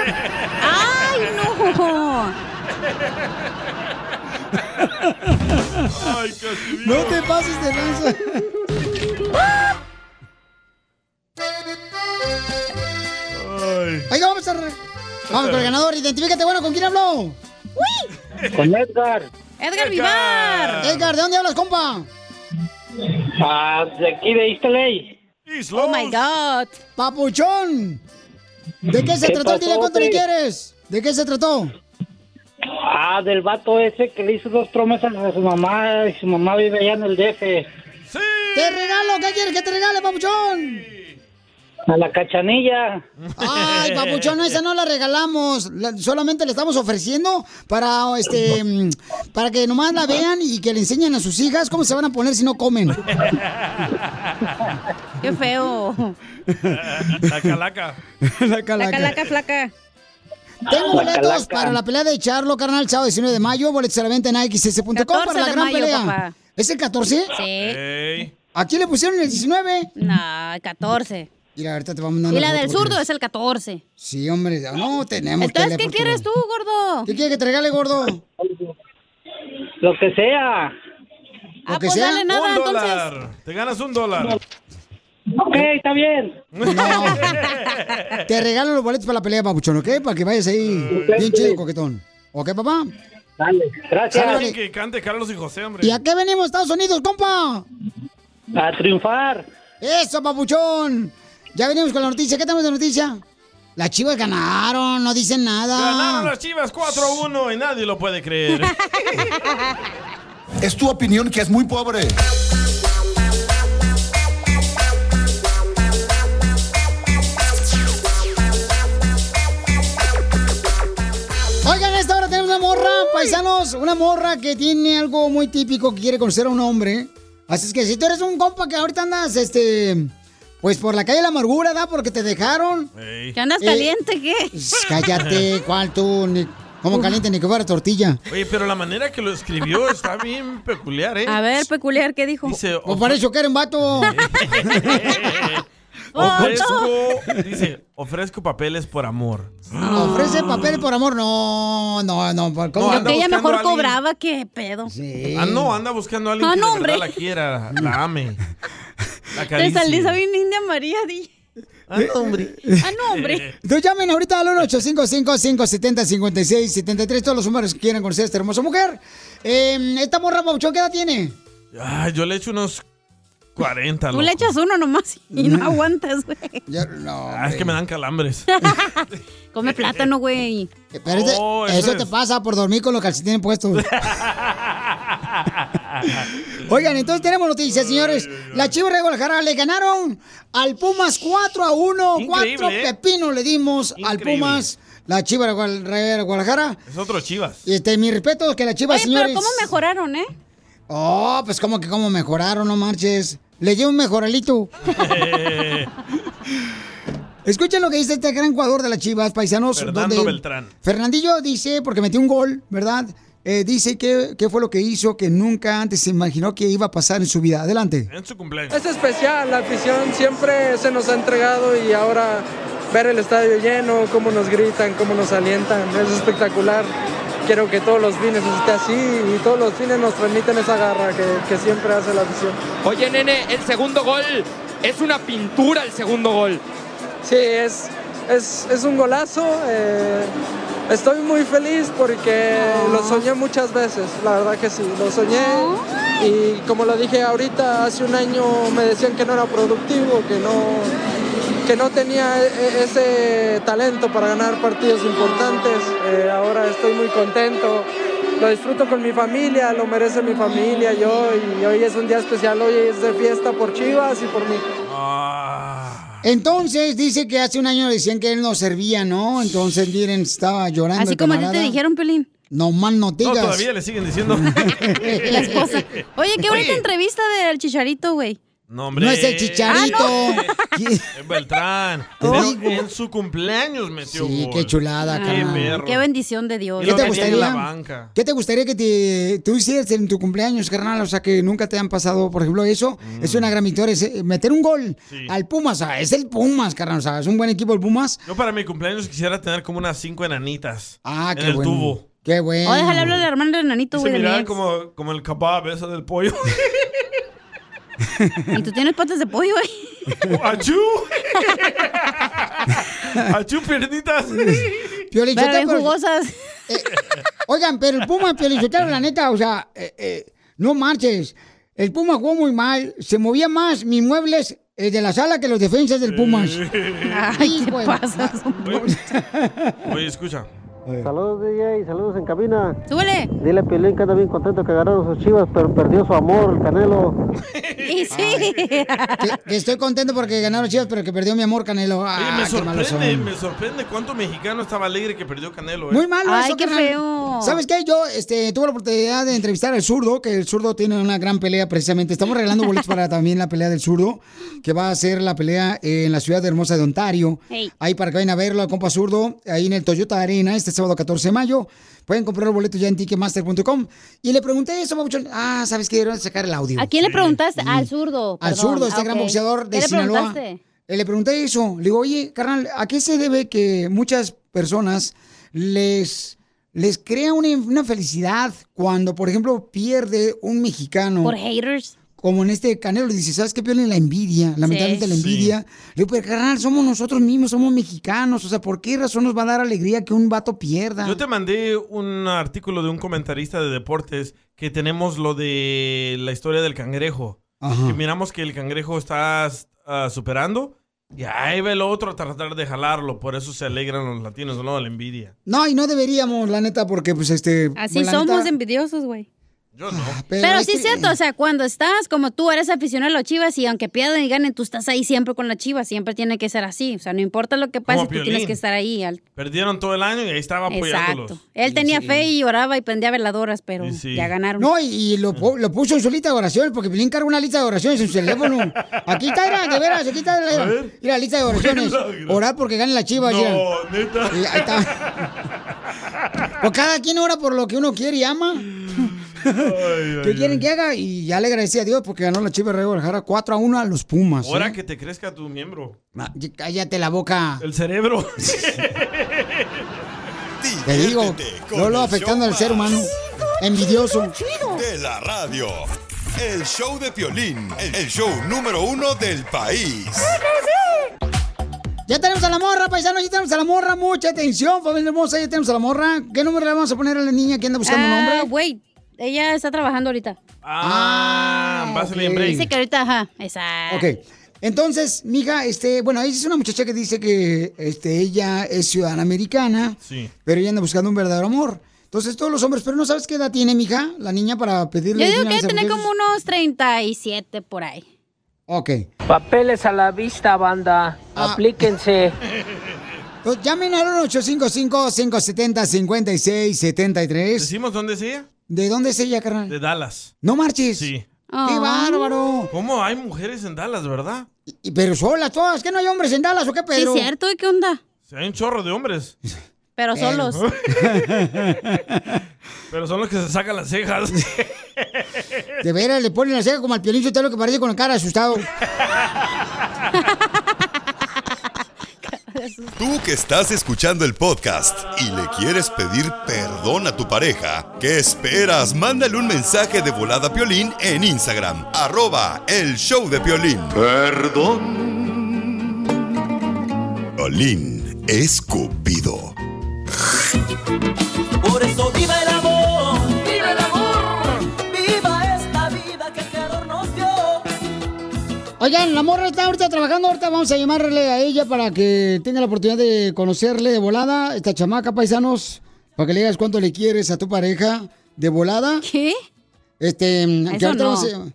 ¡Ay, no! No te pases de lanza. Oiga, vamos a... re- Vamos con el ganador, identifícate, bueno, ¿con quién habló? Con Edgar. Edgar Vivar. Edgar, ¿de dónde hablas, compa? Ah, de aquí de Isteley. Oh my God. Papuchón. ¿De qué se ¿Qué trató? Dile pasó, cuánto le Tere? quieres. ¿De qué se trató? Ah, del vato ese que le hizo dos tromas a su mamá y su mamá vive allá en el DF. Te regalo, ¿qué quieres que te regale, papuchón? A la cachanilla. Ay, papuchón, esa no la regalamos. la- solamente la estamos ofreciendo para este mm, para que nomás la vean y que le enseñen a sus hijas cómo se van a poner si no comen. Qué feo. La calaca. la La calaca flaca. Tengo La boletos calaca. para la pelea de Charlo, carnal, sábado 19 de mayo. Boletos a la venta en xs.com 14 para la de gran mayo, pelea. papá. ¿Es el 14? Sí. Aquí le pusieron el 19. No, el 14. Mira, ahorita te vamos a mandar y una la del foto, zurdo porque- es el 14. Sí, hombre, no tenemos Entonces, que ¿qué quieres tú, gordo? ¿Qué quieres que te regale, gordo? Lo que sea. Ah, que pues sea. dale nada, un entonces. dólar. Te ganas un dólar. Ok, está bien. Te regalo los boletos para la pelea, papuchón, ¿ok? Para que vayas ahí bien chido, coquetón. ¿Ok, papá? Dale, Alguien que cante Carlos y José, hombre. ¿Y a qué venimos, Estados Unidos, compa? A triunfar. Eso, papuchón. Ya venimos con la noticia. ¿Qué tenemos de noticia? Las chivas ganaron, no dicen nada. Ganaron Ah. las chivas 4-1 y nadie lo puede creer. Es tu opinión que es muy pobre. Oigan, a esta hora tenemos una morra, paisanos, una morra que tiene algo muy típico que quiere conocer a un hombre. Así es que si tú eres un compa que ahorita andas, este, pues por la calle de la amargura, ¿da? Porque te dejaron. ¿Que andas Eh, pues, caliente, qué? Cállate, ¿cuál tú? Ni- ¿Cómo caliente ni que fuera tortilla? Oye, pero la manera que lo escribió está bien peculiar, ¿eh? A ver, peculiar, ¿qué dijo? Dice, O para eso Pues que eres un vato. pues, ofrezco, dice, ofrezco papeles por amor. Ofrece papel por amor. No, no, no. ¿Cómo? No, anda que ella buscando mejor a alguien. cobraba que pedo. Ah, no, anda buscando a alguien Ah, que no, de verdad hombre. la quiera, la ame. La Te salís a acaricie. bien India María, di. Ah, no, hombre. Eh, Ah, no, hombre. Entonces llamen ahorita al 1-855-570-5673. Todos los hombres que quieran conocer a esta hermosa mujer. Eh, esta morra, Pauchón, ¿qué edad tiene? Ah, yo le echo unos 40. Tú le loco. echas uno nomás y Mm. no aguantas, güey. Ah, es que me dan calambres. Come plátano, güey. Pero es de- Oh, eso eso es. te pasa por dormir con los calcetines puestos. Oigan, entonces tenemos noticias, señores. La Chivas de Guadalajara le ganaron al Pumas 4 a 1. Increíble, Cuatro ¿eh? pepinos le dimos al Increíble. Pumas. La Chivas de Guadal- de Guadalajara. Es otro chivas. Este, mi respeto que la Chivas, Oye, señores. pero ¿cómo mejoraron, eh? Oh, pues como que cómo mejoraron, no marches. Le dio un mejoralito. Eh, Escuchen lo que dice este gran jugador de las Chivas, paisanos. Fernando donde- Beltrán. Fernandillo dice, porque metió un gol, ¿verdad? Eh, dice que, que fue lo que hizo que nunca antes se imaginó que iba a pasar en su vida. Adelante. En su cumpleaños. Es especial, la afición siempre se nos ha entregado y ahora ver el estadio lleno, cómo nos gritan, cómo nos alientan, es espectacular. Quiero que todos los fines esté así y todos los fines nos transmiten esa garra que, que siempre hace la afición. Oye, nene, el segundo gol es una pintura el segundo gol. Sí, es, es, es un golazo. eh, Estoy muy feliz porque lo soñé muchas veces, la verdad que sí, lo soñé y como lo dije ahorita, hace un año me decían que no era productivo, que no, que no tenía e- ese talento para ganar partidos importantes, Eh, ahora estoy muy contento, lo disfruto con mi familia, lo merece mi familia, yo y hoy es un día especial, hoy es de fiesta por Chivas y por mí. Ah, Entonces dice que hace un año le decían que él no servía, ¿no? Entonces, miren, estaba llorando. Así como a ti te dijeron, Pelín. No más no No, digas. todavía le siguen diciendo. La esposa. Oye, qué bonita entrevista del chicharito, güey. No, hombre. No es el Chicharito. Ah, no. Es Beltrán. En, en su cumpleaños metió Sí, gol. qué chulada, Qué carnal. perro. Qué bendición de Dios. ¿Qué te en la gustaría? banca. ¿Qué te gustaría que te, tú hicieras en tu cumpleaños, carnal? O sea, que nunca te han pasado, por ejemplo, eso. Es una gran victoria. es, eh, meter un gol al Pumas. o sea, es el Pumas, carnal. O sea, es un buen equipo el Pumas. Yo para mi cumpleaños quisiera tener como unas cinco enanitas. Ah, en qué el bueno. tubo. Qué bueno. O Oh, déjale hablar al hermano del nanito, Se güey, de mi miraban ex. como, como el kebab ese del pollo. Y tú tienes patas de pollo, güey. ¡Achú! ¡Achú, piernitas! Piolín Pero Sotelo, bien jugosas. Eh, oigan, pero el Puma, Piolín Sotelo, la neta, o sea, eh, eh, no marches. El Puma jugó muy mal. Se movía más mis muebles eh, de la sala que los defensas del Pumas. Ay, ¿qué pasa? Oye, escucha. Saludos, DJ, saludos en cabina. ¡Súbele! Dile a Piolín que anda bien contento que agarraron sus chivas, pero perdió su amor, el Canelo. Y sí. Que- que estoy contento porque ganaron Chivas, pero que perdió mi amor, Canelo. Ah, Oye, me qué malos sorprende, son. me sorprende cuánto mexicano estaba alegre que perdió Canelo. ¿eh? Muy malo eso, carnal. ¿Sabes qué? qué? Yo este, tuve la oportunidad de entrevistar al zurdo, que el zurdo tiene una gran pelea precisamente. Estamos regalando boletos para también la pelea del zurdo, que va a ser la pelea eh, en la ciudad hermosa de Ontario. Hey. Ahí para que vayan a verlo, al compa zurdo, ahí en el Toyota Arena, este sábado 14 de mayo. Pueden comprar los boletos ya en ticketmaster.com. Y le pregunté eso, Pabuchón. Ah, ¿sabes qué? Dieron sacar el audio. ¿A quién le preguntaste? Sí. Al zurdo. Al perdón. zurdo, este Ah, gran ok. boxeador de ¿Qué le Sinaloa. preguntaste? Eh, le pregunté eso. Le digo, oye, carnal, ¿a qué se debe que muchas personas les, les crea una, una felicidad cuando, por ejemplo, pierde un mexicano? Por haters. Como en este Canelo, dice, ¿sabes qué? Pierden la envidia, lamentablemente la Sí. envidia. Le digo, pero carnal, somos nosotros mismos, somos mexicanos. O sea, ¿por qué razón nos va a dar alegría que un vato pierda? Yo te mandé un artículo de un comentarista de deportes que tenemos lo de la historia del cangrejo. Ajá. Que miramos que el cangrejo está ah, superando y ahí ve el otro a tratar de jalarlo. Por eso se alegran los latinos, ¿no? La envidia. No, y no deberíamos, la neta, porque pues este... Así la somos neta- Ah, envidiosos, güey. Yo no. Pero, sí es cierto, o sea, cuando estás como tú eres aficionado a los Chivas y aunque pierdan y ganen, tú estás ahí siempre con las Chivas, siempre tiene que ser así, o sea, no importa lo que pase, Como tú Piolín. tienes que estar ahí. al- Perdieron todo el año y ahí estaba apoyándolos. Exacto. Él tenía sí. fe y oraba y prendía veladoras, pero Y sí. ya ganaron. No, y, y lo, pu- lo puso en su lista de oraciones, porque Pilín carga una lista de oraciones en su teléfono. Aquí está, mira, de veras, aquí está A la, ver. mira, la lista de oraciones. Milagro. Orar porque ganen las chivas. mira. No, neta. Y ahí está. Pues cada quien ora por lo que uno quiere y ama. ¿Qué ay, quieren que haga? Y ya le agradecí a Dios porque ganó la Chivas Real Guadalajara 4 a 1 a los Pumas. ¿eh? Ahora que te crezca tu miembro. Ma- y Cállate la boca. El cerebro. Te digo, con yo el lo afectando al ser humano. Envidioso. De la radio. El show de Piolín. El show número uno del país. Ya tenemos a la morra, paisano, ya tenemos a la morra. Mucha atención, familia hermosa, ya tenemos a la morra. ¿Qué número le vamos a poner a la niña que anda buscando un Ah, nombre? güey, ella está trabajando ahorita. Ah, va a salir en break. Eh, Dice que ahorita, ajá, exacto. Ok. Entonces, mija, este, bueno, ella es una muchacha que dice que este, ella es ciudadana americana, Sí. pero ella anda buscando un verdadero amor. Entonces, todos los hombres, pero no sabes qué edad tiene, mija, la niña para pedirle. Yo de digo una que vez a tiene mujeres? como unos 37 por ahí. Ok. Ah. Papeles a la vista, banda. Aplíquense. Pues llamen al 855-570-5673. ¿Decimos dónde es ella? ¿De dónde es ella, carnal? De Dallas. No marches. Sí. Ah. ¡Qué bárbaro! ¿Cómo hay mujeres en Dallas, verdad? Y- Pero solas todas, que no hay hombres en Dallas o qué Sí, pedo. cierto, ¿y qué onda? Sí, hay un chorro de hombres. Pero Eh. solos. Pero son los que se sacan las cejas. De veras, le ponen la ceja como al piolín lo que parece con la cara asustado. Tú que estás escuchando el podcast y le quieres pedir perdón a tu pareja, ¿qué esperas? Mándale un mensaje de volada a Piolín en Instagram. Arroba el show de Piolín. Perdón. Piolín escupido. Por eso viva el amor. Viva el amor. Viva esta vida que el Creador nos dio. Oigan, la morra está ahorita trabajando, ahorita vamos a llamarle a ella para que tenga la oportunidad de conocerle de volada, esta chamaca, paisanos, para que le digas cuánto le quieres a tu pareja de volada. ¿Qué? Este, que Eso ahorita, no. vamos a,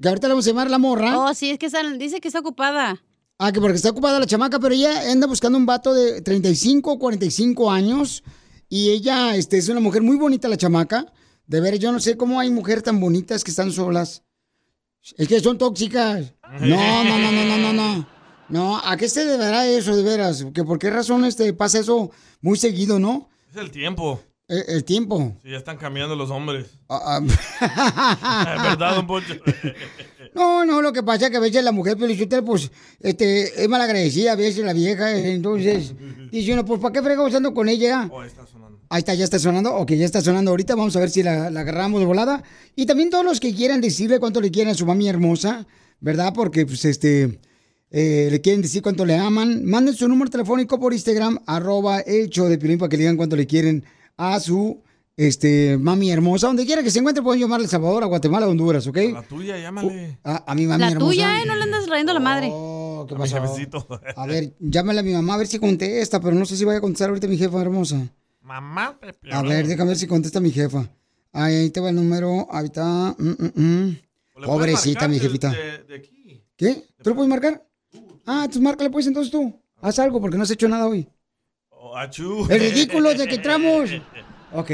que ahorita le vamos a llamar la morra. Oh, sí, es que está- dice que está ocupada. Ah, que porque está ocupada la chamaca, pero ella anda buscando un vato de 35 o 45 años. Y ella este, es una mujer muy bonita, la chamaca. De ver, yo no sé cómo hay mujeres tan bonitas que están solas. Es que son tóxicas. No, no, no, no, no, no, no. No, ¿a qué se deberá eso, de veras? ¿Que ¿Por qué razón este, pasa eso muy seguido, no? Es el tiempo. El, el tiempo. Sí, ya están cambiando los hombres. Ah, ah. ¿Verdad, don Poncho? No, no, lo que pasa es que a veces la mujer, Pio Lizotelo, pues, este, es malagradecida a veces la vieja, eh, entonces, dice uno, pues, ¿para qué fregamos ando con ella? Oh, Ahí está, ya está sonando, ok, ya está sonando ahorita, vamos a ver si la, la agarramos de volada. Y también todos los que quieran decirle cuánto le quieren a su mami hermosa, ¿verdad? Porque, pues, este, eh, le quieren decir cuánto le aman, manden su número telefónico por Instagram, arroba hecho de Piolín, para que le digan cuánto le quieren a su... Este, mami hermosa, donde quiera que se encuentre, pueden llamarle a El Salvador, a Guatemala, a Honduras, ¿ok? Tuya, llámale. Ah, A, a mi mami la hermosa. Oh. tuya, ¿eh? No le andas trayendo la madre. ¿Qué pasó? A ver, llámale a mi mamá a ver si contesta, pero no sé si vaya a contestar ahorita mi jefa hermosa. Mamá. A ver, déjame ver si contesta mi jefa. Ay, ahí te va el número, ahí está. Mm, mm, mm. Pobrecita mi jefita. ¿Qué? ¿Tú lo puedes marcar? Ah, tú márcale pues entonces tú. Haz algo porque no has hecho nada hoy. Oh, achú. El ridículo de que entramos. Ok.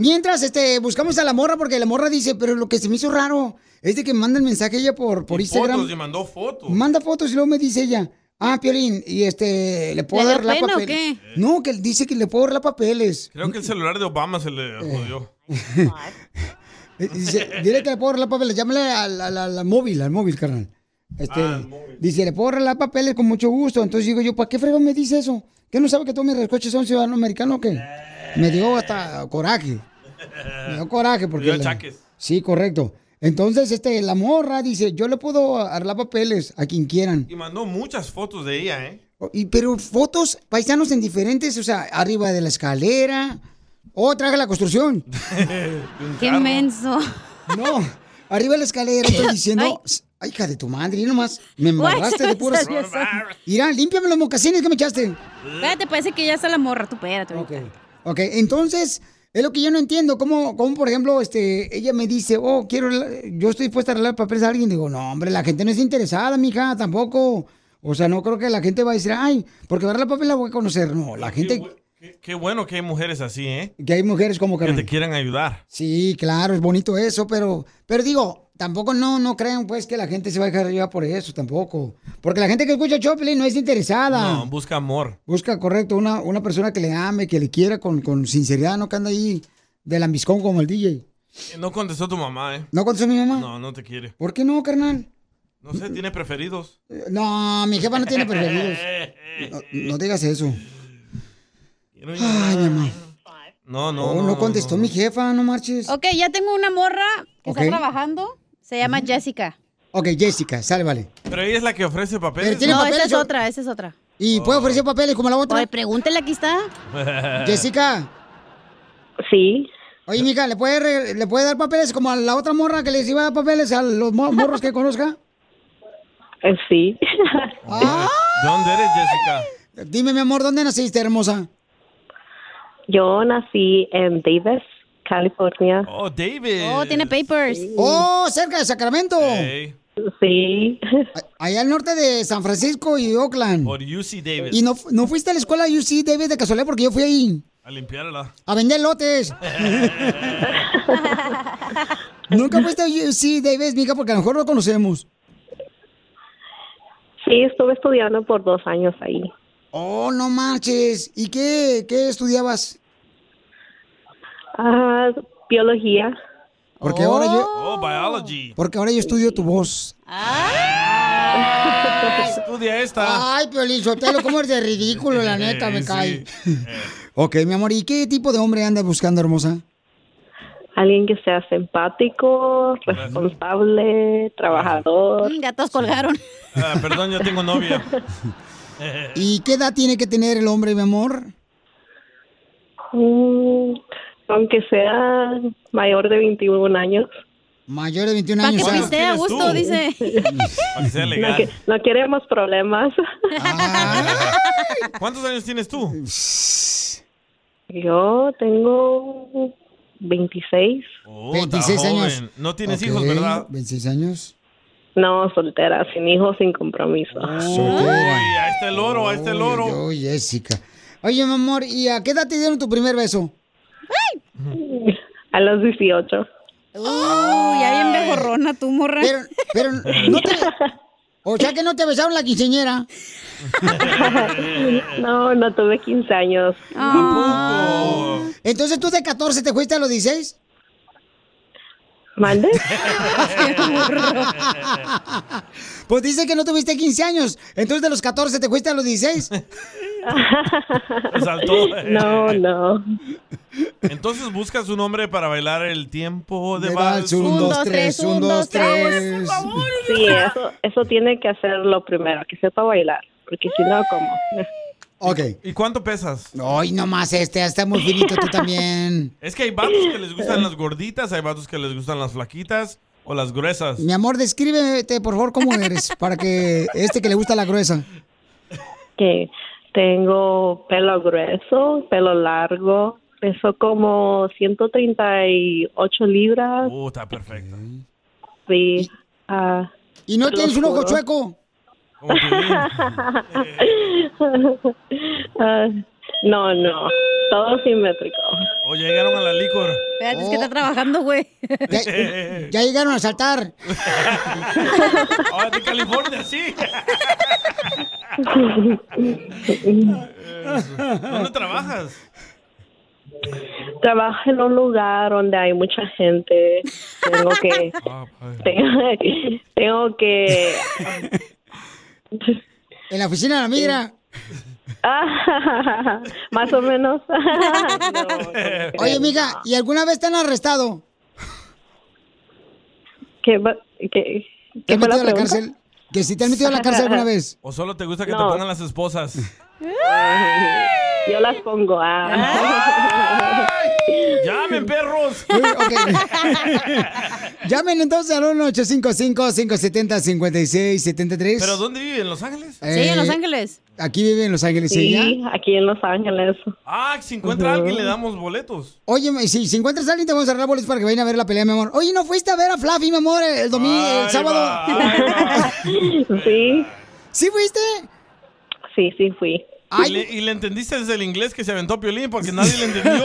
Mientras, este, buscamos a la morra porque la morra dice, pero lo que se me hizo raro es de que manda el mensaje ella por, por Y Instagram. Fotos, le mandó fotos. Manda fotos y luego me dice ella, ah, Piolín, y este, ¿le puedo ¿Le dar dio la pena o papel? qué? No, que él dice que le puedo dar la papeles. Creo que el celular de Obama se le jodió. Eh, Dice, dile que le puedo dar la papeles, llámale al, al- al- al móvil, al móvil, carnal. Este, Ah, al móvil. Dice, le puedo dar la papeles con mucho gusto. Entonces digo yo, ¿para qué fregón me dice eso? ¿Que no sabe que todos mis recoches son ciudadanos americanos o Eh. qué? Me dio hasta coraje. Me dio coraje porque... Le dio la- achaques. Sí, correcto. Entonces, este, la morra dice, yo le puedo dar la papeles a quien quieran. Y mandó muchas fotos de ella, ¿eh? Oh, Y, pero fotos, paisanos en diferentes, o sea, arriba de la escalera. Oh, traje la construcción. Qué inmenso. No, arriba de la escalera estoy diciendo. Ay, hija de tu madre, y nomás me embarraste de puras. Guacha, guacha, guacha. Irán, límpiame los mocasines que me echaste. Espérate, parece que ya está la morra, tú espérate. ahorita. Ok, entonces, es lo que yo no entiendo. ¿Cómo, cómo por ejemplo, este, ella me dice, oh, quiero, la- yo estoy dispuesta a arreglar papeles a alguien? Digo, no, hombre, la gente no es interesada, mija, tampoco. O sea, no creo que la gente va a decir, ay, porque darle papel la voy a conocer. No, la gente. Qué, qué bueno que hay mujeres así, ¿eh? Que hay mujeres como Que carnal. te quieran ayudar. Sí, claro, es bonito eso, pero, pero digo, tampoco no, no crean pues que la gente se va a dejar llevar por eso, tampoco. Porque la gente que escucha Choplin no es interesada. No, busca amor. Busca, correcto, una, una persona que le ame, que le quiera con, con sinceridad, no que anda ahí de lambiscón como el DJ. Eh, No contestó tu mamá, ¿eh? ¿No contestó mi mamá? No, no te quiere. ¿Por qué no, carnal? No sé, tiene preferidos. Eh, No, mi jefa no tiene preferidos. No, no digas eso. Ay, mi amor. No, no. Oh, no, contestó mi jefa, no marches. Ok, ya tengo una morra que Ok. está trabajando. Se llama Jessica. Ok, Jessica, sale, vale. Pero ella es la que ofrece papeles. no, esa es otra, esa es otra. ¿Y puede Oh. ofrecer papeles como la otra? Oye, pregúntele, aquí está. Ah. Jessica. Sí. Oye, mija, ¿le puede, re- ¿le puede dar papeles como a la otra morra que les iba a dar papeles a los mo- morros que conozca? Eh, Sí. ¿De dónde eres, Jessica? Dime, mi amor, ¿dónde naciste, hermosa? Yo nací en Davis, California. Oh, David. Oh, tiene papers. Oh, cerca de Sacramento. Sí. Allá al norte de San Francisco y Oakland. Por UC Davis. ¿Y no, fu- no fuiste a la escuela UC Davis de casualidad? Porque yo fui ahí A limpiarla. a vender lotes. Nunca fuiste a UC Davis, mija, porque a lo mejor lo conocemos. Sí, estuve estudiando por dos años ahí. Oh, no marches. ¿Y qué, qué estudiabas? Ah, biología. Porque ahora yo... Oh, biology. Porque ahora yo estudio tu voz. Estudia esta. Ay, Piolín Sotelo, cómo eres de ridículo, la neta, me Sí. cae. ok, mi amor, ¿y qué tipo de hombre andas buscando, hermosa? Alguien que sea simpático, responsable, trabajador. Mm, Gatos colgaron. Ah, perdón, yo tengo novia. ¿Y qué edad tiene que tener el hombre, mi amor? Mm, aunque sea mayor de 21 años. Mayor de 21 ¿Para que años. Ah, o sea, pistee a gusto? Dice. Para que sea No, legal. que- no queremos problemas. ¿Cuántos años tienes tú? Yo tengo 26. Oh, está 26 años. joven. No tienes Ok. hijos, ¿verdad? 26 años. No, soltera, sin hijos, sin compromiso. Ah, Uy, ahí está el oro, ahí está el oro. Oh, Jessica. Oye, mi amor, ¿y a qué edad te dieron tu primer beso? A los 18. Uy, ya bien bejorrona tú, morra. Oh. Pero, pero no te... O sea que no te besaron la quinceñera. no, no tuve 15 años. Ah. Entonces tú de 14 te fuiste a los 16. ¿Mande? Pues dice que no tuviste 15 años. Entonces de los 14 te fuiste a los 16. Saltó. No, no. Entonces buscas un hombre para bailar el tiempo de De vals. vals, un, Un, dos, dos, tres, tres, un, un, dos, dos, tres. Sí, eso, eso tiene que hacerlo primero, que sepa bailar, porque si no, ¿cómo? Ok. ¿Y cuánto pesas? Ay, nomás este, está muy finito tú también. Es que hay vatos que les gustan las gorditas, hay vatos que les gustan las flaquitas o las gruesas. Mi amor, descríbete, por favor, cómo eres, para que este que le gusta la gruesa. Que tengo pelo grueso, pelo largo, peso como 138 libras. Uh, está perfecto. Sí. ah, ¿Y no te lo tienes un ojo juro. chueco? Ah, no, no, todo simétrico. O llegaron a la licor. Espérate, es que Oh. está trabajando, güey. Ya, ya llegaron a saltar. Ahora de California, sí. ¿Dónde trabajas? Trabajo en un lugar donde hay mucha gente. Tengo que. tengo, tengo que. En la oficina de la migra. Ah, más o menos. Oye, amiga, ¿y alguna vez te han arrestado? ¿Qué, va- qué, ¿Te qué han fue metido a la pregunta? cárcel? ¿Que si te han metido a la cárcel alguna vez? ¿O solo te gusta que te No. pongan las esposas? Yo las pongo. Ah. ¡Llamen, perros! Uy, ok. Llamen entonces al 1-855-570-5673. ¿Pero dónde vive? ¿En Los Ángeles? Eh, Ángeles. Aquí vive en Los Ángeles, Sí, ella. aquí en Los Ángeles. Ah, si encuentra a alguien le damos boletos. Oye, ma- si, si encuentras a alguien, te vamos a cerrar boletos para que vayan a ver la pelea, mi amor. Oye, ¿no fuiste a ver a Fluffy, mi amor, el domingo, el sábado? sí. ¿Sí fuiste? Sí, sí fui. ¿Y, le, y le entendiste desde el inglés que se aventó Piolín porque nadie le entendió.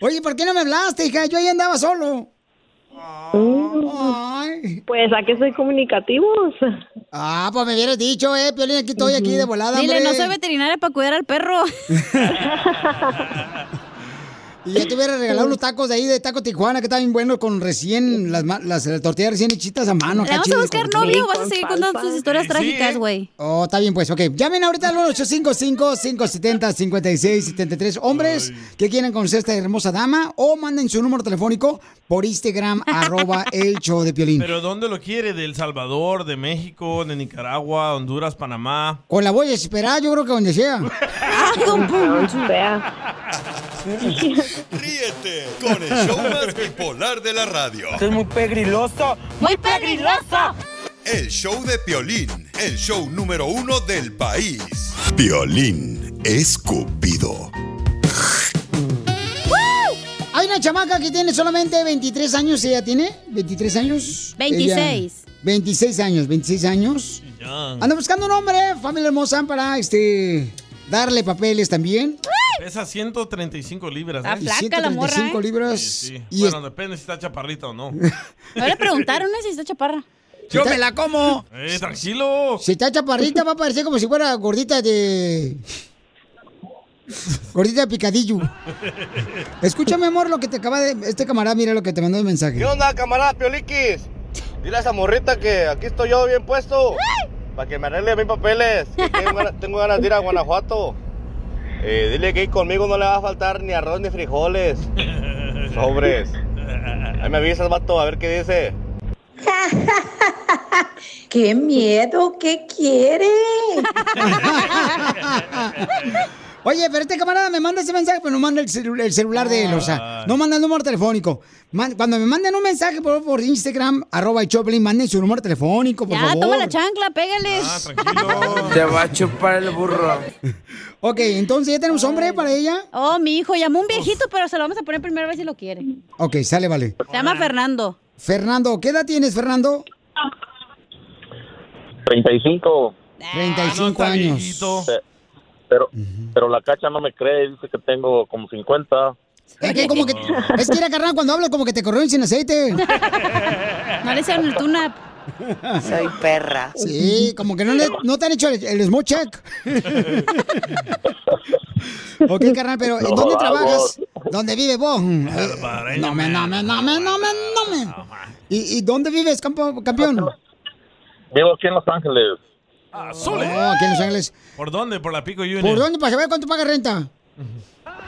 Oye, ¿por qué no me hablaste, hija? Yo ahí andaba solo. Pues, ¿a qué soy comunicativos? Ah, pues me hubieras dicho, eh, Piolín, aquí estoy, aquí de volada, Dile, hombre. no soy veterinaria para cuidar al perro. Y ya te hubiera regalado unos tacos de ahí, de Taco Tijuana, que estaban buenos con recién, las, ma- las, eh, tortillas recién hechitas a mano. Le acá vamos a chido, buscar con- novio o vas a seguir contando tus historias trágicas, güey. Oh, está bien, pues, ok. Llamen ahorita al 855-570-5673. Hombres que quieran conocer a esta hermosa dama o manden su número telefónico por Instagram, arroba el show de Piolín. Pero ¿dónde lo quiere? ¿De El Salvador, de México, de Nicaragua, Honduras, Panamá? Con la voy a esperar, yo creo que donde sea. Ríete con el show más bipolar de la radio. Esto es muy pegriloso. ¡Muy peligrosa! El show de Piolín, el show número uno del país. Piolín escupido. ¡Woo! Hay una chamaca que tiene solamente 23 años, ella tiene 23 años. 26. Ella- 26 años, 26 años. Anda buscando un hombre, familia hermosa, para este darle papeles también. Pesa 135 libras. Está ¿eh? flaca la morra, 135 ¿eh? libras. Sí. Y bueno, depende si está chaparrita o no. No le preguntaron ¿eh? si está chaparra. ¡Yo me la como! ¡Eh, tranquilo! Si está chaparrita, va a parecer como si fuera gordita de. Gordita de picadillo. Escúchame, amor, lo que te acaba de. Este camarada, mira lo que te mandó el mensaje. ¿Qué onda, camarada Pioliquis? Dile a esa morrita que aquí estoy yo bien puesto. Para que me arregle mis papeles. que tengo, ganas, tengo ganas de ir a Guanajuato. Eh, dile que ir conmigo no le va a faltar ni arroz ni frijoles. Sobres. Ahí me avisas, vato, a ver qué dice. ¡Qué miedo! ¿Qué quiere? Oye, pero este camarada me manda ese mensaje, pero no manda el, celu- el celular de él, o sea, no manda el número telefónico. Man- cuando me manden un mensaje por, por Instagram, arroba el Choplin, manden su número telefónico, por Ya, favor. toma la chancla, pégales. Ah, Te va a chupar el burro. Ok, entonces ya tenemos hombre para ella. Oh, mi hijo, llamó un viejito, pero se lo vamos a poner primero a ver si lo quiere. Ok, sale, vale. Se llama Fernando. Fernando, ¿qué edad tienes, Fernando? 35. Ah, 35 años. Pe- Pero, pero la cacha no me cree, dice que tengo como 50. Es que como que, es que era carnal cuando hablas como que te corrieron sin aceite. No le hicieron el tune-up. Soy perra. Sí, como que no, le- no te han hecho el, el smoke check. ok, carnal, pero No, ¿dónde vamos. trabajas? ¿Dónde vives vos? Eh, No me, no me, no me, no me, no me. ¿Y, y dónde vives, campo- campeón? Vivo aquí en Los Ángeles. Azule. Oh, aquí en Los Ángeles. ¿eh? ¿Por dónde? Por la Pico Union. ¿Por dónde? Para saber cuánto paga renta.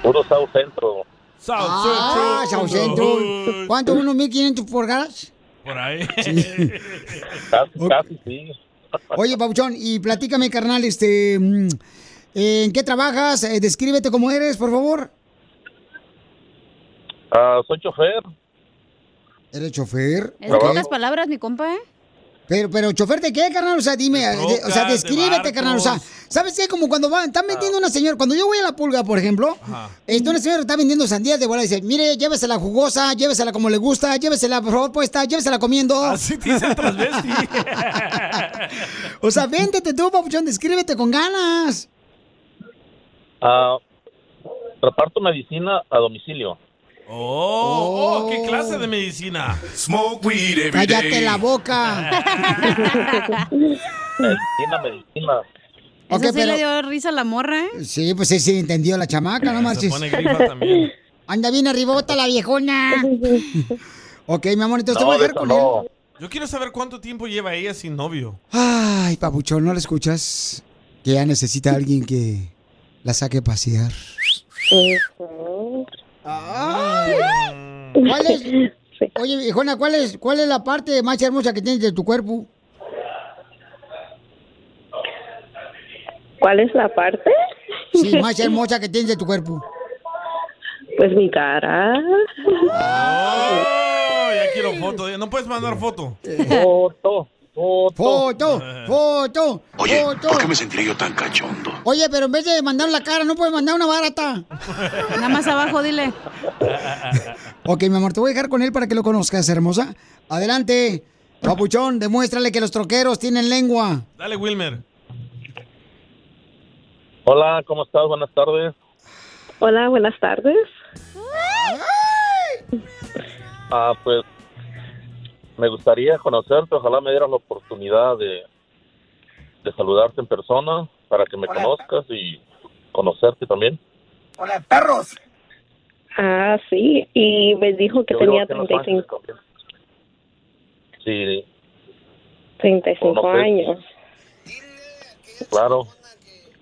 Puro South Centro. South Ah, Central. South Central. ¿Cuánto? ¿Unos 1500 por garage? Por ahí. Casi, casi sí. Oye, Pauchón, y platícame, carnal, este, mm, ¿en qué trabajas? Eh, Descríbete cómo eres, por favor. Ah, soy chofer. ¿Eres chofer? Es Ok. pocas palabras, mi compa, ¿eh? Pero, pero, chofer de qué, carnal? O sea, dime, eh, de- o sea, trocas, de descríbete, carnal. O sea, barcos. ¿sabes qué? Como cuando van, están vendiendo una señora, cuando yo voy a la pulga, por ejemplo, este, una señora está vendiendo sandías de bola y dice, mire, llévesela jugosa, llévesela como le gusta, llévesela por favor puesta, llévesela comiendo. Así te dice o sea, véndete tú, papuchón, descríbete con ganas. Ah, reparto medicina a domicilio. Oh, oh, qué clase de medicina. Smoke weed Cállate la boca. Medicina, medicina. Eso Ok, sí pero- le dio risa a la morra, ¿eh? Sí, pues sí, sí, entendió la chamaca, no marches. pone grifa también. Anda bien arribota la viejona. ok, mi amor, entonces te voy a dejar con él. Yo quiero saber cuánto tiempo lleva ella sin novio. Ay, papuchón, ¿no la escuchas? Que ya necesita alguien que la saque a pasear. Oh. ¿Cuál es? Oye, viejona, ¿cuál es, ¿cuál es la parte más hermosa que tienes de tu cuerpo? ¿Cuál es la parte? Sí, más hermosa que tienes de tu cuerpo. Pues mi cara. Oh, ya quiero foto. No puedes mandar foto. Foto, Eh. Foto, foto, foto. sentiré yo tan cachondo? Oye, pero en vez de mandar la cara, no puedes mandar una barata. Nada más abajo, dile. Ok, mi amor, te voy a dejar con él para que lo conozcas, hermosa. Adelante, papuchón, demuéstrale que los troqueros tienen lengua. Dale, Wilmer. Hola, ¿cómo estás? Buenas tardes. Hola, buenas tardes. Ah, pues me gustaría conocerte, ojalá me dieras la oportunidad de, de saludarte en persona para que me conozcas y conocerte también. perros! Ah, sí. Y me dijo que Yo vivo tenía aquí en Los Ángeles 35, Sí, 35 Conozco. años. claro.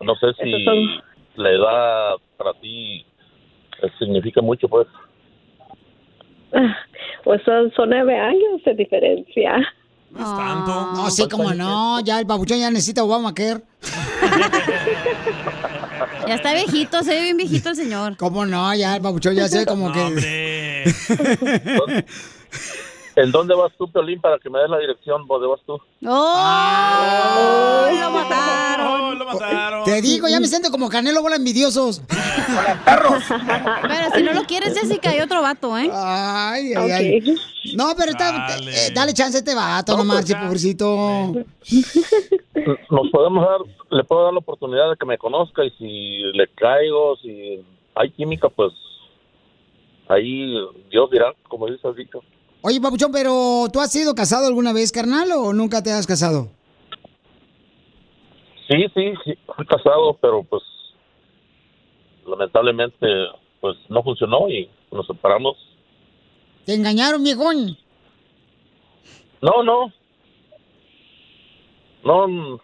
No sé si Esos son- la edad para ti eh, significa mucho, pues. Ah, Pues son, son nueve años de diferencia. tanto. Ah. No, sí, como no. Ya el papuchón ya necesita Obamacare. Ya está viejito, se ve bien viejito el señor. ¿Cómo no? Ya el papuchón ya se ve como que. ¿En dónde vas tú, Piolín, para que me des la dirección? ¿Dónde vas tú? ¡Oh! ¡Lo mataron! Oh, ¡Lo mataron! Uh, Te digo, ya me siento como Canelo Bola envidiosos. Pero si no lo quieres, Jessica, hay otro vato, ¿eh? Ay, ay, ay. No, pero está, Ah. eh, dale chance a este vato, no, marches, pobrecito. Nos podemos dar, le puedo dar la oportunidad de que me conozca y si le caigo, si hay química, pues ahí Dios dirá, como dice el dicho. Oye, papuchón, pero ¿tú has sido casado alguna vez, carnal, o nunca te has casado? Sí, sí, sí, fui casado, pero pues lamentablemente pues no funcionó y nos separamos. ¿Te engañaron, viejón? No, no. No, mm,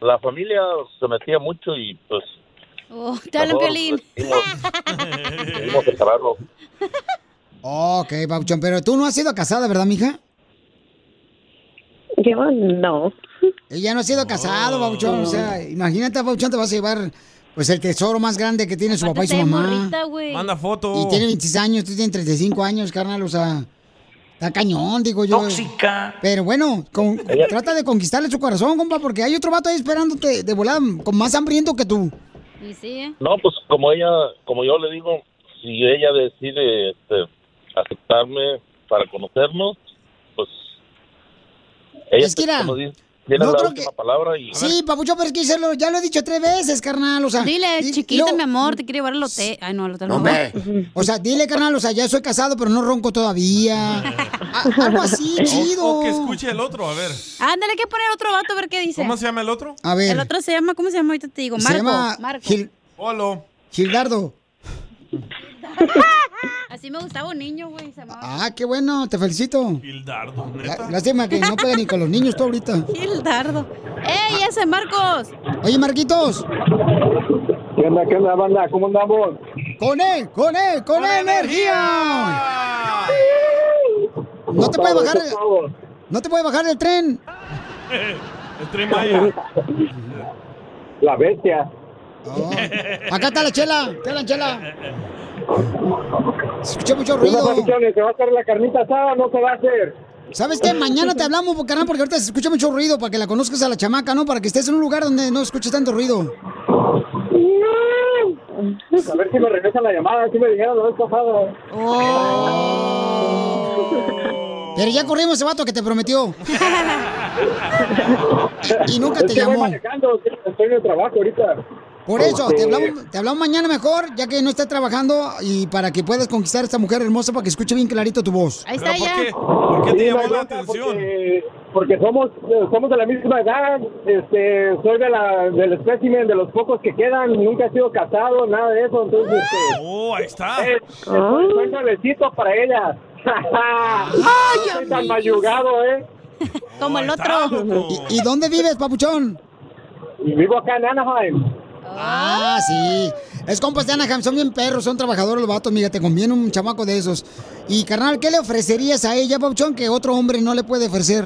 la familia se metía mucho y pues Oh, te hablan mejor violín. decidimos- decidimos separarnos. Ok, papuchón, pero tú no has sido casada, ¿verdad, mija? Yo no. Oh. Ella no ha sido casado, Babuchón. O sea, imagínate, Babuchón, te vas a llevar pues el tesoro más grande que tiene su papá y su mamá. Manda foto. Y tiene 26 años, tú tienes 35 años, carnal, o sea... Está cañón, digo yo. Tóxica. Pero bueno, con- trata de conquistarle su corazón, compa, porque hay otro vato ahí esperándote de volada, con más hambriento que tú. Y sí, ¿eh? No, pues como ella, como yo le digo, si ella decide este, aceptarme para conocernos, pues ella Es que era- como dice, tiene Pues no la creo última palabra y Sí, papucho, pero es que ya lo, ya lo he dicho tres veces, carnal. O sea, Dile, di- chiquita, lo- mi amor, te quiero llevar al hotel. Ay, no, al hotel No no. me- O sea, dile, carnal, o sea, ya soy casado, pero no ronco todavía. A- Ah, algo así, O- chido. O, que escuche el otro, a ver. Ándale, hay que poner otro vato a ver qué dice. ¿Cómo se llama el otro? A ver. El otro se llama, ¿cómo se llama? Ahorita te digo. Marco. Se llama Marco. Gil- Gildardo. Así me gustaba un niño, güey. se llamaba Ah, qué bueno, te felicito. Gildardo, Lá- Lástima que no pega ni con los niños tú ahorita. Gildardo. ¡Ey, ese Marcos! Oye, Marquitos. ¿Qué onda, qué onda, banda? ¿Cómo andamos? Con él, con él, con, energía. No te puedes bajar. No te puedes bajar del tren. ¿eh? El tren Maya. La bestia. Oh. Acá está la chela. Está la chela. Se escucha mucho ruido. ¿Se va a hacer la carnita asada o no se va a hacer? ¿Sabes qué? Mañana te hablamos, po, carnal, porque ahorita se escucha mucho ruido para que la conozcas a la chamaca, ¿no? Para que estés en un lugar donde no escuches tanto ruido. A ver si me regresa la llamada, así me dijeron la vez pasada. Oh. Pero ya corrimos ese vato que te prometió. Y nunca te Es que voy llamó. manejando, estoy en el trabajo ahorita. Por eso, te Este, hablamos, te hablamos mañana mejor, ya que no estás trabajando y para que puedas conquistar a esta mujer hermosa para que escuche bien clarito tu voz. Ahí está ya. Sí, no, no, Porque, porque somos, eh, somos de la misma edad, este, soy de la, del espécimen, de los pocos que quedan, nunca he sido casado, nada de eso, entonces... Este, ¡Oh, ahí está! Ah. Soy soy nuevecito para ella. ¡Ay, No soy tan amiguis. mayugado, ¿eh? Como el otro. ¿Y dónde vives, papuchón? Vivo acá en Anaheim. Ah, sí. Es compas de Anaheim, son bien perros, son trabajadores los vatos, mira, te conviene un chamaco de esos. Y carnal, ¿qué le ofrecerías a ella, papuchón, que otro hombre no le puede ofrecer?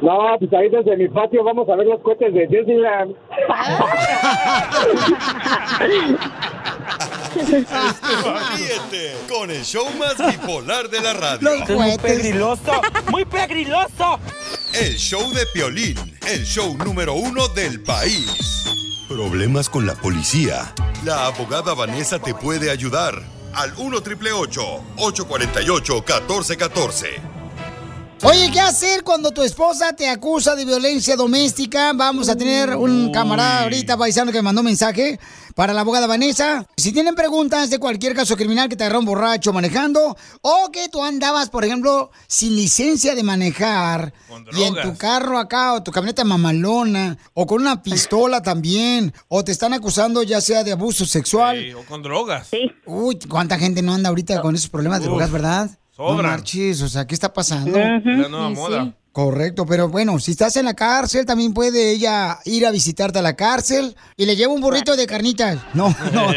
No, pues ahí desde mi patio vamos a ver los cohetes de Disneyland. Ríete con el show más bipolar de la radio. Los Esto es muy cohetes. pegriloso, muy pegriloso. El show de Piolín, el show número uno del país. Problemas con la policía. La abogada Vanessa te puede ayudar al 1 848 1414. Oye, ¿qué hacer cuando tu esposa te acusa de violencia doméstica? Vamos a tener un camarada ahorita, paisano, que me mandó mensaje para la abogada Vanessa. Si tienen preguntas de cualquier caso criminal que te agarró un borracho manejando o que tú andabas, por ejemplo, sin licencia de manejar y en tu carro acá o tu camioneta mamalona o con una pistola también o te están acusando ya sea de abuso sexual. Ey, o con drogas. Uy, ¿cuánta gente no anda ahorita con esos problemas de drogas, Uf, verdad? No sobran. marches, o sea, ¿qué está pasando? Ujú, La nueva y moda. sí. Correcto, pero bueno, si estás en la cárcel, también puede ella ir a visitarte a la cárcel y le lleva un burrito de carnitas. No, no.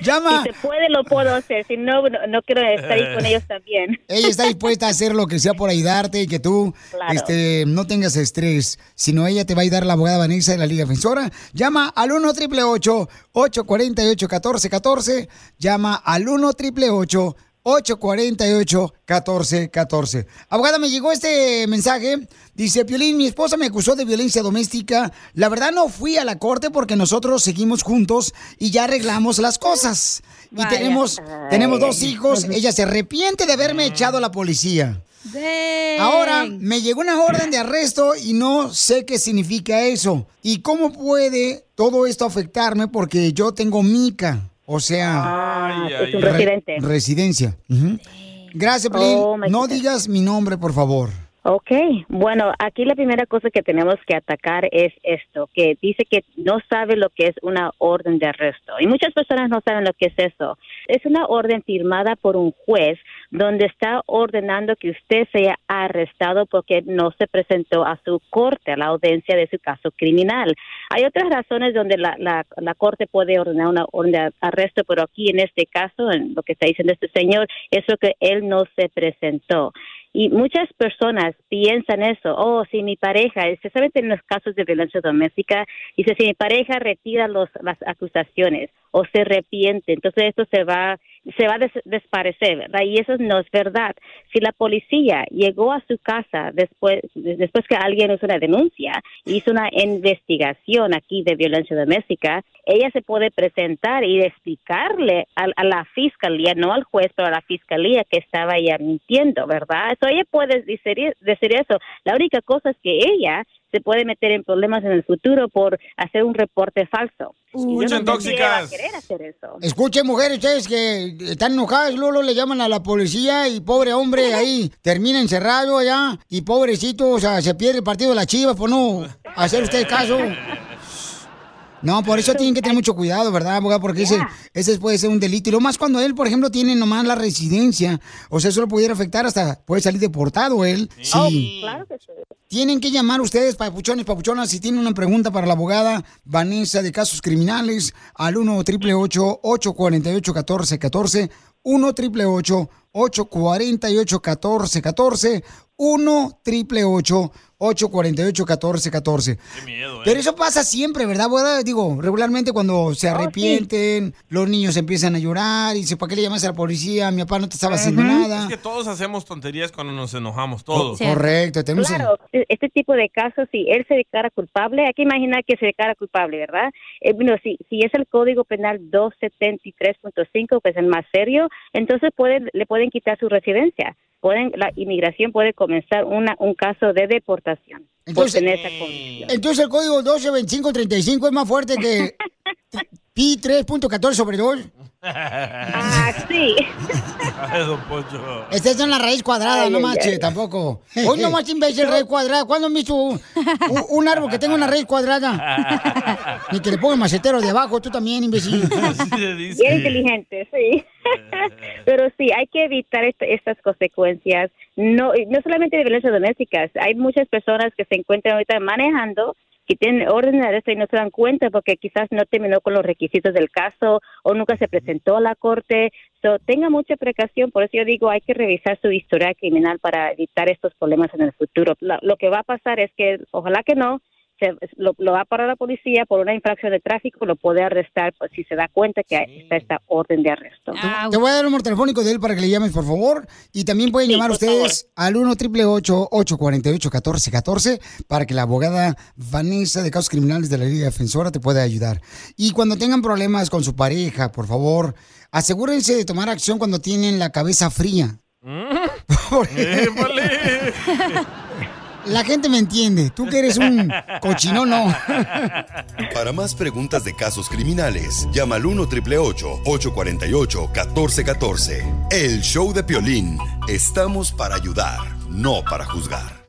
Llama. Si se puede, lo puedo hacer. Si no, no, no quiero estar ahí con ellos también. Ella está dispuesta a hacer lo que sea por ayudarte y que tú Claro. este, no tengas estrés, sino ella te va a ayudar la abogada Vanessa de la Liga Defensora. Llama al 1 888 848 1414 Llama al 1 888 848 1414 Abogada, me llegó este mensaje. Dice, Piolín, mi esposa me acusó de violencia doméstica. La verdad no fui a la corte porque nosotros seguimos juntos y ya arreglamos las cosas. Y Vaya. tenemos, tenemos dos hijos. Ella se arrepiente de haberme echado a la policía. Dang. Ahora me llegó una orden de arresto y no sé qué significa eso. ¿Y cómo puede todo esto afectarme? Porque yo tengo mica. O sea, Ay, Ah, es un ay, ay. residente. Residencia. Ujú. Gracias, Pelín. Oh, my no goodness. digas mi nombre, por favor. Ok, bueno, aquí la primera cosa que tenemos que atacar es esto, que dice que no sabe lo que es una orden de arresto. Y muchas personas no saben lo que es eso. Es una orden firmada por un juez donde está ordenando que usted sea arrestado porque no se presentó a su corte, a la audiencia de su caso criminal. Hay otras razones donde la, la- la corte puede ordenar una orden de arresto, pero aquí en este caso, en lo que está diciendo este señor, es lo que él no se presentó. Y muchas personas piensan eso, oh, si mi pareja, especialmente en los casos de violencia doméstica, dice, si mi pareja retira los, las acusaciones o se arrepiente, entonces esto se va se va a des- desaparecer, ¿verdad? Y eso no es verdad. Si la policía llegó a su casa después, de- después que alguien hizo una denuncia, hizo una investigación aquí de violencia doméstica, ella se puede presentar y explicarle a, a la fiscalía, no al juez, pero a la fiscalía que estaba ella mintiendo, ¿verdad? Eso ella puede decir, decir eso. La única cosa es que ella se puede meter en problemas en el futuro por hacer un reporte falso. Y yo no sé si ella va a querer hacer eso. Escuchen, mujeres, ustedes que están enojadas, Lolo le llaman a la policía y pobre hombre ahí termina encerrado allá y pobrecito, o sea, se pierde el partido de la chiva por no hacer usted caso. No, por eso tienen que tener mucho cuidado, ¿verdad, abogado? Porque ese, ese puede ser un delito. Y lo más cuando él, por ejemplo, tiene nomás la residencia. O sea, eso lo pudiera afectar hasta puede salir deportado él. Oh, Sí. Tienen que llamar ustedes, papuchones, papuchonas, si tienen una pregunta para la abogada Vanessa de Casos Criminales al 1 triple 848 1414 1 triple 848 1414 1 triple 848 1414 Pero eso pasa siempre, ¿verdad, abogada? Digo, regularmente cuando se arrepienten, los niños empiezan a llorar y dice, ¿para qué le llamas a la policía? Mi papá no te estaba haciendo nada. Es que todos hacemos tonterías cuando nos enojamos, todos. Correcto, tenemos Claro, este tipo de casos, si él se declara culpable, hay que imaginar que se declara culpable, ¿verdad? Eh, bueno, si, si es el Código Penal 273.5, que es el más serio, entonces pueden, le pueden quitar su residencia. Pueden, la inmigración puede comenzar una, un caso de deportación por tener esa condición. Entonces el código 122535 es más fuerte que pi 3.14 sobre 2. Ah, sí. Ay, don Poncho. Esta Este es la raíz cuadrada, Ay, no ay, manches, ay. tampoco. Hoy no más imbécil raíz cuadrada. ¿Cuándo han visto un, un- un árbol que tenga una raíz cuadrada? Ni que le pongan macetero de abajo, tú también, imbécil. Bien inteligente, sí. Pero sí, hay que evitar est- estas consecuencias. No, y no solamente de violencia doméstica. Hay muchas personas que se encuentran ahorita manejando que tienen orden de arresto y no se dan cuenta porque quizás no terminó con los requisitos del caso o nunca se presentó a la corte. So, tenga mucha precaución, por eso yo digo, hay que revisar su historia criminal para evitar estos problemas en el futuro. La- lo que va a pasar es que, ojalá que no, se- lo, lo va a parar la policía por una infracción de tráfico, lo puede arrestar pues, si se da cuenta que hay- está esta orden de arresto. Te voy a dar el número telefónico de él para que le llames, por favor. Y también pueden llamar ustedes al 1 848 1414 para que la abogada Vanessa de Casos Criminales de la Liga Defensora te pueda ayudar. Y cuando tengan problemas con su pareja, por favor, asegúrense de tomar acción cuando tienen la cabeza fría. La gente me entiende. Tú que eres un cochino, no. Para más preguntas de casos criminales, llama al 1 848 1414 El show de Piolín. Estamos para ayudar, no para juzgar.